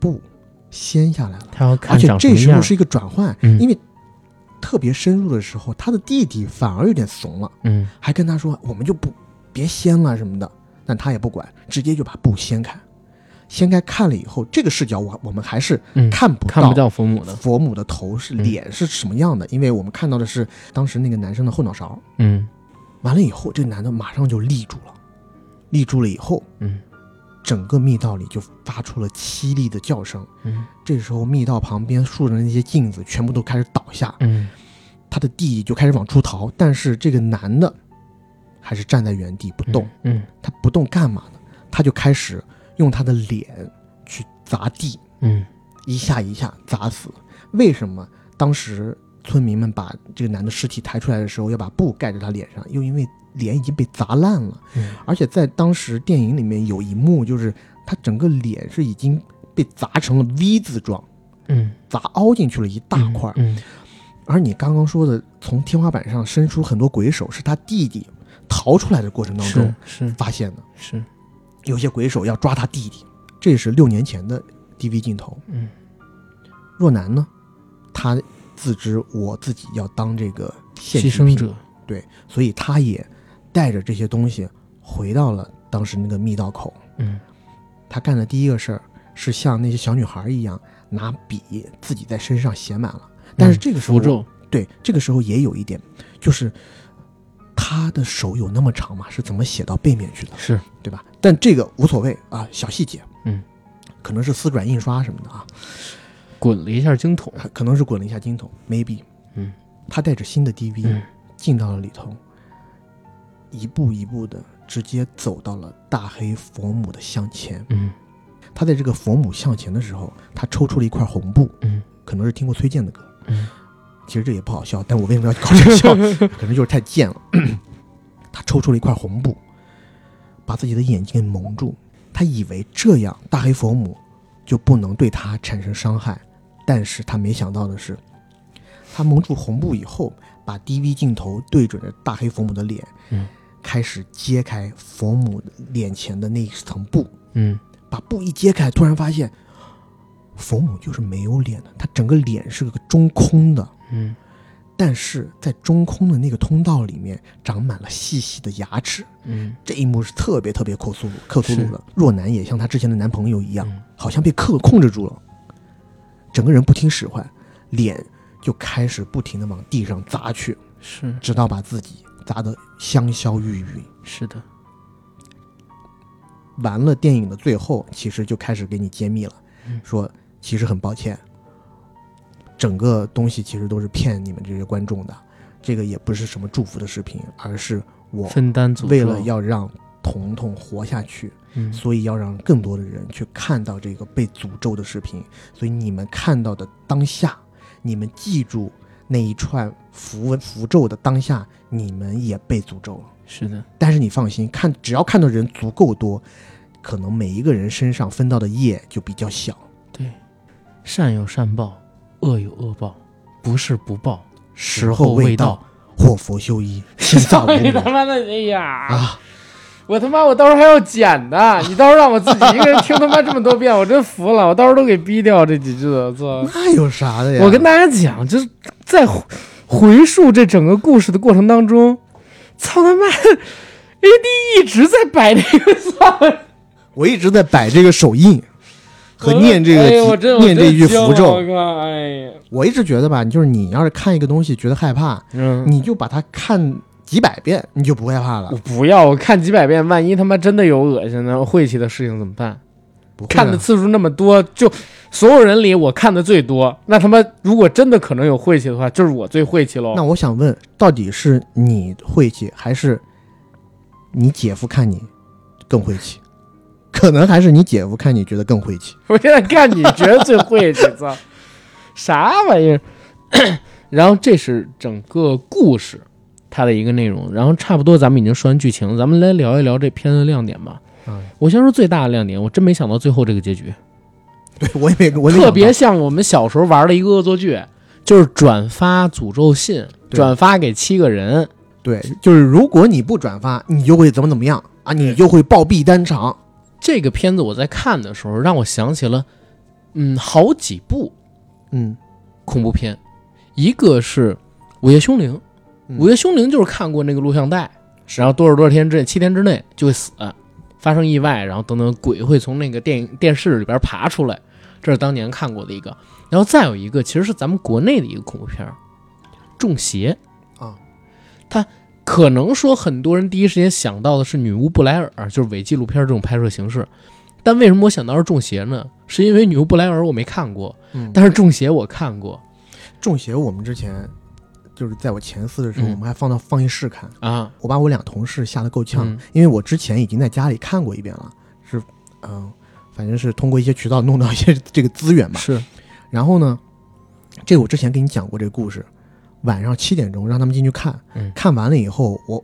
Speaker 2: 布掀下来了，
Speaker 1: 他要
Speaker 2: 而
Speaker 1: 看
Speaker 2: 且
Speaker 1: 长什
Speaker 2: 这
Speaker 1: 么
Speaker 2: 时候
Speaker 1: 样。
Speaker 2: 是一个转换，
Speaker 1: 嗯
Speaker 2: 因为特别深入的时候，他的弟弟反而有点怂了，
Speaker 1: 嗯
Speaker 2: 还跟他说：“我们就不别掀了什么的。”但他也不管，直接就把布掀开。掀开看了以后，这个视角我我们还是
Speaker 1: 嗯，
Speaker 2: 看不到
Speaker 1: 看不到父母的。
Speaker 2: 佛母的头是
Speaker 1: 嗯
Speaker 2: 脸是什么样的，因为我们看到的是当时那个男生的后脑勺。
Speaker 1: 嗯
Speaker 2: 完了以后，这男的马上就立住了，立住了以后，
Speaker 1: 嗯
Speaker 2: 整个密道里就发出了凄厉的叫声。
Speaker 1: 嗯
Speaker 2: 这时候，密道旁边竖着的那些镜子全部都开始倒下，
Speaker 1: 嗯
Speaker 2: 他的弟弟就开始往出逃，但是这个男的还是站在原地不动。。
Speaker 1: 嗯
Speaker 2: 他不动干嘛呢？他就开始用他的脸去砸地，
Speaker 1: 嗯
Speaker 2: 一下一下砸死。为什么当时村民们把这个男的尸体抬出来的时候要把布盖在他脸上？又因为脸已经被砸烂了，
Speaker 1: 嗯
Speaker 2: 而且在当时电影里面有一幕，就是他整个脸是已经被砸成了 V 字状，
Speaker 1: 嗯，
Speaker 2: 砸凹进去了一大块儿。
Speaker 1: 嗯
Speaker 2: 而你刚刚说的，从天花板上伸出很多鬼手，是他弟弟逃出来的过程当中
Speaker 1: 是是
Speaker 2: 发现的。
Speaker 1: 是，
Speaker 2: 有些鬼手要抓他弟弟，这是六年前的 DV 镜头。
Speaker 1: 嗯
Speaker 2: 若男呢，他自知我自己要当这个献祭
Speaker 1: 牺牲
Speaker 2: 品
Speaker 1: 者。
Speaker 2: 对，所以他也带着这些东西回到了当时那个密道口。
Speaker 5: 嗯，
Speaker 2: 他干的第一个事儿是像那些小女孩一样拿笔自己在身上写满了，但是这个时
Speaker 5: 嗯
Speaker 2: 候
Speaker 5: 符咒，
Speaker 2: 对，这个时候也有一点，就是他的手有那么长吗？是怎么写到背面去的，
Speaker 5: 是
Speaker 2: 对吧？但这个无所谓啊，小细节，
Speaker 5: 嗯，
Speaker 2: 可能是丝转印刷什么的啊，
Speaker 5: 滚了一下经筒，
Speaker 2: 可能是滚了一下经筒，maybe，
Speaker 5: 嗯，
Speaker 2: 他带着新的 DV、
Speaker 5: 嗯
Speaker 2: 进到了里头，一步一步的直接走到了大黑佛母的像前。
Speaker 5: 嗯
Speaker 2: 他在这个佛母像前的时候，他抽出了一块红布，
Speaker 5: 嗯
Speaker 2: 可能是听过崔健的歌，
Speaker 5: 嗯，
Speaker 2: 其实这也不好笑，但我为什么要搞这 个笑？可能就是太贱了。 他抽出了一块红布，把自己的眼睛给蒙住。他以为这样大黑佛母就不能对他产生伤害，但是他没想到的是，他蒙住红布以后，把 DV 镜头对准着大黑佛母的脸，
Speaker 5: 嗯
Speaker 2: 开始揭开佛母脸前的那一层布。
Speaker 5: 嗯
Speaker 2: 把布一揭开，突然发现佛母就是没有脸的，她整个脸是个中空的，
Speaker 5: 嗯
Speaker 2: 但是在中空的那个通道里面长满了细细的牙齿。
Speaker 5: 嗯
Speaker 2: 这一幕是特别特别克苏鲁克苏鲁
Speaker 5: 是
Speaker 2: 的。若男也像她之前的男朋友一样，
Speaker 5: 嗯
Speaker 2: 好像被克控制住了，整个人不听使唤，脸就开始不停的往地上砸去，
Speaker 5: 是
Speaker 2: 直到把自己砸得香消玉殒。
Speaker 5: 是的，
Speaker 2: 完了电影的最后，其实就开始给你揭秘了
Speaker 5: 嗯，
Speaker 2: 说其实很抱歉，整个东西其实都是骗你们这些观众的，这个也不是什么祝福的视频，而是我
Speaker 5: 分担诅咒
Speaker 2: 为了要让彤彤活下去，
Speaker 5: 嗯
Speaker 2: 所以要让更多的人去看到这个被诅咒的视频，所以你们看到的当下，你们记住那一串符文符咒的当下，你们也被诅咒了。
Speaker 5: 是的，
Speaker 2: 但是你放心，看只要看到人足够多，可能每一个人身上分到的业就比较小。
Speaker 5: 对，善有善报，恶有恶报，不是不报，
Speaker 2: 时候未到，
Speaker 5: 到。
Speaker 2: 祸福修一，心脏 无
Speaker 1: 你他
Speaker 2: 能
Speaker 1: 妈的，哎呀！
Speaker 2: 啊！
Speaker 1: 我他妈，我到时候还要剪呢。你到时候让我自己一个人听他妈这么多遍，我真服了。我到时候都给逼掉这几句了。操！
Speaker 2: 那有啥的呀？
Speaker 1: 我跟大家讲，就是在回回述这整个故事的过程当中，操他妈，AD 一直在摆这个操，
Speaker 2: 我一直在摆这个手印和念这个、
Speaker 1: 哎呦我真我
Speaker 2: 念这一句
Speaker 1: 真惊了
Speaker 2: 符咒
Speaker 1: 我。靠，哎呀，
Speaker 2: 我一直觉得吧，就是你要是看一个东西觉得害怕，
Speaker 1: 嗯，
Speaker 2: 你就把它看几百遍，你就不害怕了
Speaker 1: 我。不要，我看几百遍，万一他妈真的有恶心的、晦气的事情怎么办？
Speaker 2: 不会
Speaker 1: 看的
Speaker 2: 啊
Speaker 1: 次数那么多，就所有人里我看的最多。那他妈如果真的可能有晦气的话，就是我最晦气喽
Speaker 2: 那。我想问，到底是你晦气，还是你姐夫看你更晦气？ 可能还是你姐夫看你觉得更晦气。
Speaker 1: 我现在看你觉得最晦气， 操，啥玩意儿？ 然后这是整个故事它的一个内容。然后差不多咱们已经说完剧情，咱们来聊一聊这片的亮点吧。
Speaker 2: 嗯，
Speaker 1: 我先说最大的亮点，我真没想到最后这个结局，
Speaker 2: 对我也没，我也没
Speaker 1: 特
Speaker 2: 想
Speaker 1: 别
Speaker 2: 到
Speaker 1: 像我们小时候玩的一个恶作剧，就是转发诅咒信，
Speaker 2: 对
Speaker 1: 转发给七个人。
Speaker 2: 对，就是如果你不转发，你就会怎么怎么样啊，你就会暴毙当场。
Speaker 1: 这个片子我在看的时候，让我想起了，嗯，好几部
Speaker 2: 嗯，
Speaker 1: 恐怖片，一个是《午夜凶铃》，
Speaker 2: 嗯
Speaker 1: 《午夜凶铃》就是看过那个录像带，然后多少多少天之内，七天之内就会死，发生意外，然后等等鬼会从那个电影电视里边爬出来，这是当年看过的一个。然后再有一个，其实是咱们国内的一个恐怖片儿，《中邪》
Speaker 2: 啊，
Speaker 1: 它可能说很多人第一时间想到的是女巫布莱尔，就是伪纪录片这种拍摄形式。但为什么我想到是中邪呢？是因为女巫布莱尔我没看过，
Speaker 2: 嗯
Speaker 1: 但是中邪我看过
Speaker 2: 中邪我们之前就是在我前四的时候，
Speaker 1: 嗯
Speaker 2: 我们还放到放映室看，
Speaker 1: 啊。
Speaker 2: 我把我俩同事吓得够呛，
Speaker 1: 嗯
Speaker 2: 因为我之前已经在家里看过一遍了，是嗯、反正是通过一些渠道弄到一些这个资源吧。
Speaker 1: 是，
Speaker 2: 然后呢，这个我之前给你讲过这个故事，晚上七点钟让他们进去看，
Speaker 5: 嗯
Speaker 2: 看完了以后，我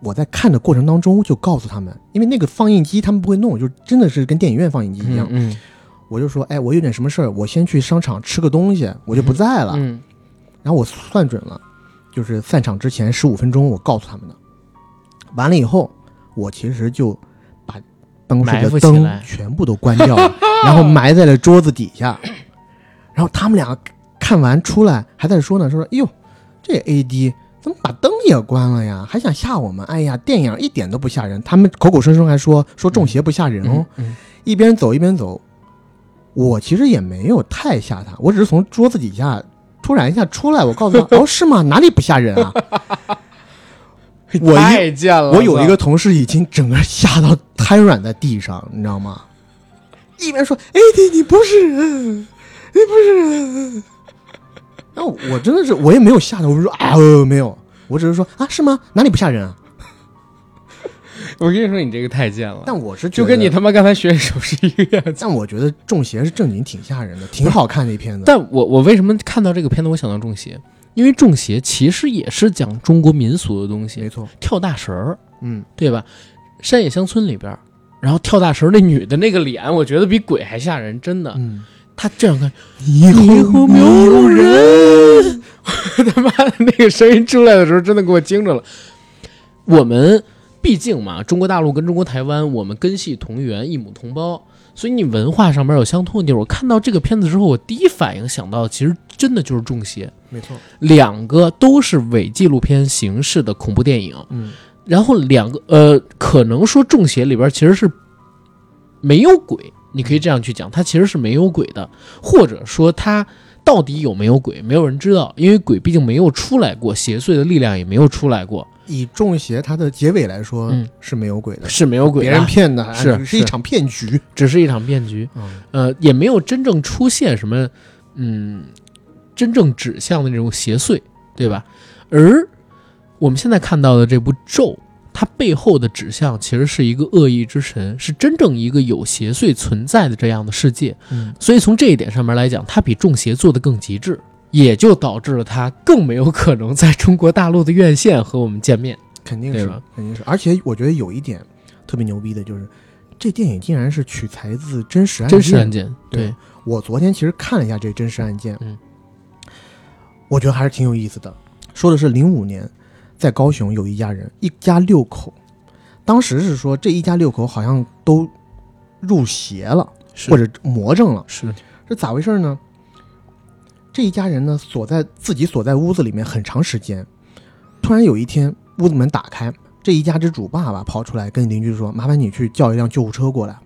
Speaker 2: 我在看的过程当中就告诉他们，因为那个放映机他们不会弄，就真的是跟电影院放映机一样，
Speaker 5: 嗯
Speaker 2: 我就说，哎，我有点什么事儿，我先去商场吃个东西，我就不在了。
Speaker 1: 嗯，
Speaker 2: 然后我算准了，就是散场之前十五分钟，我告诉他们的。完了以后，我其实就把办公室
Speaker 1: 埋伏
Speaker 2: 的
Speaker 1: 起
Speaker 2: 灯
Speaker 1: 来
Speaker 2: 全部都关掉了，然后埋在了桌子底下。然后他们俩看完出来还在说呢，说：“哎呦，这 AD 这怎么把灯也关了呀？还想吓我们？哎呀，电影一点都不吓人。他们口口声声还说说中邪不吓人哦，
Speaker 3: 嗯
Speaker 2: 一边走一边走。我其实也没有太吓他，我只是从桌子底下突然一下出来，我 告诉他，哦，是吗？哪里不吓人啊？我一
Speaker 3: 太贱了，
Speaker 2: 我有一
Speaker 3: 操
Speaker 2: 个同事已经整个吓到瘫软在地上，你知道吗？一边说：“哎，你你不是人，你不是 人。”那我我真的是我也没有吓到，我说：“啊、呃，没有。”我只是说：“啊，是吗？哪里不吓人啊
Speaker 3: 我跟你说，你这个太贱了？”，
Speaker 2: 但我是觉
Speaker 3: 就
Speaker 2: 得
Speaker 3: 跟你，他妈刚才学手是一个样子。
Speaker 2: 但我觉得《中邪》是正经挺吓人的，挺好看的一片子。
Speaker 1: 但我我为什么看到这个片子，我想到中邪？因为中邪其实也是讲中国民俗的东
Speaker 2: 没
Speaker 1: 西，
Speaker 2: 错，
Speaker 1: 跳大神儿，
Speaker 2: 嗯，
Speaker 1: 对吧？山野乡村里边儿，然后跳大神儿那女的那个脸，我觉得比鬼还吓人，真的。
Speaker 2: 嗯，
Speaker 1: 她这样看，
Speaker 2: 以
Speaker 1: 后没有人。 他妈的那个声音出来的时候，真的给我惊着了。我们毕竟嘛，中国大陆跟中国台湾，我们根系同源，一母同胞，所以你文化上面有相通的地方。我看到这个片子之后，我第一反应想到，其实真的就是《中邪》，
Speaker 2: 没错，
Speaker 1: 两个都是伪纪录片形式的恐怖电影。
Speaker 2: 嗯，
Speaker 1: 然后两个呃，可能说《中邪》里边其实是没有鬼，你可以这样去讲，它其实是没有鬼的，或者说它到底有没有鬼，没有人知道，因为鬼毕竟没有出来过，邪祟的力量也没有出来过，
Speaker 2: 以《中邪》它的结尾来说、
Speaker 1: 嗯
Speaker 2: 是没有鬼的，
Speaker 1: 是没有鬼
Speaker 2: 别人
Speaker 1: 的，哎
Speaker 2: 骗的，
Speaker 1: 是
Speaker 2: 是一场骗局。
Speaker 1: 只是一场骗局，
Speaker 2: 嗯，
Speaker 1: 呃，也没有真正出现什么嗯真正指向的那种邪祟，对吧？而我们现在看到的这部《咒》，它背后的指向其实是一个恶意之神，是真正一个有邪祟存在的这样的世界。
Speaker 2: 嗯
Speaker 1: 所以从这一点上面来讲，它比《中邪》做的更极致，也就导致了它更没有可能在中国大陆的院线和我们见面。
Speaker 2: 肯定
Speaker 1: 对
Speaker 2: 是
Speaker 1: 吧，
Speaker 2: 肯定是。而且我觉得有一点特别牛逼的就是，这电影竟然是取材自真实案件。
Speaker 1: 真实案件，对
Speaker 2: 对，我昨天其实看了一下这真实案件，
Speaker 1: 嗯，
Speaker 2: 我觉得还是挺有意思的。说的是零五年，在高雄有一家人，一家六口，当时是说这一家六口好像都入邪了，
Speaker 1: 是
Speaker 2: 或者魔怔了。
Speaker 1: 是
Speaker 2: 这咋回事呢？这一家人呢，锁在自己锁在屋子里面很长时间，突然有一天屋子门打开，这一家之主爸爸跑出来跟邻居说：“麻烦你去叫一辆救护车过来。”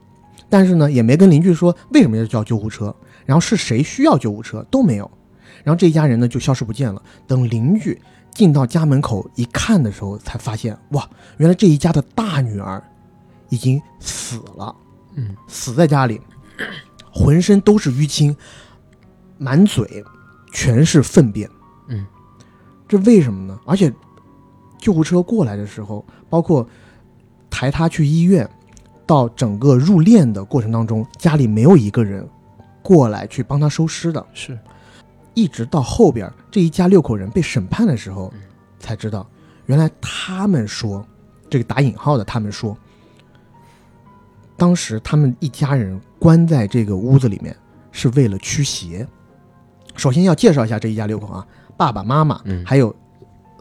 Speaker 2: 但是呢，也没跟邻居说为什么要叫救护车，然后是谁需要救护车都没有。然后这一家人呢就消失不见了。等邻居进到家门口一看的时候，才发现哇，原来这一家的大女儿已经死了，
Speaker 1: 嗯，
Speaker 2: 死在家里，浑身都是淤青，满嘴全是粪便，
Speaker 1: 嗯，
Speaker 2: 这为什么呢？而且救护车过来的时候，包括抬她去医院，到整个入殓的过程当中，家里没有一个人过来去帮她收尸的。
Speaker 1: 是，
Speaker 2: 一直到后边儿这一家六口人被审判的时候，
Speaker 1: 嗯
Speaker 2: 才知道原来他们说这个打引号的他们说，当时他们一家人关在这个屋子里面是为了驱邪。首先要介绍一下这一家六口啊，爸爸妈妈
Speaker 1: 嗯
Speaker 2: 还有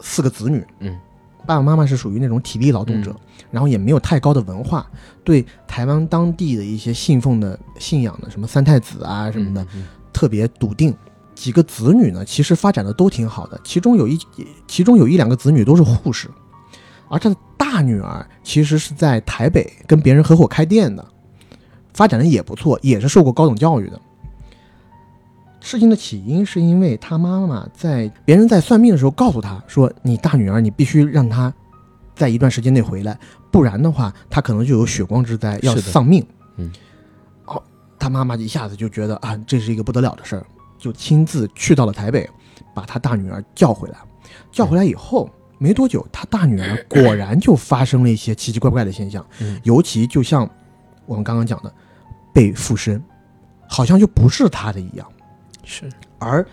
Speaker 2: 四个子女，
Speaker 1: 嗯，
Speaker 2: 爸爸妈妈是属于那种体力劳动者，然后也没有太高的文化，对台湾当地的一些信奉的信仰的什么三太子啊什么的，
Speaker 1: 嗯
Speaker 2: 特别笃定。几个子女呢，其实发展的都挺好的，其中有一其中有一两个子女都是护士，而他的大女儿其实是在台北跟别人合伙开店的，发展的也不错，也是受过高等教育的。事情的起因是因为他妈妈在别人在算命的时候告诉他说：“你大女儿，你必须让她在一段时间内回来，不然的话，她可能就有血光之灾，要
Speaker 1: 是的
Speaker 2: 丧命。”
Speaker 1: 嗯，
Speaker 2: 哦，他妈妈一下子就觉得啊，这是一个不得了的事儿，就亲自去到了台北，把他大女儿叫回来。叫回来以后，没多久，他大女儿果然就发生了一些奇奇怪怪的现象，
Speaker 1: 嗯
Speaker 2: 尤其就像我们刚刚讲的，被附身，好像就不是他的一样。
Speaker 1: 是
Speaker 2: 而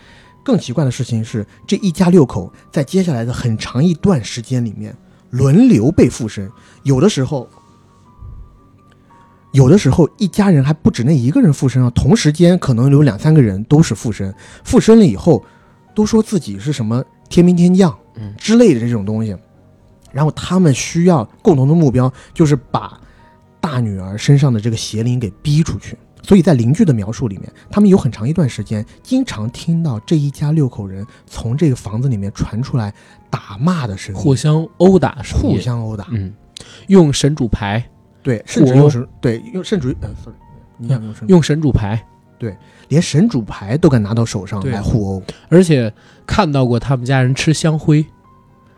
Speaker 2: 更奇怪的事情是，这一家六口在接下来的很长一段时间里面轮流被附身，有的时候，有的时候一家人还不止那一个人附身啊，同时间可能有两三个人都是附身，附身了以后都说自己是什么天兵天将
Speaker 1: 嗯
Speaker 2: 之类的这种东西，然后他们需要共同的目标就是把大女儿身上的这个邪灵给逼出去。所以在邻居的描述里面，他们有很长一段时间经常听到这一家六口人从这个房子里面传出来打骂的声音，
Speaker 1: 互相殴打声音，
Speaker 2: 互相殴打，
Speaker 1: 嗯，用神主牌，
Speaker 2: 对，甚至有时对用甚至于呃，sorry，你想用神主
Speaker 1: 用神主牌，
Speaker 2: 连神主牌都敢拿到手上
Speaker 1: 对
Speaker 2: 来互殴，
Speaker 1: 而且看到过他们家人吃香灰，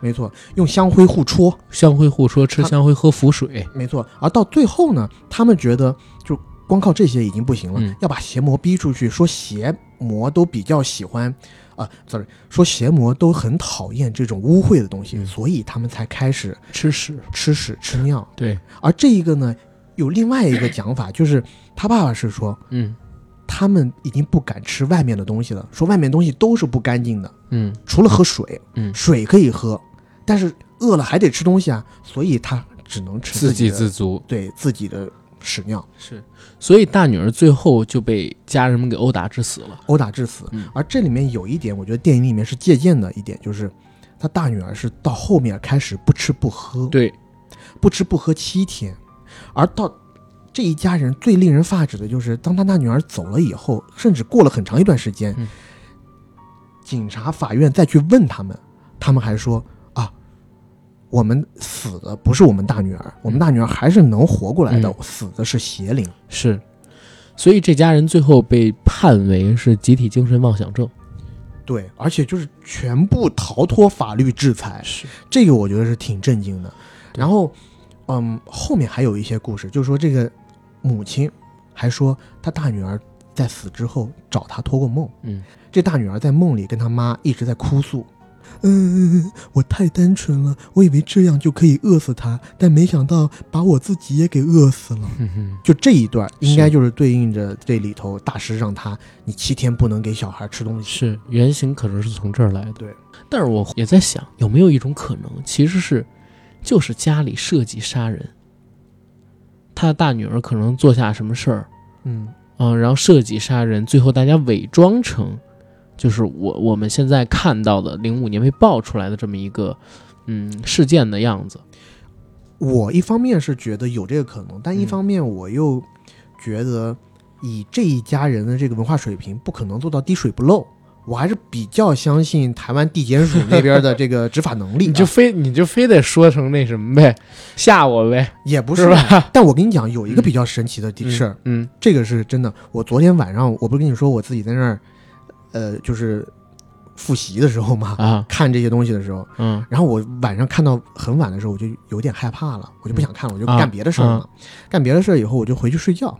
Speaker 2: 没错，用香灰互戳，
Speaker 1: 香灰互说吃
Speaker 2: 他
Speaker 1: 香灰喝符水，
Speaker 2: 没错。而到最后呢，他们觉得就光靠这些已经不行了，
Speaker 1: 嗯
Speaker 2: 要把邪魔逼出去。说邪魔都比较喜欢，啊，sorry，说邪魔都很讨厌这种污秽的东西，
Speaker 1: 嗯
Speaker 2: 所以他们才开始
Speaker 1: 吃屎，
Speaker 2: 吃屎吃尿。
Speaker 1: 对，
Speaker 2: 而这一个呢，有另外一个讲法，就是他爸爸是说，
Speaker 1: 嗯
Speaker 2: 他们已经不敢吃外面的东西了，说外面东西都是不干净的，
Speaker 1: 嗯
Speaker 2: 除了喝水，
Speaker 1: 嗯，
Speaker 2: 水可以喝，但是饿了还得吃东西啊，所以他只能吃
Speaker 1: 自
Speaker 2: 己
Speaker 1: 给
Speaker 2: 的
Speaker 1: 自足
Speaker 2: 对自己的屎尿，
Speaker 1: 是，所以大女儿最后就被家人们给殴打致死了，
Speaker 2: 殴打致死。
Speaker 1: 嗯
Speaker 2: 而这里面有一点，我觉得电影里面是借鉴的一点，就是他大女儿是到后面开始不吃不喝，
Speaker 1: 对，
Speaker 2: 不吃不喝七天，而到。这一家人最令人发指的就是，当他大女儿走了以后，甚至过了很长一段时间，
Speaker 1: 嗯
Speaker 2: 警察、法院再去问他们，他们还说啊，我们死的不是我们大女儿，我们大女儿还是能活过来的，
Speaker 1: 嗯
Speaker 2: 死的是邪灵。
Speaker 1: 是，所以这家人最后被判为是集体精神妄想症，
Speaker 2: 对，而且就是全部逃脱法律制裁，
Speaker 1: 是，
Speaker 2: 这个我觉得是挺震惊的。
Speaker 1: 对
Speaker 2: 然后，嗯，后面还有一些故事，就是说这个母亲还说她大女儿在死之后找她托过梦，
Speaker 1: 嗯，
Speaker 2: 这大女儿在梦里跟她妈一直在哭诉。嗯，我太单纯了，我以为这样就可以饿死她，但没想到把我自己也给饿死了。
Speaker 1: 哼嗯哼，
Speaker 2: 就这一段，应该
Speaker 1: 是
Speaker 2: 就是对应着这里头大师让他，你七天不能给小孩吃东西。
Speaker 1: 是原型可能是从这儿来的，
Speaker 2: 对。
Speaker 1: 但是我也在想，有没有一种可能，其实是就是家里设计杀人，他的大女儿可能做下什么事儿，
Speaker 2: 嗯，
Speaker 1: 嗯，然后设计杀人，最后大家伪装成，就是我我们现在看到的零五年被爆出来的这么一个嗯事件的样子。
Speaker 2: 我一方面是觉得有这个可能，但一
Speaker 1: 嗯
Speaker 2: 方面我又觉得以这一家人的这个文化水平，不可能做到滴水不漏。我还是比较相信台湾地检署那边的这个执法能力、啊，
Speaker 1: 非 你就非得说成那什么呗，吓我呗，
Speaker 2: 也不是吧？
Speaker 1: 吧？
Speaker 2: 但我跟你讲，有一个比较神奇的地事儿，
Speaker 1: 嗯，
Speaker 2: 这个是真的。我昨天晚上，我不是跟你说我自己在那儿，呃，就是复习的时候嘛，
Speaker 1: 嗯啊，
Speaker 2: 看这些东西的时候，
Speaker 1: 嗯
Speaker 2: 然后我晚上看到很晚的时候，我就有点害怕了，我就不想看了，我就
Speaker 1: 啊
Speaker 2: 干别的事儿了嘛。干别的事儿以后，我就回去睡觉。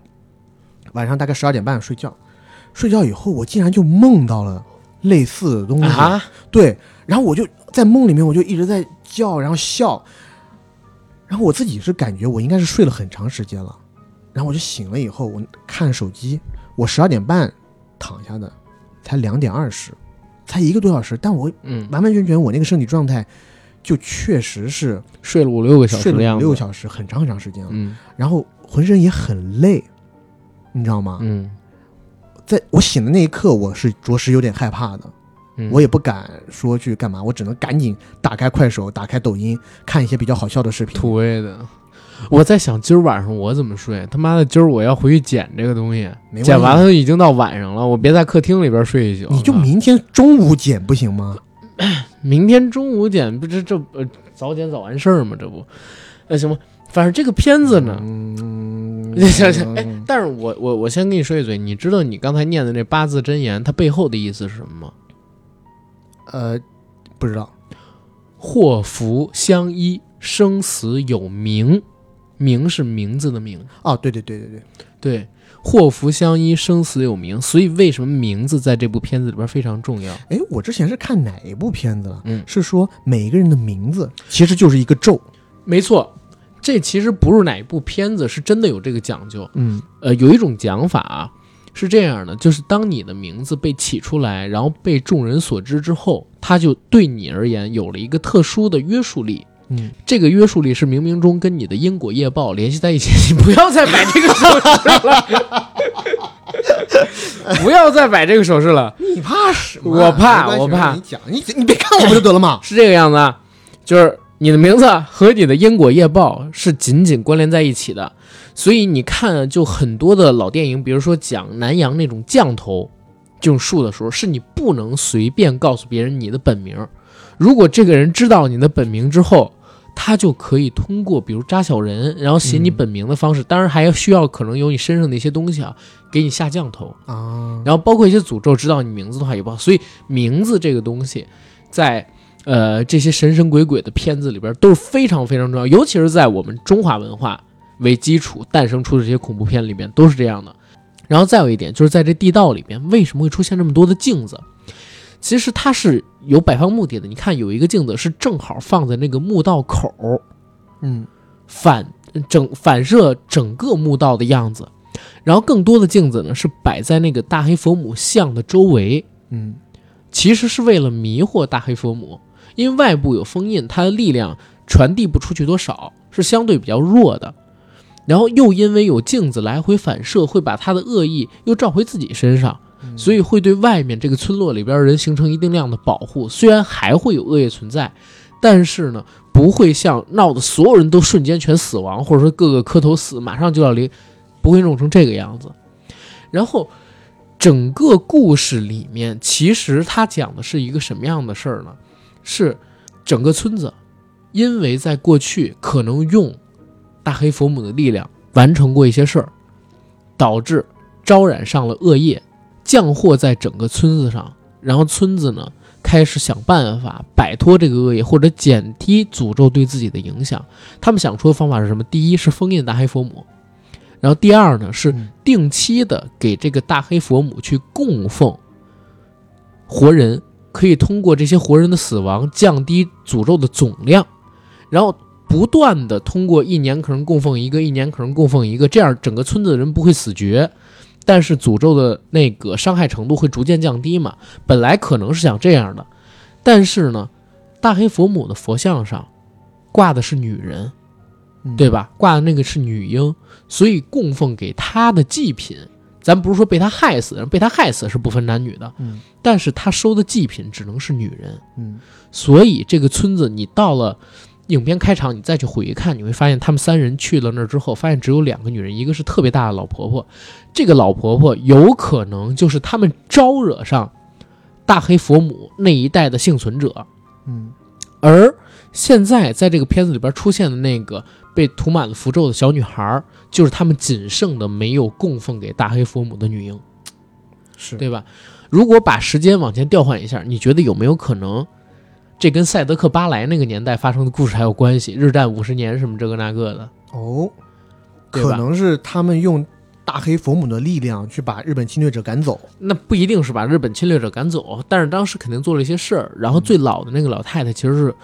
Speaker 2: 晚上大概十二点半睡觉，睡觉以后，我竟然就梦到了类似的东西。
Speaker 1: 啊，
Speaker 2: 对，然后我就在梦里面，我就一直在叫，然后笑。然后我自己是感觉我应该是睡了很长时间了，然后我就醒了以后，我看手机，我十二点半躺下的，才两点二十，才一个多小时，但我
Speaker 1: 嗯，
Speaker 2: 完完全全我那个身体状态，就确实是
Speaker 1: 睡了五六个小时
Speaker 2: 睡
Speaker 1: 的
Speaker 2: 了
Speaker 1: 样
Speaker 2: 五
Speaker 1: 子，
Speaker 2: 六个小时，很长很长时间了，
Speaker 1: 嗯
Speaker 2: 然后浑身也很累，你知道吗？
Speaker 1: 嗯
Speaker 2: 在我醒的那一刻，我是着实有点害怕的，
Speaker 1: 嗯，
Speaker 2: 我也不敢说去干嘛，我只能赶紧打开快手，打开抖音，看一些比较好笑的视频。
Speaker 1: 土味的。我在想今儿晚上我怎么睡？他妈的，今儿我要回去捡这个东西，
Speaker 2: 没关系
Speaker 1: 捡完了已经到晚上了，我别在客厅里边睡一宿。
Speaker 2: 你就
Speaker 1: 明。
Speaker 2: 明天中午剪不行吗？
Speaker 1: 明天中午剪，不这这呃早剪早完事儿嘛，这不，那行吧，反正这个片子呢，
Speaker 2: 嗯，
Speaker 1: 想想哎，但是我我我先跟你说一嘴，你知道你刚才念的那八字真言，它背后的意思是什么吗？
Speaker 2: 呃，不知道，
Speaker 1: 祸福相依，生死有名，名是名字的名，
Speaker 2: 哦，对对对对对，
Speaker 1: 对，祸福相依，生死有名，所以为什么名字在这部片子里边非常重要？
Speaker 2: 哎，我之前是看哪一部片子了？
Speaker 1: 嗯
Speaker 2: 是说每一个人的名字其实就是一个咒。
Speaker 1: 没错，这其实不是哪一部片子，是真的有这个讲究。
Speaker 2: 嗯
Speaker 1: 呃，有一种讲法啊，是这样的，就是当你的名字被起出来，然后被众人所知之后，它就对你而言有了一个特殊的约束力。
Speaker 2: 嗯，
Speaker 1: 这个约束力是冥冥中跟你的因果业报联系在一起。你 不要再摆这个手势了， 不要再摆这个手势了，
Speaker 2: 你怕什么？啊
Speaker 1: 我怕
Speaker 2: 没关系
Speaker 1: 我怕？
Speaker 2: 你讲，你你别看我不就得了吗
Speaker 1: 是这个样子啊，就是你的名字和你的因果业报是紧紧关联在一起的。所以你看啊，就很多的老电影，比如说讲南洋那种降头这种术的时候，是你不能随便告诉别人你的本名。如果这个人知道你的本名之后，他就可以通过比如扎小人，然后写你
Speaker 6: 嗯
Speaker 1: 本名的方式，当然还要需要可能有你身上的一些东西啊，给你下降头。
Speaker 2: 啊，
Speaker 1: 然后包括一些诅咒，知道你名字的话也不好。所以名字这个东西，在呃这些神神鬼鬼的片子里边都是非常非常重要，尤其是在我们中华文化为基础诞生出的这些恐怖片里面都是这样的。然后再有一点，就是在这地道里边，为什么会出现这么多的镜子？其实它是有摆放目的的。你看，有一个镜子是正好放在那个墓道口儿，
Speaker 2: 嗯，
Speaker 1: 反整反射整个墓道的样子，然后更多的镜子呢是摆在那个大黑佛母像的周围，
Speaker 2: 嗯，
Speaker 1: 其实是为了迷惑大黑佛母，因为外部有封印，它的力量传递不出去多少，是相对比较弱的。然后又因为有镜子来回反射，会把它的恶意又照回自己身上，所以会对外面这个村落里边的人形成一定量的保护。虽然还会有恶业存在，但是呢，不会像闹得所有人都瞬间全死亡，或者说各个磕头死，马上就要临，不会弄成这个样子。然后，整个故事里面，其实它讲的是一个什么样的事儿呢？是整个村子，因为在过去可能用大黑佛母的力量完成过一些事儿，导致招染上了恶业，降祸在整个村子上。然后村子呢，开始想办法摆脱这个恶业，或者减低诅咒对自己的影响。他们想出的方法是什么？第一是封印大黑佛母，然后第二呢是
Speaker 2: 嗯
Speaker 1: 定期的给这个大黑佛母去供奉活人，可以通过这些活人的死亡降低诅咒的总量，然后不断的通过一年可能供奉一个，一年可能供奉一个，这样整个村子的人不会死绝。但是诅咒的那个伤害程度会逐渐降低嘛？本来可能是想这样的，但是呢，大黑佛母的佛像上挂的是女人，
Speaker 2: 嗯
Speaker 1: 对吧？挂的那个是女婴，所以供奉给她的祭品，咱不是说被她害死，被她害死是不分男女的，
Speaker 2: 嗯
Speaker 1: 但是她收的祭品只能是女人，
Speaker 2: 嗯
Speaker 1: 所以这个村子你到了。影片开场，你再去回看，你会发现他们三人去了那儿之后，发现只有两个女人，一个是特别大的老婆婆，这个老婆婆有可能就是他们招惹上大黑佛母那一代的幸存者，
Speaker 2: 嗯
Speaker 1: 而现在在这个片子里边出现的那个被涂满了符咒的小女孩儿，就是他们仅剩的没有供奉给大黑佛母的女婴，
Speaker 2: 是
Speaker 1: 对吧？如果把时间往前调换一下，你觉得有没有可能，这跟赛德克巴莱那个年代发生的故事还有关系？日战五十年什么这个那个的，
Speaker 2: 哦，
Speaker 1: 对吧
Speaker 2: 可能是他们用大黑佛母的力量去把日本侵略者赶走，
Speaker 1: 那不一定是把日本侵略者赶走，但是当时肯定做了一些事儿。然后最老的那个老太太其实是，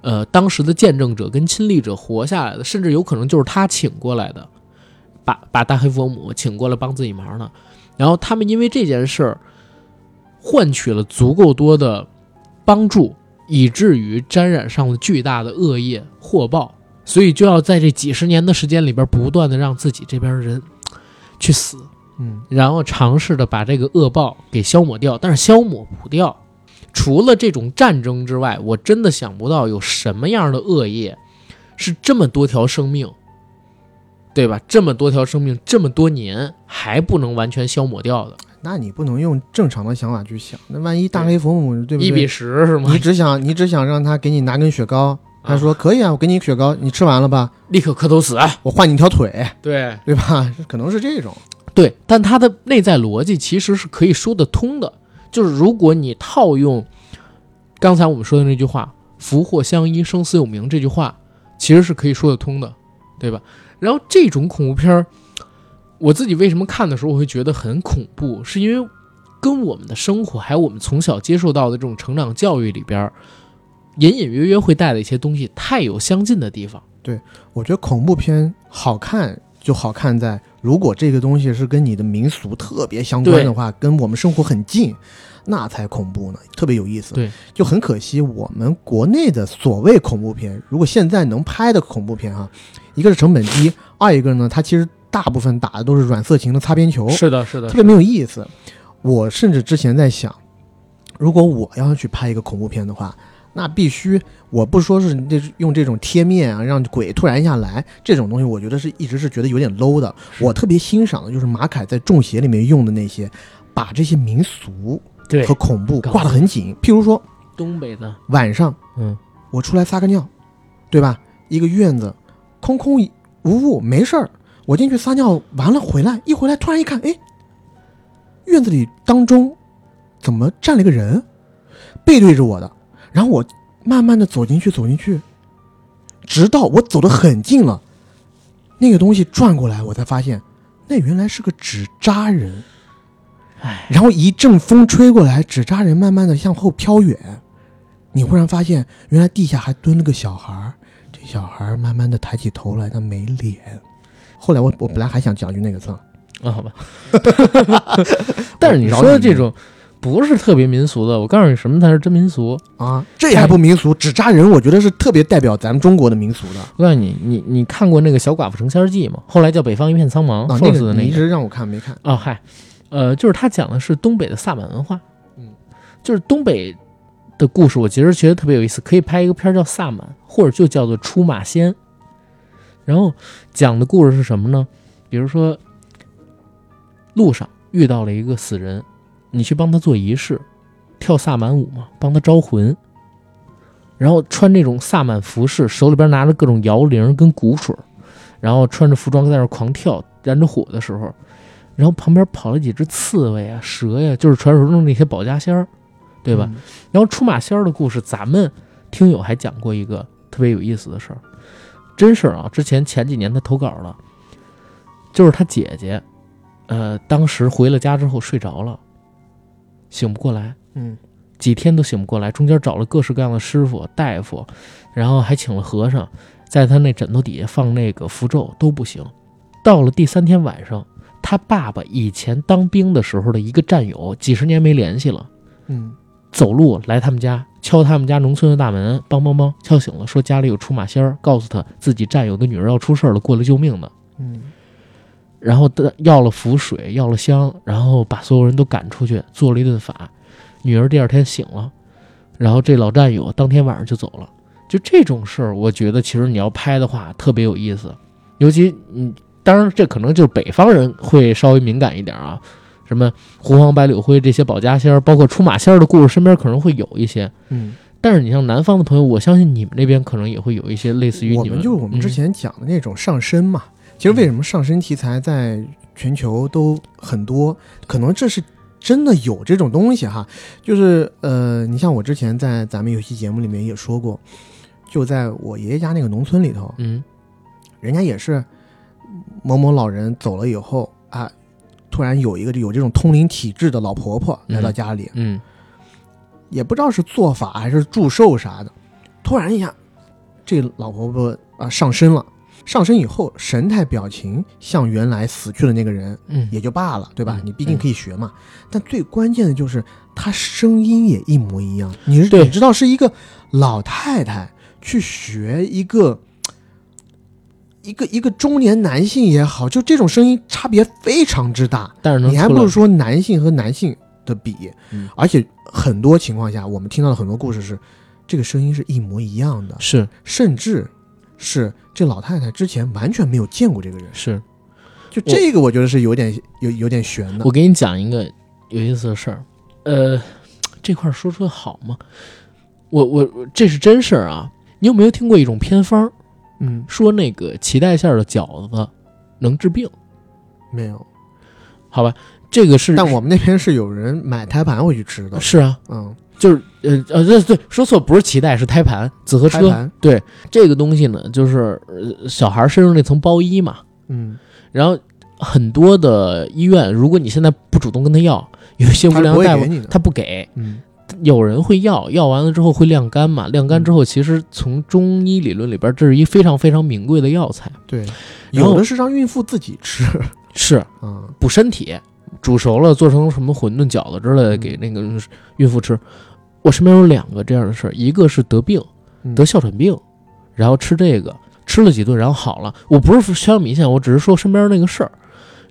Speaker 1: 呃，当时的见证者跟亲历者活下来的，甚至有可能就是她请过来的，把把大黑佛母请过来帮自己忙呢。然后他们因为这件事儿，换取了足够多的帮助，以至于沾染上了巨大的恶业祸报，所以就要在这几十年的时间里边，不断的让自己这边的人去死。
Speaker 2: 嗯
Speaker 1: 然后尝试的把这个恶报给消抹掉，但是消抹不掉。除了这种战争之外，我真的想不到有什么样的恶业是这么多条生命，对吧？这么多条生命，这么多年还不能完全消抹掉的，
Speaker 2: 那你不能用正常的想法去想，那万一大黑佛母对不
Speaker 1: 一比
Speaker 2: 对？
Speaker 1: 十是吗
Speaker 2: 你？只想你只想让他给你拿根雪糕，他说、可以啊，我给你雪糕，你吃完了吧，
Speaker 1: 立刻磕头死，啊
Speaker 2: 我换你一条腿，
Speaker 1: 对，
Speaker 2: 对吧？可能是这种，
Speaker 1: 对，但它的内在逻辑其实是可以说得通的。就是如果你套用刚才我们说的那句话“福祸相依，生死有命”这句话，其实是可以说得通的，对吧？然后这种恐怖片儿，我自己为什么看的时候我会觉得很恐怖，是因为跟我们的生活还有我们从小接受到的这种成长教育里边儿，隐隐约约会带的一些东西太有相近的地方。
Speaker 2: 我觉得恐怖片好看就好看在，如果这个东西是跟你的民俗特别相关的话，跟我们生活很近，那才恐怖呢，特别有意思。
Speaker 1: 对，
Speaker 2: 就很可惜，我们国内的所谓恐怖片，如果现在能拍的恐怖片哈、一个是成本低，二一个呢，它其实大部分打的都是软色情的擦边球，
Speaker 1: 是的，是的
Speaker 2: 特别没有意思。我甚至之前在想，如果我要去拍一个恐怖片的话，那必须，我不说是这用这种贴面啊，让鬼突然一下来这种东西，我觉得是一直是觉得有点 low 的。我特别欣赏的就是马凯在《中邪》里面用的那些，把这些民俗
Speaker 1: 对
Speaker 2: 和恐怖
Speaker 1: 搞
Speaker 2: 挂得很紧。譬如说
Speaker 1: 东北的，
Speaker 2: 晚上
Speaker 1: 嗯，
Speaker 2: 我出来撒个尿，对吧？一个院子空空无物，没事儿。我进去撒尿完了回来，一回来突然一看，哎，院子里当中怎么站了一个人，背对着我的。然后我慢慢的走进去，走进去，直到我走得很近了，那个东西转过来，我才发现那原来是个纸扎人。
Speaker 1: 唉，
Speaker 2: 然后一阵风吹过来，纸扎人慢慢的向后飘远。你忽然发现，原来地下还蹲了个小孩儿。这小孩儿慢慢的抬起头来，他没脸。后来我我本来还想讲句那个字儿，
Speaker 1: 啊， 好吧。但是你说的这种不是特别民俗的，我告诉你什么才是真民俗。
Speaker 2: 啊，这还不民俗？纸扎人，我觉得是特别代表咱们中国的民俗的。
Speaker 1: 我告诉你，你你看过那个《小寡妇成仙记》吗？后来叫《北方一片苍茫》
Speaker 2: 啊，
Speaker 1: 放
Speaker 2: 那
Speaker 1: 肆
Speaker 2: 个
Speaker 1: 的
Speaker 2: 你
Speaker 1: 那
Speaker 2: 一
Speaker 1: 个。
Speaker 2: 直让我看没看
Speaker 1: 哦，嗨，呃，就是他讲的是东北的萨满文化，
Speaker 2: 嗯，
Speaker 1: 就是东北的故事，我其实觉得特别有意思，可以拍一个片儿叫《萨满》，或者就叫做《出马仙》。然后讲的故事是什么呢？比如说，路上遇到了一个死人，你去帮他做仪式，跳萨满舞嘛，帮他招魂。然后穿这种萨满服饰，手里边拿着各种摇铃跟鼓水，然后穿着服装在那儿狂跳，燃着火的时候，然后旁边跑了几只刺猬啊、蛇呀、就是传说中那些保家仙儿，对吧？？
Speaker 2: 嗯
Speaker 1: 然后出马仙儿的故事，咱们听友还讲过一个特别有意思的事儿，真事儿啊！之前前几年他投稿了，就是他姐姐，呃，当时回了家之后睡着了，醒不过来，
Speaker 2: 嗯，
Speaker 1: 几天都醒不过来，中间找了各式各样的师傅、大夫，然后还请了和尚，在他那枕头底下放那个符咒都不行。到了第三天晚上，他爸爸以前当兵的时候的一个战友，几十年没联系了。
Speaker 2: 嗯
Speaker 1: 走路来他们家，敲他们家农村的大门，梆梆梆敲醒了，说家里有出马仙儿，告诉他自己战友的女儿要出事儿了，过来救命的。
Speaker 2: 嗯
Speaker 1: 然后的要了符水，要了香，然后把所有人都赶出去，做了一顿法。女儿第二天醒了，然后这老战友当天晚上就走了。就这种事儿，我觉得其实你要拍的话特别有意思，尤其你当然这可能就是北方人会稍微敏感一点啊，什么狐黄白柳灰这些保家仙儿，包括出马仙儿的故事，身边可能会有一些。
Speaker 2: 嗯，
Speaker 1: 但是你像南方的朋友，我相信你们那边可能也会有一些类似于
Speaker 2: 我
Speaker 1: 你嗯
Speaker 2: 们就是我们之、前讲的那种上身嘛。其实为什么上身题材在全球都很多？可能这是真的有这种东西哈。就是呃，你像我之前在咱们有期节目里面也说过，就在我爷爷家那个农村里头，
Speaker 1: 嗯
Speaker 2: 人家也是某某老人走了以后啊，突然有一个有这种通灵体质的老婆婆来到家里，
Speaker 1: 嗯
Speaker 2: 也不知道是做法还是祝寿啥的，突然一下，这老婆婆啊、上身了。上身以后，神态表情像原来死去的那个人
Speaker 1: 嗯嗯
Speaker 2: 也就罢了，对吧
Speaker 1: 嗯？
Speaker 2: 你毕竟可以学嘛。但最关键的就是她声音也一模一样，你是
Speaker 1: 对
Speaker 2: 你知道是一个老太太去学一个。一个一个中年男性也好，就这种声音差别非常之大。
Speaker 1: 但是能
Speaker 2: 你还
Speaker 1: 出
Speaker 2: 不
Speaker 1: 来
Speaker 2: 如说男性和男性的比，
Speaker 1: 嗯
Speaker 2: 而且很多情况下，我们听到的很多故事是，这个声音是一模一样的，
Speaker 1: 是
Speaker 2: 甚至是这老太太之前完全没有见过这个人，
Speaker 1: 是，
Speaker 2: 就这个我觉得是有点有有点悬的
Speaker 1: 我。给你讲一个有意思的事儿，呃，这块儿说出来好吗？我我我这是真事儿啊！你有没有听过一种偏方儿，
Speaker 2: 嗯，
Speaker 1: 说那个脐带馅儿的饺子能治病？
Speaker 2: 没有，
Speaker 1: 好吧，这个是
Speaker 2: 但我们那边是有人买胎盘回去吃的，
Speaker 1: 是啊，
Speaker 2: 嗯，
Speaker 1: 就是呃呃，对对，说错，不是脐带，是胎盘，子和
Speaker 2: 胎
Speaker 1: 车。
Speaker 2: 盘，
Speaker 1: 对这个东西呢，就是、呃、小孩儿身上那层包衣嘛，
Speaker 2: 嗯，
Speaker 1: 然后很多的医院，如果你现在不主动跟他要，有一些无
Speaker 2: 他是
Speaker 1: 良
Speaker 2: 不会
Speaker 1: 大
Speaker 2: 给
Speaker 1: 夫
Speaker 2: 你的，
Speaker 1: 他不给，
Speaker 2: 嗯
Speaker 1: 有人会要，要完了之后会晾干嘛，晾干之后，其实从中医理论里边，这是一非常非常名贵的药材，
Speaker 2: 对，
Speaker 1: 然后
Speaker 2: 有的是让孕妇自己吃，
Speaker 1: 是
Speaker 2: 啊，
Speaker 1: 补身体，煮熟了做成什么馄饨、饺子之类的给那个孕妇吃。我身边有两个这样的事儿，一个是得病，
Speaker 2: 嗯
Speaker 1: 得哮喘病，然后吃这个，吃了几顿，然后好了。我不是宣扬迷信，我只是说身边那个事儿。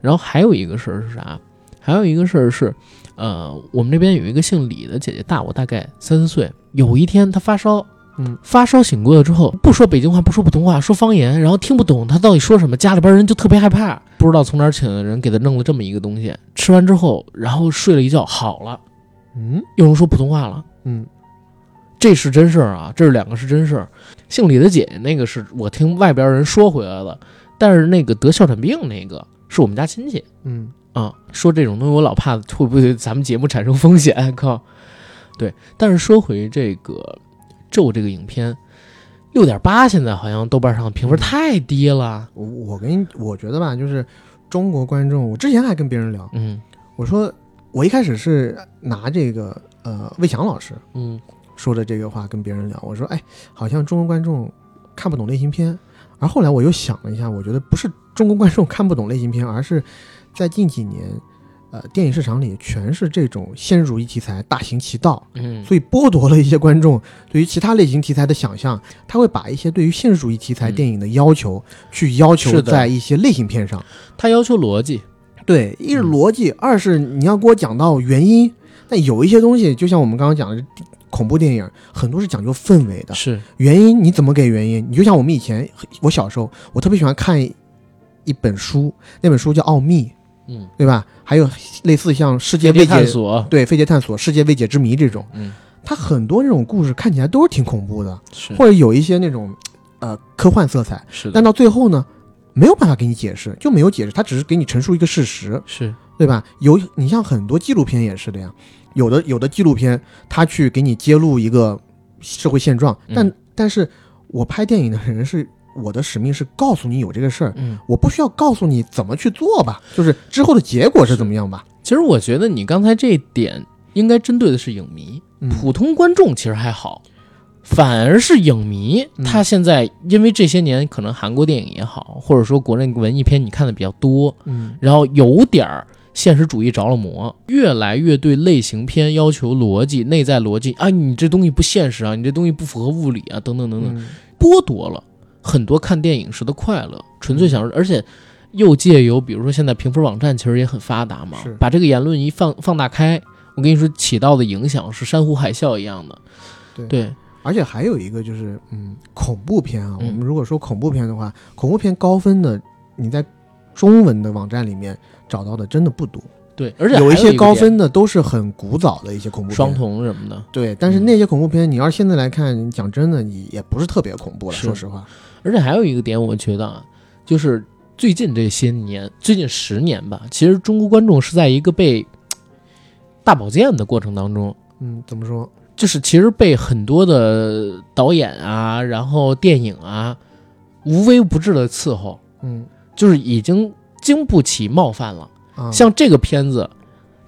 Speaker 1: 然后还有一个事儿是啥？还有一个事儿是，呃，我们这边有一个姓李的姐姐，大我大概三四岁。有一天她发烧，
Speaker 3: 嗯，
Speaker 1: 发烧醒过来之后，不说北京话，不说普通话，说方言，然后听不懂她到底说什么，家里边人就特别害怕，不知道从哪儿请的人给她弄了这么一个东西，吃完之后，然后睡了一觉好了，
Speaker 3: 嗯
Speaker 1: 又能说普通话了。
Speaker 3: 嗯
Speaker 1: 这是真事儿啊，这是两个是真事儿。姓李的姐姐那个是我听外边人说回来的，但是那个得哮喘病那个是我们家亲戚
Speaker 3: 嗯，
Speaker 1: 啊、说这种东西我老怕会不会对咱们节目产生风险，靠。对，但是说回这个咒这个影片，六点八现在好像豆瓣上评分太低了，
Speaker 2: 我我跟你我觉得吧，就是中国观众，我之前还跟别人聊，
Speaker 1: 嗯
Speaker 2: 我说我一开始是拿这个呃魏翔老师
Speaker 1: 嗯
Speaker 2: 说的这个话跟别人聊，我说哎，好像中国观众看不懂类型片。而后来我又想了一下，我觉得不是中国观众看不懂类型片，而是在近几年，呃，电影市场里全是这种现实主义题材大行其道，
Speaker 1: 嗯，
Speaker 2: 所以剥夺了一些观众对于其他类型题材的想象，他会把一些对于现实主义题材电影的要求、去要
Speaker 1: 嗯
Speaker 2: 求
Speaker 1: 是的
Speaker 2: 在一些类型片上。
Speaker 1: 他要求逻辑，
Speaker 2: 对，一是
Speaker 1: 嗯
Speaker 2: 逻辑，二是你要给我讲到原因。但有一些东西，就像我们刚刚讲的恐怖电影，很多是讲究氛围的。
Speaker 1: 是
Speaker 2: 原因你怎么给原因？你就像我们以前，我小时候，我特别喜欢看一本书，那本书叫《奥秘》，
Speaker 1: 嗯，
Speaker 2: 对吧？还有类似像世界未
Speaker 1: 未
Speaker 2: 解
Speaker 1: 探索，
Speaker 2: 对，飞碟探索、世界未解之谜这种，
Speaker 1: 嗯，
Speaker 2: 它很多这种故事看起来都是挺恐怖的，
Speaker 1: 是
Speaker 2: 或者有一些那种呃科幻色彩，
Speaker 1: 是的
Speaker 2: 但，到最后呢，没有办法给你解释，就没有解释，它只是给你陈述一个事实，
Speaker 1: 是
Speaker 2: 对吧？有你像很多纪录片也是这样，有的有的纪录片它去给你揭露一个社会现状，但、
Speaker 1: 嗯
Speaker 2: 但是我拍电影的人是我的使命是告诉你有这个事儿。
Speaker 1: 嗯。
Speaker 2: 我不需要告诉你怎么去做吧，就是之后的结果是怎么样吧。
Speaker 1: 其实我觉得你刚才这一点应该针对的是影迷，
Speaker 2: 嗯
Speaker 1: 普通观众其实还好，反而是影迷，
Speaker 2: 嗯
Speaker 1: 他现在因为这些年可能韩国电影也好，或者说国内文艺片你看的比较多，
Speaker 2: 嗯
Speaker 1: 然后有点儿。现实主义着了魔，越来越对类型片要求逻辑、内在逻辑啊，你这东西不现实啊，你这东西不符合物理啊，等等等等。
Speaker 2: 嗯
Speaker 1: 剥夺了很多看电影时的快乐，纯粹享
Speaker 2: 嗯
Speaker 1: 受，而且又借由比如说现在评分网站其实也很发达嘛
Speaker 2: 是，
Speaker 1: 把这个言论一放放大开，我跟你说起到的影响是山呼海啸一样的。
Speaker 2: 对
Speaker 1: 对，
Speaker 2: 而且还有一个就是，嗯，恐怖片啊，
Speaker 1: 嗯
Speaker 2: 我们如果说恐怖片的话，恐怖片高分的，你在中文的网站里面找到的真的不多，
Speaker 1: 对，而且还
Speaker 2: 有
Speaker 1: 有
Speaker 2: 一
Speaker 1: 个
Speaker 2: 些高
Speaker 1: 点
Speaker 2: 分的都是很古早的一些恐怖片，
Speaker 1: 双瞳什么的，
Speaker 2: 对，但是那些恐怖片，你要是现在来看，讲真的，你也不是特别恐怖了，
Speaker 1: 是
Speaker 2: 说实话，
Speaker 1: 而且还有一个点，我觉得啊，就是最近这些年，最近十年吧，其实中国观众是在一个被大保健的过程当中，
Speaker 2: 嗯，怎么说？
Speaker 1: 就是其实被很多的导演啊，然后电影啊，无微不至的伺候，
Speaker 2: 嗯
Speaker 1: 就是已经经不起冒犯了。
Speaker 2: 啊，
Speaker 1: 像这个片子，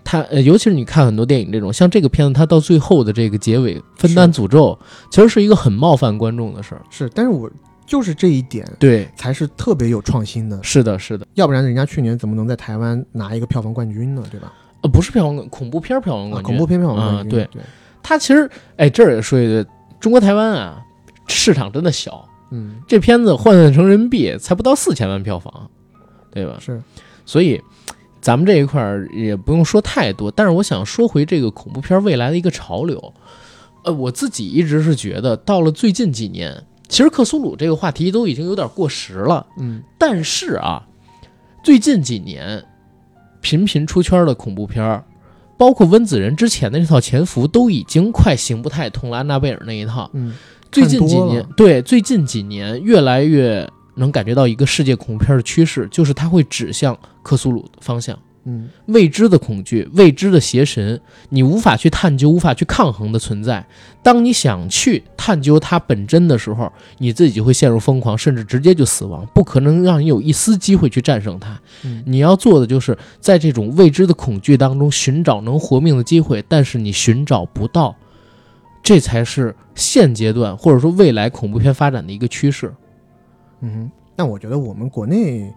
Speaker 1: 它呃，尤其是你看很多电影这种，像这个片子，它到最后的这个结尾分担诅咒，其实是一个很冒犯观众的事儿。
Speaker 2: 是，但是我就是这一点
Speaker 1: 对，
Speaker 2: 才是特别有创新的，
Speaker 1: 是的，是的，
Speaker 2: 要不然人家去年怎么能在台湾拿一个票房冠军呢？对吧？
Speaker 1: 呃，不是票房恐怖片儿票房
Speaker 2: 啊，
Speaker 1: 冠军，
Speaker 2: 恐怖片票房
Speaker 1: 啊
Speaker 2: 冠军，
Speaker 1: 对
Speaker 2: 对，
Speaker 1: 它其实哎，这儿也说一句，中国台湾啊，市场真的小，
Speaker 2: 嗯，
Speaker 1: 这片子换算成人民币才不到四千万票房，对吧？
Speaker 2: 是，
Speaker 1: 所以咱们这一块儿也不用说太多，但是我想说回这个恐怖片儿未来的一个潮流。呃，我自己一直是觉得，到了最近几年，其实克苏鲁这个话题都已经有点过时了。
Speaker 2: 嗯
Speaker 1: 但是啊，最近几年频频出圈的恐怖片儿，包括温子仁之前的那套《潜伏》，都已经快行不太通了，安娜贝尔那一套。
Speaker 2: 嗯，
Speaker 1: 最近几
Speaker 2: 看多
Speaker 1: 年
Speaker 2: 了，
Speaker 1: 对最近几年越来越能感觉到一个世界恐怖片的趋势，就是它会指向克苏鲁的方向，
Speaker 2: 嗯
Speaker 1: 未知的恐惧、未知的邪神，你无法去探究、无法去抗衡的存在。当你想去探究它本真的时候，你自己就会陷入疯狂，甚至直接就死亡，不可能让你有一丝机会去战胜它。
Speaker 2: 嗯
Speaker 1: 你要做的就是在这种未知的恐惧当中寻找能活命的机会，但是你寻找不到，这才是现阶段或者说未来恐怖片发展的一个趋势。
Speaker 2: 嗯哼，但我觉得我们国内，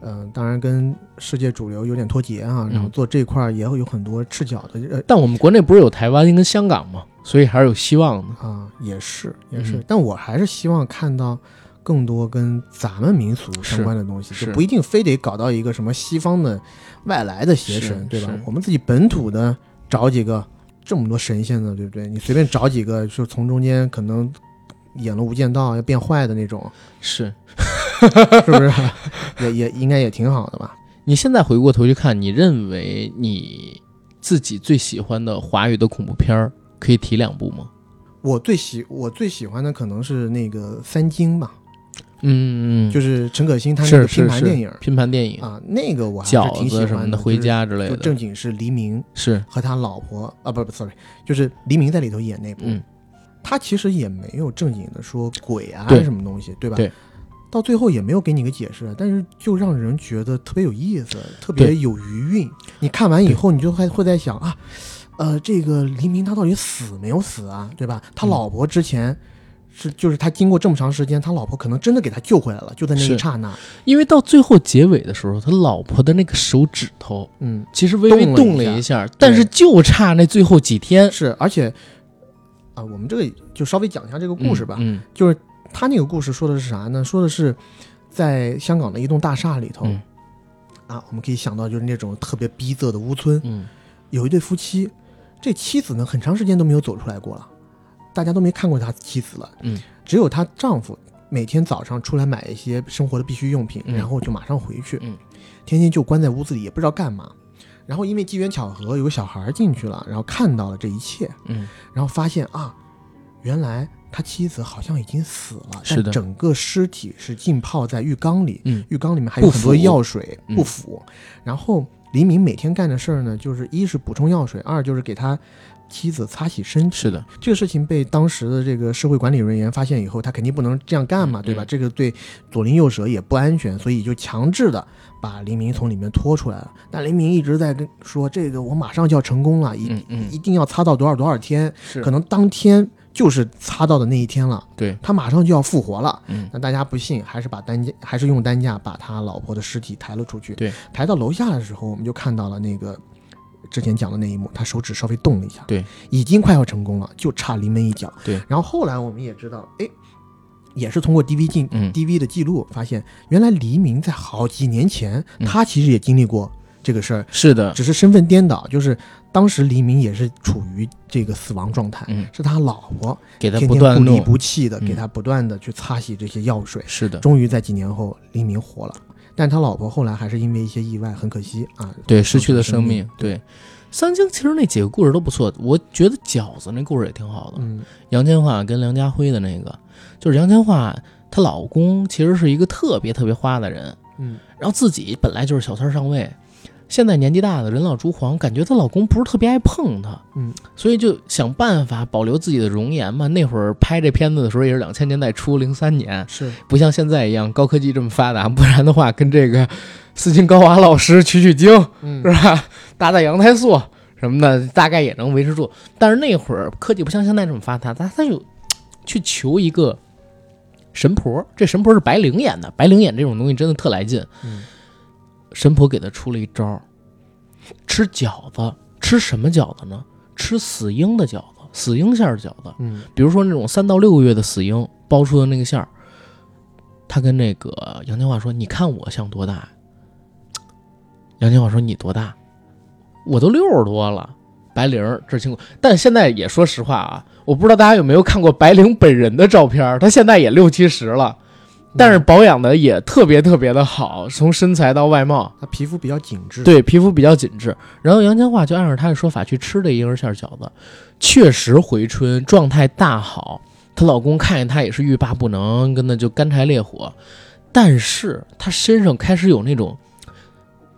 Speaker 2: 呃，当然跟世界主流有点脱节啊，然后
Speaker 1: 嗯
Speaker 2: 做这块儿也会有很多赤脚的，呃
Speaker 1: 但我们国内不是有台湾跟香港吗？所以还是有希望的。
Speaker 2: 啊、也是也是，
Speaker 1: 嗯
Speaker 2: 但我还是希望看到更多跟咱们民俗相关的东西，
Speaker 1: 是
Speaker 2: 就不一定非得搞到一个什么西方的外来的邪神
Speaker 1: 是，
Speaker 2: 对吧
Speaker 1: 是？
Speaker 2: 我们自己本土的找几个这么多神仙的，对不对？你随便找几个，就从中间可能演了《无间道》要变坏的那 种，
Speaker 1: 是
Speaker 2: 是不是？也也应该也挺好的吧？
Speaker 1: 你现在回过头去看，你认为你自己最喜欢的华语的恐怖片儿，可以提两部吗？
Speaker 2: 我最喜我最喜欢的可能是那个《三金》吧，
Speaker 1: 嗯，嗯
Speaker 2: 就是陈可辛他那
Speaker 1: 是
Speaker 2: 个
Speaker 1: 是
Speaker 2: 拼盘
Speaker 1: 是
Speaker 2: 电影
Speaker 1: 拼盘电影、
Speaker 2: 啊，那个我还是
Speaker 1: 饺
Speaker 2: 挺喜
Speaker 1: 子
Speaker 2: 欢
Speaker 1: 什么
Speaker 2: 的，
Speaker 1: 回家之
Speaker 2: 就
Speaker 1: 类
Speaker 2: 是
Speaker 1: 的，
Speaker 2: 就正经是黎明
Speaker 1: 是
Speaker 2: 和他老婆啊，不不，sorry，就是黎明在里头演那部，
Speaker 1: 嗯
Speaker 2: 他其实也没有正经的说鬼啊
Speaker 1: 对
Speaker 2: 什么东西，对吧？
Speaker 1: 对
Speaker 2: 到最后也没有给你个解释，啊但是就让人觉得特别有意思，特别
Speaker 1: 对
Speaker 2: 有余韵。你看完以后，你就还会在想啊，呃，这个黎明他到底死没有死啊？对吧？
Speaker 1: 嗯
Speaker 2: 他老婆之前是就是他经过这么长时间，他老婆可能真的给他救回来了，就在那一
Speaker 1: 是
Speaker 2: 刹那，
Speaker 1: 因为到最后结尾的时候，他老婆的那个手指头
Speaker 2: 嗯，
Speaker 1: 其实微微
Speaker 2: 动了
Speaker 1: 动
Speaker 2: 一
Speaker 1: 了
Speaker 2: 下
Speaker 1: 一下，但是就差那最后几天
Speaker 2: 是，而且啊、我们这个就稍微讲一下这个故事吧。
Speaker 1: 嗯，
Speaker 2: 就是他那个故事说的是啥呢？说的是在香港的一栋大厦里头、
Speaker 1: 嗯
Speaker 2: 啊，我们可以想到就是那种特别逼仄的屋村，
Speaker 1: 嗯
Speaker 2: 有一对夫妻，这妻子呢很长时间都没有走出来过了，大家都没看过他妻子了，
Speaker 1: 嗯，
Speaker 2: 只有她丈夫每天早上出来买一些生活的必需用品，
Speaker 1: 嗯
Speaker 2: 然后就马上回去，
Speaker 1: 嗯，
Speaker 2: 天天就关在屋子里也不知道干嘛。然后因为机缘巧合，有个小孩儿进去了，然后看到了这一切，
Speaker 1: 嗯
Speaker 2: 然后发现啊，原来他妻子好像已经死了，
Speaker 1: 是的
Speaker 2: 但整个尸体是浸泡在浴缸里，
Speaker 1: 嗯
Speaker 2: 浴缸里面还有很多
Speaker 1: 不腐
Speaker 2: 药水
Speaker 1: 嗯
Speaker 2: 不腐。然后黎明每天干的事儿呢，就是一是补充药水，二就是给他妻子擦洗身体。
Speaker 1: 是的，
Speaker 2: 这个事情被当时的这个社会管理人员发现以后，他肯定不能这样干嘛，
Speaker 1: 嗯
Speaker 2: 对吧？
Speaker 1: 嗯
Speaker 2: 这个对左邻右舍也不安全，所以就强制的把黎明从里面拖出来了。但黎明一直在跟说，这个我马上就要成功了，一、
Speaker 1: 嗯嗯
Speaker 2: 一定要擦到多少多少天，
Speaker 1: 是
Speaker 2: 可能当天就是擦到的那一天了，
Speaker 1: 对，
Speaker 2: 他马上就要复活了。
Speaker 1: 嗯
Speaker 2: 那大家不信，还是把担架，还是用担架把他老婆的尸体抬了出去。
Speaker 1: 对，
Speaker 2: 抬到楼下的时候，我们就看到了那个之前讲的那一幕，他手指稍微动了一下，
Speaker 1: 对，
Speaker 2: 已经快要成功了，就差临门一脚。
Speaker 1: 对，
Speaker 2: 然后后来我们也知道，哎，也是通过 DV 镜、
Speaker 1: 嗯
Speaker 2: DV 的记录发现，原来黎明在好几年前，
Speaker 1: 嗯
Speaker 2: 他其实也经历过这个事儿，
Speaker 1: 是的，
Speaker 2: 只是身份颠倒，就是当时黎明也是处于这个死亡状态，
Speaker 1: 嗯
Speaker 2: 是他老婆
Speaker 1: 给他
Speaker 2: 天
Speaker 1: 不
Speaker 2: 天
Speaker 1: 断
Speaker 2: 不离
Speaker 1: 弄，
Speaker 2: 不弃的
Speaker 1: 嗯
Speaker 2: 给他不断的去擦洗这些药水，
Speaker 1: 是的，
Speaker 2: 终于在几年后黎明活了，但他老婆后来还是因为一些意外，很可惜啊，
Speaker 1: 对，失去了
Speaker 2: 生
Speaker 1: 生
Speaker 2: 命
Speaker 1: 命，对。三清其实那几个故事都不错，我觉得饺子那故事也挺好的。
Speaker 2: 嗯，
Speaker 1: 杨千嬅跟梁家辉的那个，就是杨千嬅她老公其实是一个特别特别花的人，
Speaker 2: 嗯，
Speaker 1: 然后自己本来就是小三儿上位，现在年纪大了人老珠黄，感觉她老公不是特别爱碰她，
Speaker 2: 嗯，
Speaker 1: 所以就想办法保留自己的容颜嘛。那会儿拍这片子的时候也是两千年代初，零三年，
Speaker 2: 是
Speaker 1: 不像现在一样高科技这么发达，不然的话跟这个斯琴高娃老师取取经，
Speaker 2: 嗯
Speaker 1: 是吧？打打羊胎素什么的，大概也能维持住。但是那会儿科技不像现在这么发达，他他就嘖去求一个神婆，这神婆是白灵演的，白灵演这种东西真的特来劲。
Speaker 2: 嗯
Speaker 1: 神婆给他出了一招儿，吃饺子，吃什么饺子呢？吃死鹰的饺子，死鹰馅儿饺子。
Speaker 2: 嗯
Speaker 1: 比如说那种三到六个月的死婴包出的那个馅儿，他跟那个杨千嬅说：“你看我像多大呀？”杨千嬅说：“你多大？我都六十多了。”白灵儿这清楚，但现在也说实话啊，我不知道大家有没有看过白灵本人的照片儿，她现在也六七十了，但是保养的也特别特别的好，从身材到外貌。
Speaker 2: 他皮肤比较紧致，，
Speaker 1: 对，皮肤比较紧致。然后杨千嬅就按照她的说法去吃了婴儿馅儿饺子，确实回春，状态大好。她老公看见她也是欲罢不能，跟她就干柴烈火。但是她身上开始有那种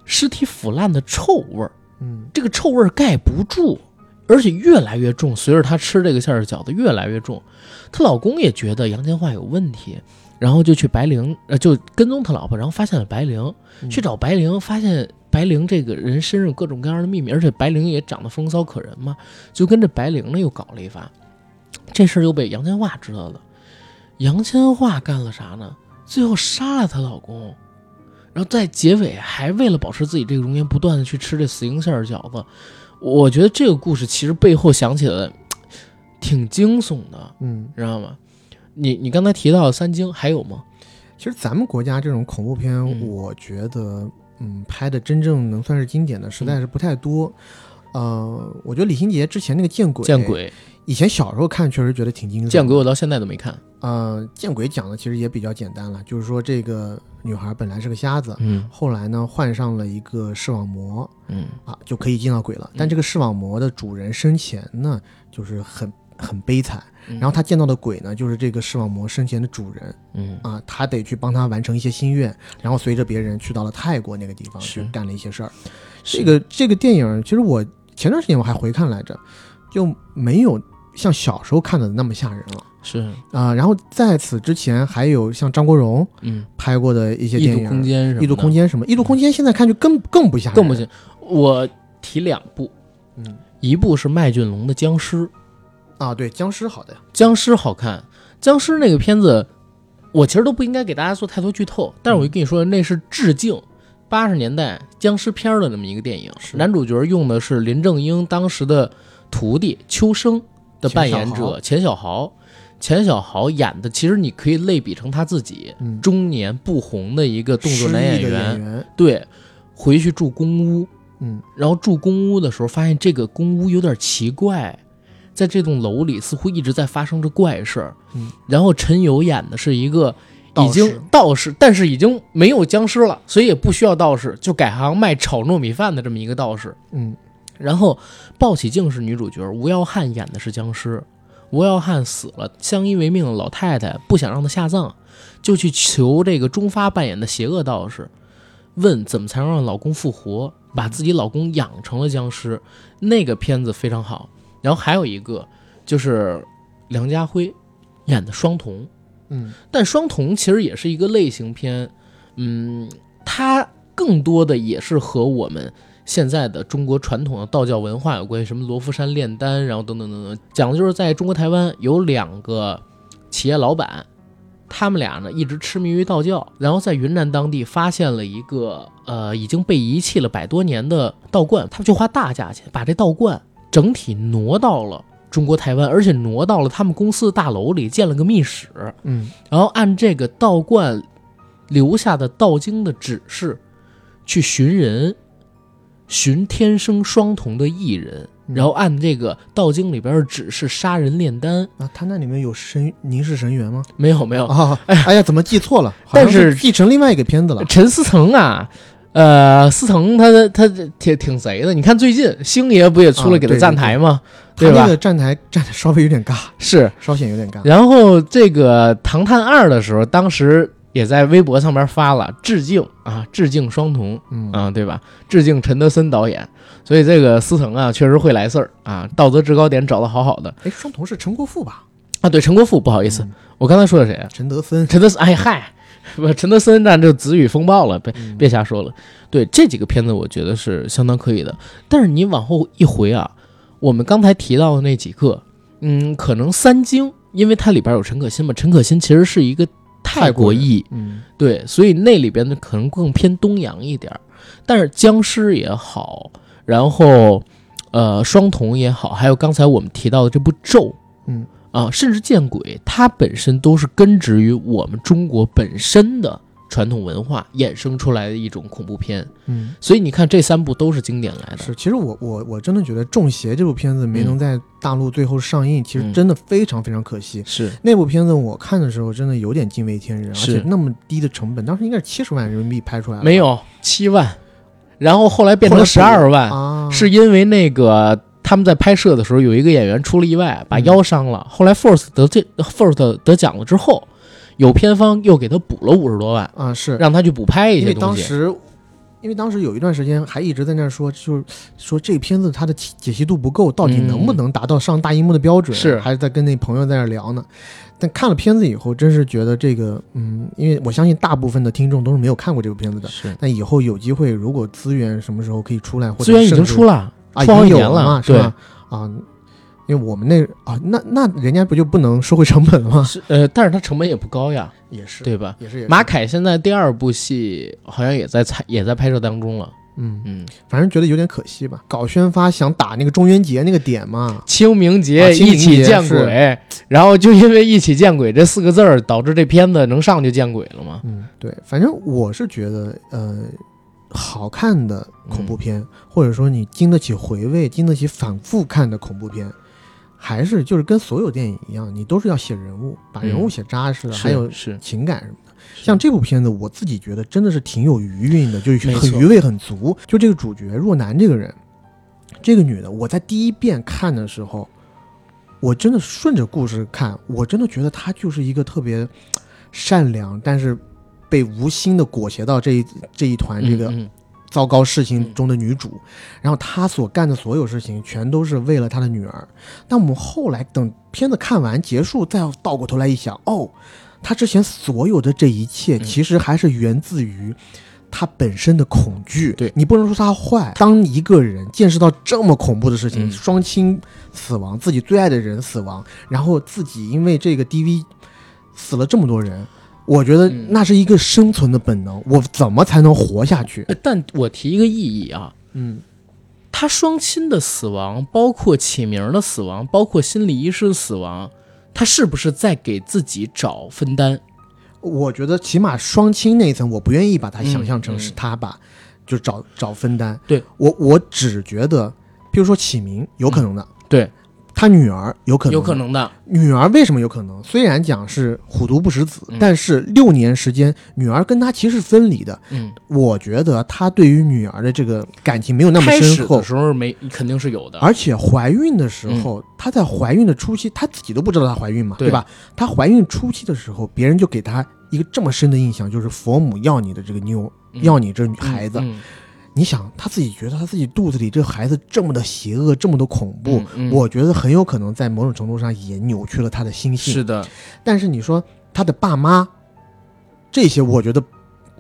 Speaker 1: 尸体腐烂的臭味儿，
Speaker 2: 嗯
Speaker 1: 这个臭味儿盖不住，而且越来越重。随着她吃这个馅儿饺子越来越重，她老公也觉得杨千嬅有问题，然后就去白灵，呃，就跟踪她老婆，然后发现了白灵。去找白灵，发现白灵这个人身上有各种各样的秘密，而且白灵也长得风骚可人嘛，就跟着白灵呢又搞了一发。这事儿又被杨千嬅知道了，杨千嬅干了啥呢？最后杀了她老公，然后在结尾还为了保持自己这个容颜，不断的去吃这死鹰馅儿饺子。我觉得这个故事其实背后想起来挺惊悚的，
Speaker 2: 嗯
Speaker 1: 知道吗？你你刚才提到三惊，还有吗？
Speaker 2: 其实咱们国家这种恐怖片，
Speaker 3: 嗯
Speaker 2: 我觉得，嗯，拍的真正能算是经典的，实
Speaker 1: 嗯
Speaker 2: 在是不太多。呃，我觉得李心洁之前那个《见鬼》，
Speaker 1: 见，鬼，
Speaker 2: 以前小时候看确实觉得挺惊悚的。
Speaker 1: 见鬼，我到现在都没看。
Speaker 2: 呃，《见鬼》讲的其实也比较简单了，就是说这个女孩本来是个瞎子，
Speaker 1: 嗯
Speaker 2: 后来呢患上了一个视网膜
Speaker 1: 嗯
Speaker 2: 啊，就可以见到鬼了。但这个视网膜的主人生前呢，就是很很悲惨，
Speaker 1: 嗯
Speaker 2: 然后他见到的鬼呢，就是这个视网膜生前的主人。
Speaker 1: 嗯
Speaker 2: 啊，他得去帮他完成一些心愿，然后随着别人去到了泰国那个地方
Speaker 1: 是
Speaker 2: 去干了一些事儿。
Speaker 1: 是
Speaker 2: 这个这个电影，其实我前段时间我还回看来着，就没有像小时候看的那么吓人了
Speaker 1: 是
Speaker 2: 啊、然后在此之前，还有像张国荣
Speaker 1: 嗯，
Speaker 2: 拍过的一些
Speaker 1: 异
Speaker 2: 电
Speaker 1: 度
Speaker 2: 影，
Speaker 1: 空间什么的
Speaker 2: 异度空间什么，异度空间现在看就更更不吓人，
Speaker 1: 更不行。我提两部，
Speaker 2: 嗯
Speaker 1: 一部是麦浚龙的《僵尸》，
Speaker 2: 啊，对，僵尸好的呀，
Speaker 1: 僵尸好看。僵尸那个片子，我其实都不应该给大家做太多剧透，但是
Speaker 2: 嗯
Speaker 1: 我就跟你说，那是致敬八十年代僵尸片儿的那么一个电影。
Speaker 2: 是
Speaker 1: 男主角用的是林正英当时的徒弟秋生的扮演者钱小豪。钱小豪演的，其实你可以类比成他自己
Speaker 2: 嗯，
Speaker 1: 中年不红的一个动作男
Speaker 2: 失
Speaker 1: 演
Speaker 2: 忆的
Speaker 1: 员，
Speaker 2: 演员，
Speaker 1: 对，回去住公屋，
Speaker 2: 嗯
Speaker 1: 然后住公屋的时候，发现这个公屋有点奇怪，在这栋楼里似乎一直在发生着怪事儿。
Speaker 2: 嗯，
Speaker 1: 然后陈友演的是一个
Speaker 2: 道
Speaker 1: 已
Speaker 2: 士
Speaker 1: 经道士，但是已经没有僵尸了，所以也不需要道士，就改行卖炒糯米饭的这么一个道士。
Speaker 2: 嗯
Speaker 1: 然后鲍起静是女主角，吴耀汉演的是僵尸。吴耀汉死了，相依为命的老太太不想让他下葬，就去求这个钟发扮演的邪恶道士，问怎么才能让老公复活，把自己老公养成了僵尸。那个片子非常好。然后还有一个就是梁家辉演的双瞳，
Speaker 2: 嗯，
Speaker 1: 但双瞳其实也是一个类型片，嗯，它更多的也是和我们现在的中国传统的道教文化有关系，什么罗浮山炼丹，然后等等等等，讲的就是在中国台湾有两个企业老板，他们俩呢一直痴迷于道教，然后在云南当地发现了一个呃已经被遗弃了百多年的道观，他们就花大价钱把这道观整体挪到了。中国台湾，而且挪到了他们公司的大楼里，建了个密室。
Speaker 2: 嗯
Speaker 1: 然后按这个道观留下的道经的指示去寻人，寻天生双瞳的异人，
Speaker 2: 嗯
Speaker 1: 然后按这个道经里边的指示杀人炼丹。
Speaker 2: 啊，他那里面有神凝视神猿吗？
Speaker 1: 没有没有，
Speaker 2: 啊，哎呀，怎么记错了？好像
Speaker 1: 哦但是
Speaker 2: 记成另外一个片子了。
Speaker 1: 陈思诚啊。呃，思诚他他挺挺贼的，你看最近星爷不也出来
Speaker 2: 啊
Speaker 1: 给他
Speaker 2: 对
Speaker 1: 站
Speaker 2: 对
Speaker 1: 台吗？
Speaker 2: 他
Speaker 1: 对吧
Speaker 2: 那个站台站的稍微有点尬，
Speaker 1: 是，
Speaker 2: 稍显有点尬。
Speaker 1: 然后这个《唐探二》的时候，当时也在微博上面发了致敬啊，致敬双瞳，
Speaker 2: 嗯
Speaker 1: 啊，对吧？致敬陈德森导演，所以这个司藤啊，确实会来事儿啊，道德制高点找的好好的
Speaker 2: 哎，双瞳是陈国富吧？
Speaker 1: 啊。对，陈国富，不好意思，
Speaker 2: 嗯
Speaker 1: 我刚才说的谁啊？
Speaker 2: 陈德芬。
Speaker 1: 陈德森，哎嗨，不，陈德森那就子语风暴了，别
Speaker 2: 嗯
Speaker 1: 别瞎说了。对这几个片子，我觉得是相当可以的。但是你往后一回啊，我们刚才提到的那几个，嗯，可能三惊，因为它里边有陈可辛嘛，陈可辛其实是一个泰
Speaker 2: 泰国
Speaker 1: 国
Speaker 2: 人
Speaker 1: 裔，
Speaker 2: 嗯，
Speaker 1: 对，所以那里边的可能更偏东洋一点儿，但是僵尸也好，然后呃双瞳也好，还有刚才我们提到的这部咒，
Speaker 2: 嗯
Speaker 1: 啊，甚至见鬼，它本身都是根植于我们中国本身的传统文化衍生出来的一种恐怖片，
Speaker 2: 嗯，
Speaker 1: 所以你看这三部都是经典来的，
Speaker 2: 是。其实我我我真的觉得《中邪》这部片子没能在大陆最后上映，其实
Speaker 1: 嗯
Speaker 2: 真的非常非常可惜。
Speaker 1: 是
Speaker 2: 那部片子我看的时候真的有点惊为天人，而
Speaker 1: 是
Speaker 2: 且那么低的成本，当时应该是七十万人民币拍出来了，
Speaker 1: 没有七万，然后后来变成
Speaker 2: 后
Speaker 1: 十
Speaker 2: 来不
Speaker 1: 二万，
Speaker 2: 啊？
Speaker 1: 是因为那个他们在拍摄的时候有一个演员出了意
Speaker 2: 嗯
Speaker 1: 外，把腰伤了。后来 Force 得这 Force 得奖了之后，有片方又给他补了五十多万，
Speaker 2: 啊，是
Speaker 1: 让他去补拍一
Speaker 2: 因
Speaker 1: 些
Speaker 2: 为当
Speaker 1: 东西。
Speaker 2: 时。因为当时有一段时间还一直在那儿说，就是说这片子它的解解析度不够，到底
Speaker 1: 嗯
Speaker 2: 能不能达到上大荧幕的标准？
Speaker 1: 是
Speaker 2: 还在跟那朋友在那儿聊呢。但看了片子以后，真是觉得这个，嗯，因为我相信大部分的听众都是没有看过这部片子的。
Speaker 1: 是
Speaker 2: 但以后有机会，如果资源什么时候可以出来，或者
Speaker 1: 资源已经出
Speaker 2: 了，
Speaker 1: 了，
Speaker 2: 啊，已
Speaker 1: 出好
Speaker 2: 经
Speaker 1: 几
Speaker 2: 有
Speaker 1: 年
Speaker 2: 嘛，是
Speaker 1: 对，
Speaker 2: 吧？啊，因为我们那啊，那那人家不就不能收回成本了吗？
Speaker 1: 是呃，但是它成本也不高呀，
Speaker 2: 也是，
Speaker 1: 对吧？
Speaker 2: 也是也是
Speaker 1: 马凯现在第二部戏好像也在采也在拍摄当中了，
Speaker 3: 嗯，
Speaker 1: 嗯，
Speaker 2: 反正觉得有点可惜吧。搞宣发想打那个中元节那个点嘛，
Speaker 3: 清明节
Speaker 2: 啊清明
Speaker 3: 一起
Speaker 2: 节
Speaker 3: 见
Speaker 2: 是
Speaker 3: 鬼，然后就因为一起见鬼这四个字儿，导致这片子能上就见鬼了吗？
Speaker 2: 嗯，对，反正我是觉得，呃，好看的恐
Speaker 1: 嗯
Speaker 2: 怖片，或者说你经得起回味、经得起反复看的恐怖片，还是就是跟所有电影一样，你都是要写人物，把人物写扎实了，还有
Speaker 1: 嗯是
Speaker 2: 情感什么的。像这部片子，我自己觉得真的是挺有余韵的，就是
Speaker 3: 没
Speaker 2: 很
Speaker 3: 错
Speaker 2: 余味很足。就这个主角若男这个人，这个女的，我在第一遍看的时候，我真的顺着故事看，我真的觉得她就是一个特别善良，但是被无心的裹挟到这一这一团这个
Speaker 1: 嗯
Speaker 2: 糟糕事情中的女主，然后她所干的所有事情全都是为了她的女儿。但我们后来等片子看完结束，再倒过头来一想，哦，她之前所有的这一切
Speaker 1: 嗯
Speaker 2: 其实还是源自于。她本身的恐惧，
Speaker 1: 对
Speaker 2: 你不能说她坏。当一个人见识到这么恐怖的事情，
Speaker 1: 嗯
Speaker 2: 双亲死亡，自己最爱的人死亡，然后自己因为这个 DV 死了这么多人，我觉得
Speaker 1: 嗯
Speaker 2: 那是一个生存的本能。我怎么才能活下去？
Speaker 1: 呃但我提一个异议啊，
Speaker 2: 嗯，
Speaker 1: 他双亲的死亡，包括起名的死亡，包括心理医师的死亡，他是不是在给自己找分担？
Speaker 2: 我觉得起码双亲那一层，我不愿意把它想象
Speaker 1: 嗯
Speaker 2: 成是
Speaker 1: 嗯
Speaker 2: 他吧，就找找分担。
Speaker 1: 对
Speaker 2: 我，我只觉得，比如说起名有可能的，
Speaker 1: 对，
Speaker 2: 他女儿有可能，
Speaker 1: 嗯有可。能的，
Speaker 2: 女儿为什么有可能？虽然讲是虎毒不食子，
Speaker 1: 嗯
Speaker 2: 但是六年时间，女儿跟他其实是分离的。
Speaker 1: 嗯，
Speaker 2: 我觉得他对于女儿的这个感情没有那么
Speaker 1: 开
Speaker 2: 深
Speaker 1: 始
Speaker 2: 厚
Speaker 1: 的，时候没肯定是有的，嗯
Speaker 2: 而且怀孕的时候，她在怀孕的初期，她自己都不知道她怀孕嘛，
Speaker 1: 对
Speaker 2: 对吧？她怀孕初期的时候，别人就给她一个这么深的印象，就是佛母要你的这个妞，
Speaker 1: 嗯
Speaker 2: 要你这孩子。
Speaker 1: 嗯
Speaker 2: 你想，她自己觉得她自己肚子里这孩子这么的邪恶，这么的恐怖，
Speaker 1: 嗯嗯
Speaker 2: 我觉得很有可能在某种程度上也扭曲了她的心性。
Speaker 1: 是的，
Speaker 2: 但是你说他的爸妈，这些我觉得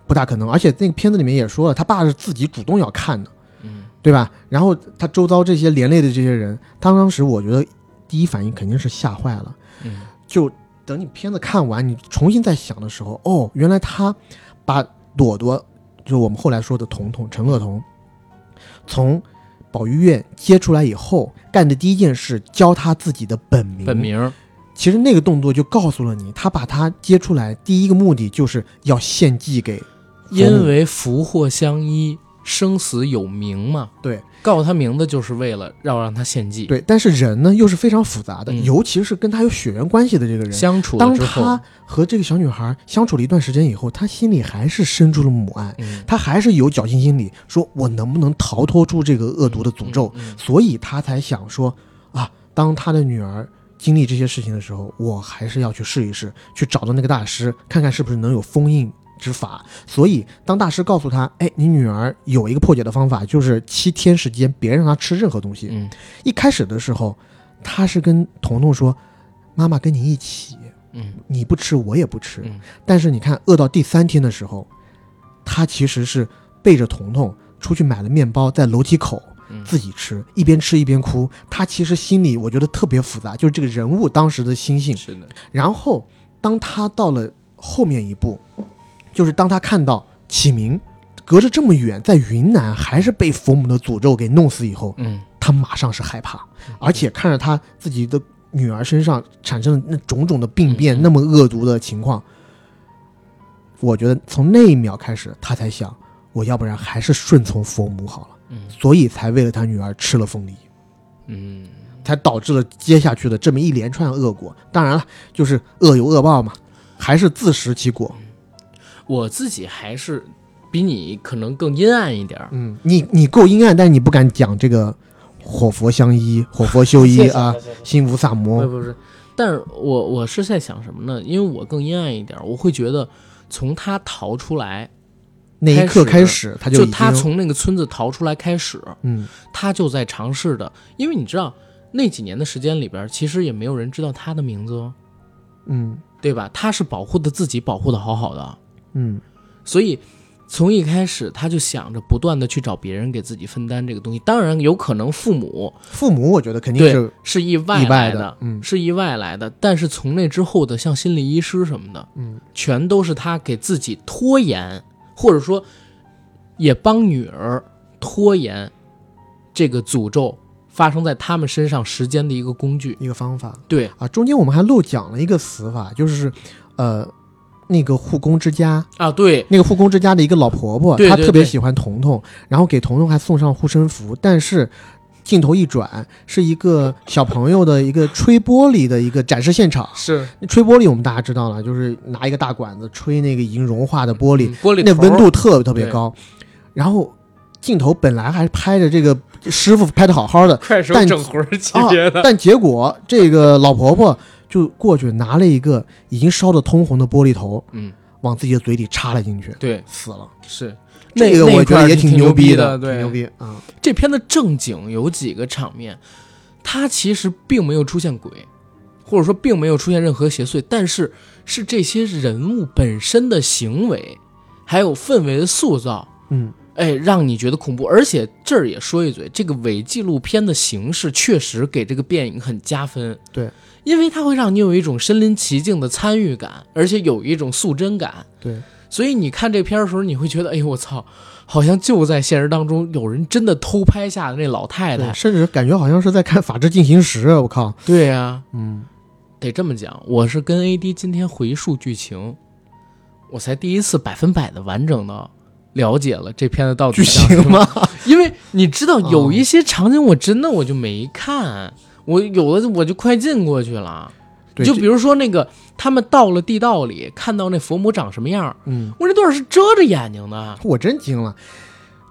Speaker 2: 不大可能。而且那个片子里面也说了，他爸是自己主动要看的，
Speaker 1: 嗯，
Speaker 2: 对吧？然后他周遭这些连累的这些人，当时我觉得第一反应肯定是吓坏了。
Speaker 1: 嗯，
Speaker 2: 就等你片子看完，你重新再想的时候，哦，原来他把朵朵，就是我们后来说的彤彤陈乐彤，从保育院接出来以后，干的第一件事教他自己的本名。
Speaker 1: 本名儿
Speaker 2: 其实那个动作就告诉了你，他把他接出来，第一个目的就是要献祭给
Speaker 1: 因为福祸相依，生死有名嘛。
Speaker 2: 对，
Speaker 1: 告诉他名字就是为了要让他献祭。，
Speaker 2: 对，但是人呢又是非常复杂的，
Speaker 1: 嗯
Speaker 2: 尤其是跟他有血缘关系的这个人。
Speaker 1: 相处了
Speaker 2: 当
Speaker 1: 之后
Speaker 2: 他，和这个小女孩相处了一段时间以后，他心里还是生出了母爱，
Speaker 1: 嗯，
Speaker 2: 他还是有侥幸心理，说我能不能逃脱出这个恶毒的诅咒，
Speaker 1: 嗯，
Speaker 2: 所以他才想说啊，当他的女儿经历这些事情的时候，我还是要去试一试，去找到那个大师，看看是不是能有封印之法。所以当大师告诉他，哎，你女儿有一个破解的方法，就是七天时间别让她吃任何东西。
Speaker 1: 嗯
Speaker 2: 一开始的时候，他是跟彤彤说，妈妈跟你一起，
Speaker 1: 嗯
Speaker 2: 你不吃我也不吃。
Speaker 1: 嗯
Speaker 2: 但是你看，饿到第三天的时候，他其实是背着彤彤出去买了面包，在楼梯口
Speaker 1: 嗯
Speaker 2: 自己吃，一边吃一边哭。他其实心里我觉得特别复杂，就是这个人物当时的心
Speaker 1: 嗯，
Speaker 2: 性。
Speaker 1: 是的，
Speaker 2: 然后当他到了后面一步，就是当他看到启明隔着这么远，在云南还是被佛母的诅咒给弄死以后，
Speaker 1: 嗯
Speaker 2: 他马上是害怕，而且看着他自己的女儿身上产生的那种种的病变，
Speaker 1: 嗯
Speaker 2: 那么恶毒的情况，我觉得从那一秒开始，他才想，我要不然还是顺从佛母好了，
Speaker 1: 嗯
Speaker 2: 所以才为了他女儿吃了凤梨，
Speaker 1: 嗯，
Speaker 2: 才导致了接下去的这么一连串恶果。当然了，就是恶有恶报嘛，还是自食其果。
Speaker 1: 我自己还是比你可能更阴暗一点儿。
Speaker 2: 嗯，你你够阴暗，但是你不敢讲这个火佛相依、火佛修一啊，心无萨
Speaker 1: 不是
Speaker 2: 摩。
Speaker 1: 不是，但是我我是在想什么呢？因为我更阴暗一点儿，我会觉得从他逃出来，
Speaker 2: 那一刻
Speaker 1: 开
Speaker 2: 开
Speaker 1: 始
Speaker 2: 始，他
Speaker 1: 就
Speaker 2: 已经
Speaker 1: 他从那个村子逃出来开始，
Speaker 2: 嗯
Speaker 1: 他就在尝试的，因为你知道那几年的时间里边儿，其实也没有人知道他的名字哦，
Speaker 2: 嗯
Speaker 1: 对吧？他是保护的自己，保护的好好的，
Speaker 2: 嗯
Speaker 1: 所以从一开始他就想着不断的去找别人给自己分担这个东西。当然，有可能父母，
Speaker 2: 父母我觉得肯定
Speaker 1: 对
Speaker 2: 是
Speaker 1: 是意外
Speaker 2: 意
Speaker 1: 来
Speaker 2: 外
Speaker 1: 的，
Speaker 2: 嗯
Speaker 1: 是意外来的。但是从那之后的，像心理医师什么的，
Speaker 2: 嗯，
Speaker 1: 全都是他给自己拖延，或者说也帮女儿拖延这个诅咒发生在他们身上时间的一个工具。
Speaker 2: 一个方法
Speaker 1: 对，
Speaker 2: 啊。中间我们还漏讲了一个死法，就是呃，那个护工之家，
Speaker 1: 啊，对，
Speaker 2: 那个护工之家的一个老婆婆，
Speaker 1: 对对
Speaker 2: 她特别
Speaker 1: 对
Speaker 2: 喜欢彤彤，然后给彤彤还送上护身符，但是。镜头一转，是一个小朋友的一个吹玻璃的一个展示现场。
Speaker 3: 是
Speaker 2: 吹玻璃我们大家知道了，就是拿一个大管子吹那个已经融化的玻璃，
Speaker 1: 嗯玻璃
Speaker 2: 那
Speaker 1: 头
Speaker 2: 温度特别特别
Speaker 1: 对
Speaker 2: 高。然后镜头本来还拍着这个师傅拍的好 好的
Speaker 3: 快手
Speaker 2: 但
Speaker 3: 整活
Speaker 1: 哦
Speaker 3: 儿级
Speaker 2: 啊
Speaker 3: 别的，，
Speaker 2: 但结果这个老婆婆就过去拿了一个已经烧得通红的玻璃头，
Speaker 1: 嗯，
Speaker 2: 往自己的嘴里插了进去，
Speaker 1: 对，
Speaker 2: 死了。
Speaker 1: 是那
Speaker 2: 这个
Speaker 1: 那
Speaker 2: 我
Speaker 1: 一
Speaker 2: 觉
Speaker 1: 块
Speaker 2: 得
Speaker 1: 儿
Speaker 2: 也
Speaker 1: 是挺
Speaker 2: 牛
Speaker 1: 逼
Speaker 2: 的，
Speaker 3: 对
Speaker 2: 挺牛逼啊！
Speaker 1: 这片的正经有几个场面，它其实并没有出现鬼，或者说并没有出现任何邪祟，但是是这些人物本身的行为，还有氛围的塑造，
Speaker 2: 嗯，
Speaker 1: 哎，让你觉得恐怖。而且这儿也说一嘴，这个伪纪录片的形式确实给这个电影很加分。
Speaker 2: 对，
Speaker 1: 因为它会让你有一种身临其境的参与感，而且有一种速真感。
Speaker 2: 对，
Speaker 1: 所以你看这片儿的时候，你会觉得，哎呦我操，好像就在现实当中有人真的偷拍下的那老太
Speaker 2: 对
Speaker 1: 太。
Speaker 2: 甚至感觉好像是在看《法制进行时》，啊我靠，
Speaker 1: 对呀、
Speaker 2: 嗯，
Speaker 1: 得这么讲，我是跟 AD 今天回溯剧情，我才第一次百分百的完整的了解了这片子到底
Speaker 2: 剧
Speaker 1: 讲什
Speaker 2: 情
Speaker 1: 么。
Speaker 2: 吗？
Speaker 1: 因为你知道有一些场景我真的我就没看，我有的我就快进过去了。
Speaker 2: 对，
Speaker 1: 就
Speaker 2: 这
Speaker 1: 比如说那个他们到了地道里，看到那佛母长什么样儿，
Speaker 2: 嗯，
Speaker 1: 我这段是遮着眼睛的。
Speaker 2: 我真惊了，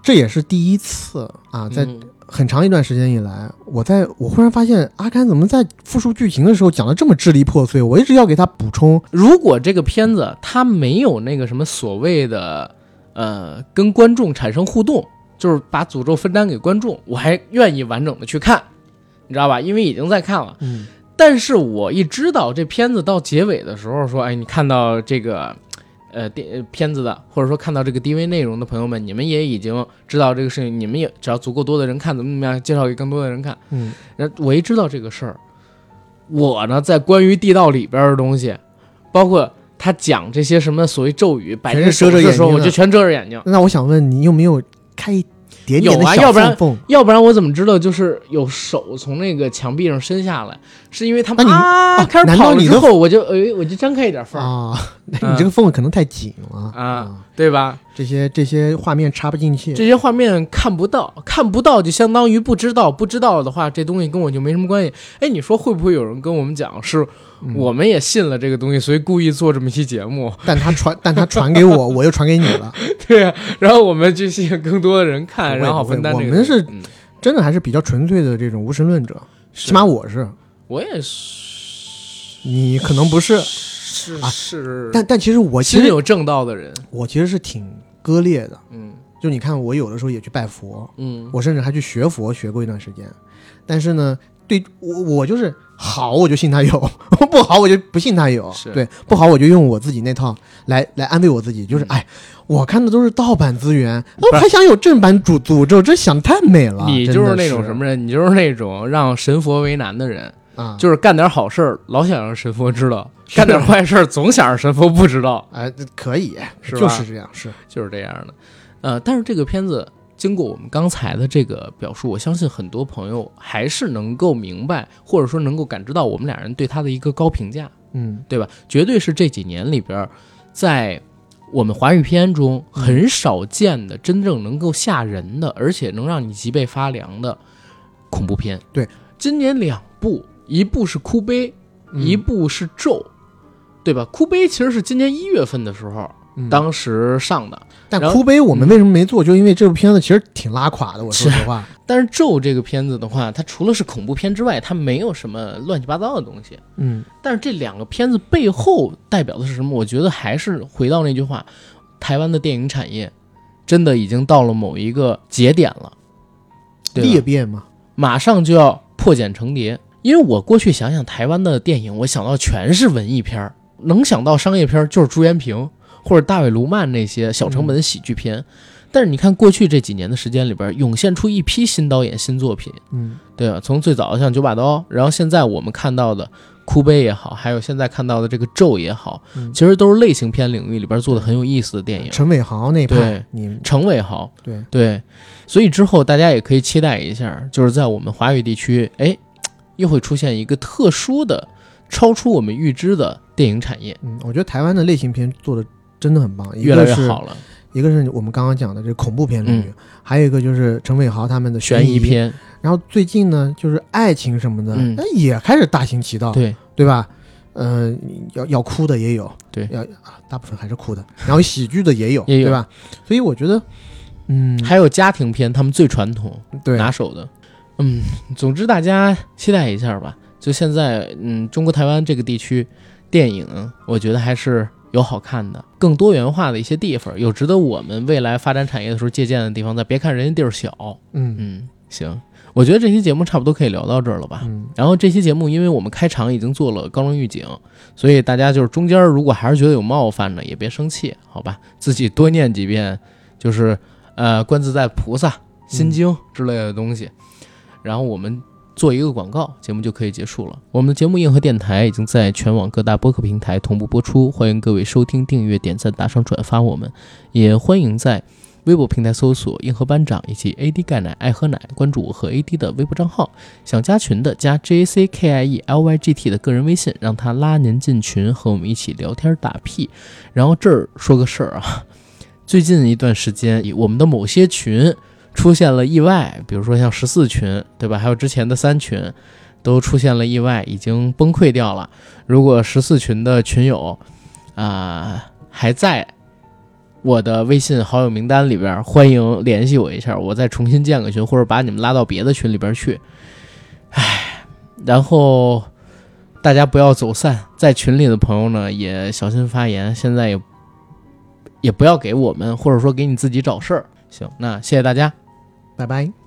Speaker 2: 这也是第一次啊，在
Speaker 1: 嗯
Speaker 2: 很长一段时间以来，我在我忽然发现阿甘怎么在复述剧情的时候讲的这么支离破碎，我一直要给他补充。
Speaker 1: 如果这个片子它没有那个什么所谓的呃跟观众产生互动，就是把诅咒分担给观众，我还愿意完整的去看，你知道吧？因为已经在看了。
Speaker 2: 嗯，
Speaker 1: 但是我一知道这片子到结尾的时候说，哎，你看到这个，呃，电呃片子的，或者说看到这个 DV 内容的朋友们，你们也已经知道这个事情，你们也只要足够多的人看，怎么怎么样，介绍给更多的人看。
Speaker 2: 嗯，
Speaker 1: 那我一知道这个事儿，我呢在关于地道里边的东西，包括他讲这些什么所谓咒语，摆
Speaker 2: 全
Speaker 1: 这
Speaker 2: 是遮着
Speaker 1: 手势的时候，
Speaker 2: 眼睛
Speaker 1: 我
Speaker 2: 的
Speaker 1: 就全遮着眼睛。
Speaker 2: 那我想问你有没有开一点点的
Speaker 1: 有啊
Speaker 2: 小
Speaker 1: 要不然
Speaker 2: 缝缝？
Speaker 1: 要不然我怎么知道就是有手从那个墙壁上伸下来？是因为他们
Speaker 2: 那你
Speaker 1: 啊
Speaker 2: 啊
Speaker 1: 开始
Speaker 2: 难道
Speaker 1: 跑了
Speaker 2: 你
Speaker 1: 之
Speaker 2: 的
Speaker 1: 后，我就哎我就张开一点缝儿
Speaker 2: 啊，那你这个缝可能太紧了
Speaker 1: 嗯啊，，对吧？
Speaker 2: 这些这些画面插不进去。
Speaker 1: 这些画面看不到，看不到就相当于不知道，不知道的话，这东西跟我就没什么关系。哎，你说会不会有人跟我们讲，是
Speaker 2: 嗯
Speaker 1: 我们也信了这个东西，所以故意做这么一期节目？
Speaker 2: 但他传，但他传给我，我又传给你了，
Speaker 1: 对啊，然后我们去吸引更多的人
Speaker 2: 不
Speaker 1: 看，
Speaker 2: 会
Speaker 1: 然后分担
Speaker 2: 不会
Speaker 1: 这个嗯
Speaker 2: 我们
Speaker 1: 东西。
Speaker 2: 是真的还是比较纯粹的这种无神论者，
Speaker 1: 是
Speaker 2: 起码我是，
Speaker 1: 我也是，
Speaker 2: 你可能不是。
Speaker 1: 是
Speaker 2: 啊
Speaker 1: 是，
Speaker 2: 但但其实我其
Speaker 1: 心里
Speaker 2: 实
Speaker 1: 有正道的人，
Speaker 2: 我其实是挺割裂的，
Speaker 1: 嗯
Speaker 2: 就你看我有的时候也去拜佛，
Speaker 1: 嗯，
Speaker 2: 我甚至还去学佛学过一段时间，但是呢，对我我就是好我就信他有， 不好我就不信他有，
Speaker 1: 是
Speaker 2: 对不好我就用我自己那套来来安慰我自己，就是
Speaker 1: 嗯
Speaker 2: 哎，我看的都是盗版资源，
Speaker 1: 不
Speaker 2: 我
Speaker 1: 是
Speaker 2: 还想有正版诅诅咒，这想太美了。
Speaker 1: 你
Speaker 2: 真
Speaker 1: 就
Speaker 2: 的
Speaker 1: 是
Speaker 2: 是
Speaker 1: 那种什么人，你就是那种让神佛为难的人，
Speaker 2: 啊，
Speaker 1: 就是干点好事儿老想让神佛知道，
Speaker 2: 是
Speaker 1: 干点坏事儿总想让神佛不知道，
Speaker 2: 哎、可以，
Speaker 1: 是吧
Speaker 2: 就是这样，是
Speaker 1: 就是这样的。呃，但是这个片子经过我们刚才的这个表述，我相信很多朋友还是能够明白，或者说能够感知到我们俩人对他的一个高评价。
Speaker 2: 嗯
Speaker 1: 对吧？绝对是这几年里边儿，在我们华语片中
Speaker 2: 嗯
Speaker 1: 很少见的，真正能够吓人的，而且能让你脊背发凉的恐怖片。
Speaker 2: 对，
Speaker 1: 今年两部，一部是《哭悲》，
Speaker 2: 嗯
Speaker 1: 一部是《咒》，对吧？《哭悲》其实是今年一月份的时候，
Speaker 2: 嗯
Speaker 1: 当时上的。
Speaker 2: 但
Speaker 1: 然后
Speaker 2: 哭悲我们为什么没做，就因为这部片子其实挺拉垮的，我说实 话，
Speaker 1: 但是《咒》这个片子的话，它除了是恐怖片之外，它没有什么乱七八糟的东西。
Speaker 2: 嗯
Speaker 1: 但是这两个片子背后代表的是什么？我觉得还是回到那句话，台湾的电影产业真的已经到了某一个节点了，对
Speaker 2: 裂
Speaker 1: 吧
Speaker 2: 变嘛，
Speaker 1: 马上就要破茧成蝶。因为我过去想想台湾的电影，我想到全是文艺片儿，能想到商业片儿就是朱延平或者大卫·卢曼那些小成本的喜剧片。但是你看，过去这几年的时间里边，涌现出一批新导演、新作品，
Speaker 2: 嗯
Speaker 1: 对啊，从最早的像九把刀，然后现在我们看到的哭悲也好，还有现在看到的这个咒也好，
Speaker 3: 嗯
Speaker 1: 其实都是类型片领域里边做的很有意思的电影。
Speaker 2: 陈伟豪那
Speaker 1: 对
Speaker 2: 派，你
Speaker 1: 程伟豪，
Speaker 2: 对
Speaker 1: 对，所以之后大家也可以期待一下，就是在我们华语地区，哎，又会出现一个特殊的、超出我们预知的电影产业，
Speaker 2: 嗯，我觉得台湾的类型片做的真的很棒，一
Speaker 1: 越来
Speaker 2: 个
Speaker 1: 越
Speaker 2: 是
Speaker 1: 好了。
Speaker 2: 一个是我们刚刚讲的这个恐怖片领域，
Speaker 1: 嗯
Speaker 2: 还有一个就是陈伟豪他们的
Speaker 1: 悬疑
Speaker 2: 疑。
Speaker 1: 片，
Speaker 2: 然后最近呢，就是爱情什么的，
Speaker 1: 嗯
Speaker 2: 那、也开始大行其道，
Speaker 1: 对，
Speaker 2: 对吧？嗯、要要哭的也有，
Speaker 1: 对
Speaker 2: 要啊大部分还是哭的。然后喜剧的也有，
Speaker 1: 也有
Speaker 2: 对吧？所以我觉得，嗯，
Speaker 1: 还有家庭片，他们最传统
Speaker 2: 对，
Speaker 1: 拿手的。嗯，总之大家期待一下吧。就现在，嗯，中国台湾这个地区电影，我觉得还是有好看的，更多元化的一些地方，有值得我们未来发展产业的时候借鉴的地方。再别看人家地儿小，
Speaker 2: 嗯
Speaker 1: 嗯，行，我觉得这期节目差不多可以聊到这儿了吧。
Speaker 2: 嗯，
Speaker 1: 然后这期节目，因为我们开场已经做了高能预警，所以大家就是中间如果还是觉得有冒犯呢，也别生气，好吧？自己多念几遍，就是呃观自在菩萨心经之类的东西。然后我们做一个广告，节目就可以结束了。我们的节目《硬核电台》已经在全网各大播客平台同步播出，欢迎各位收听、订阅、点赞、打赏、转发我们，也欢迎在。微博平台搜索“硬核班长”以及 “AD 钙奶爱喝奶”，关注我和 AD 的微博账号。想加群的加 J A C K I E L Y G T 的个人微信，让他拉您进群，和我们一起聊天打屁。然后这儿说个事儿啊， 最近一段时间，我们的某些群出现了意外，比如说像十四群，对吧？还有之前的三群，都出现了意外，已经崩溃掉了。如果十四群的群友啊、还在。我的微信好友名单里边儿，欢迎联系我一下，我再重新建个群，或者把你们拉到别的群里边儿去。然后大家不要走散，在群里的朋友呢也小心发言，现在也也不要给我们或者说给你自己找事儿。行，那谢谢大家。
Speaker 2: 拜拜。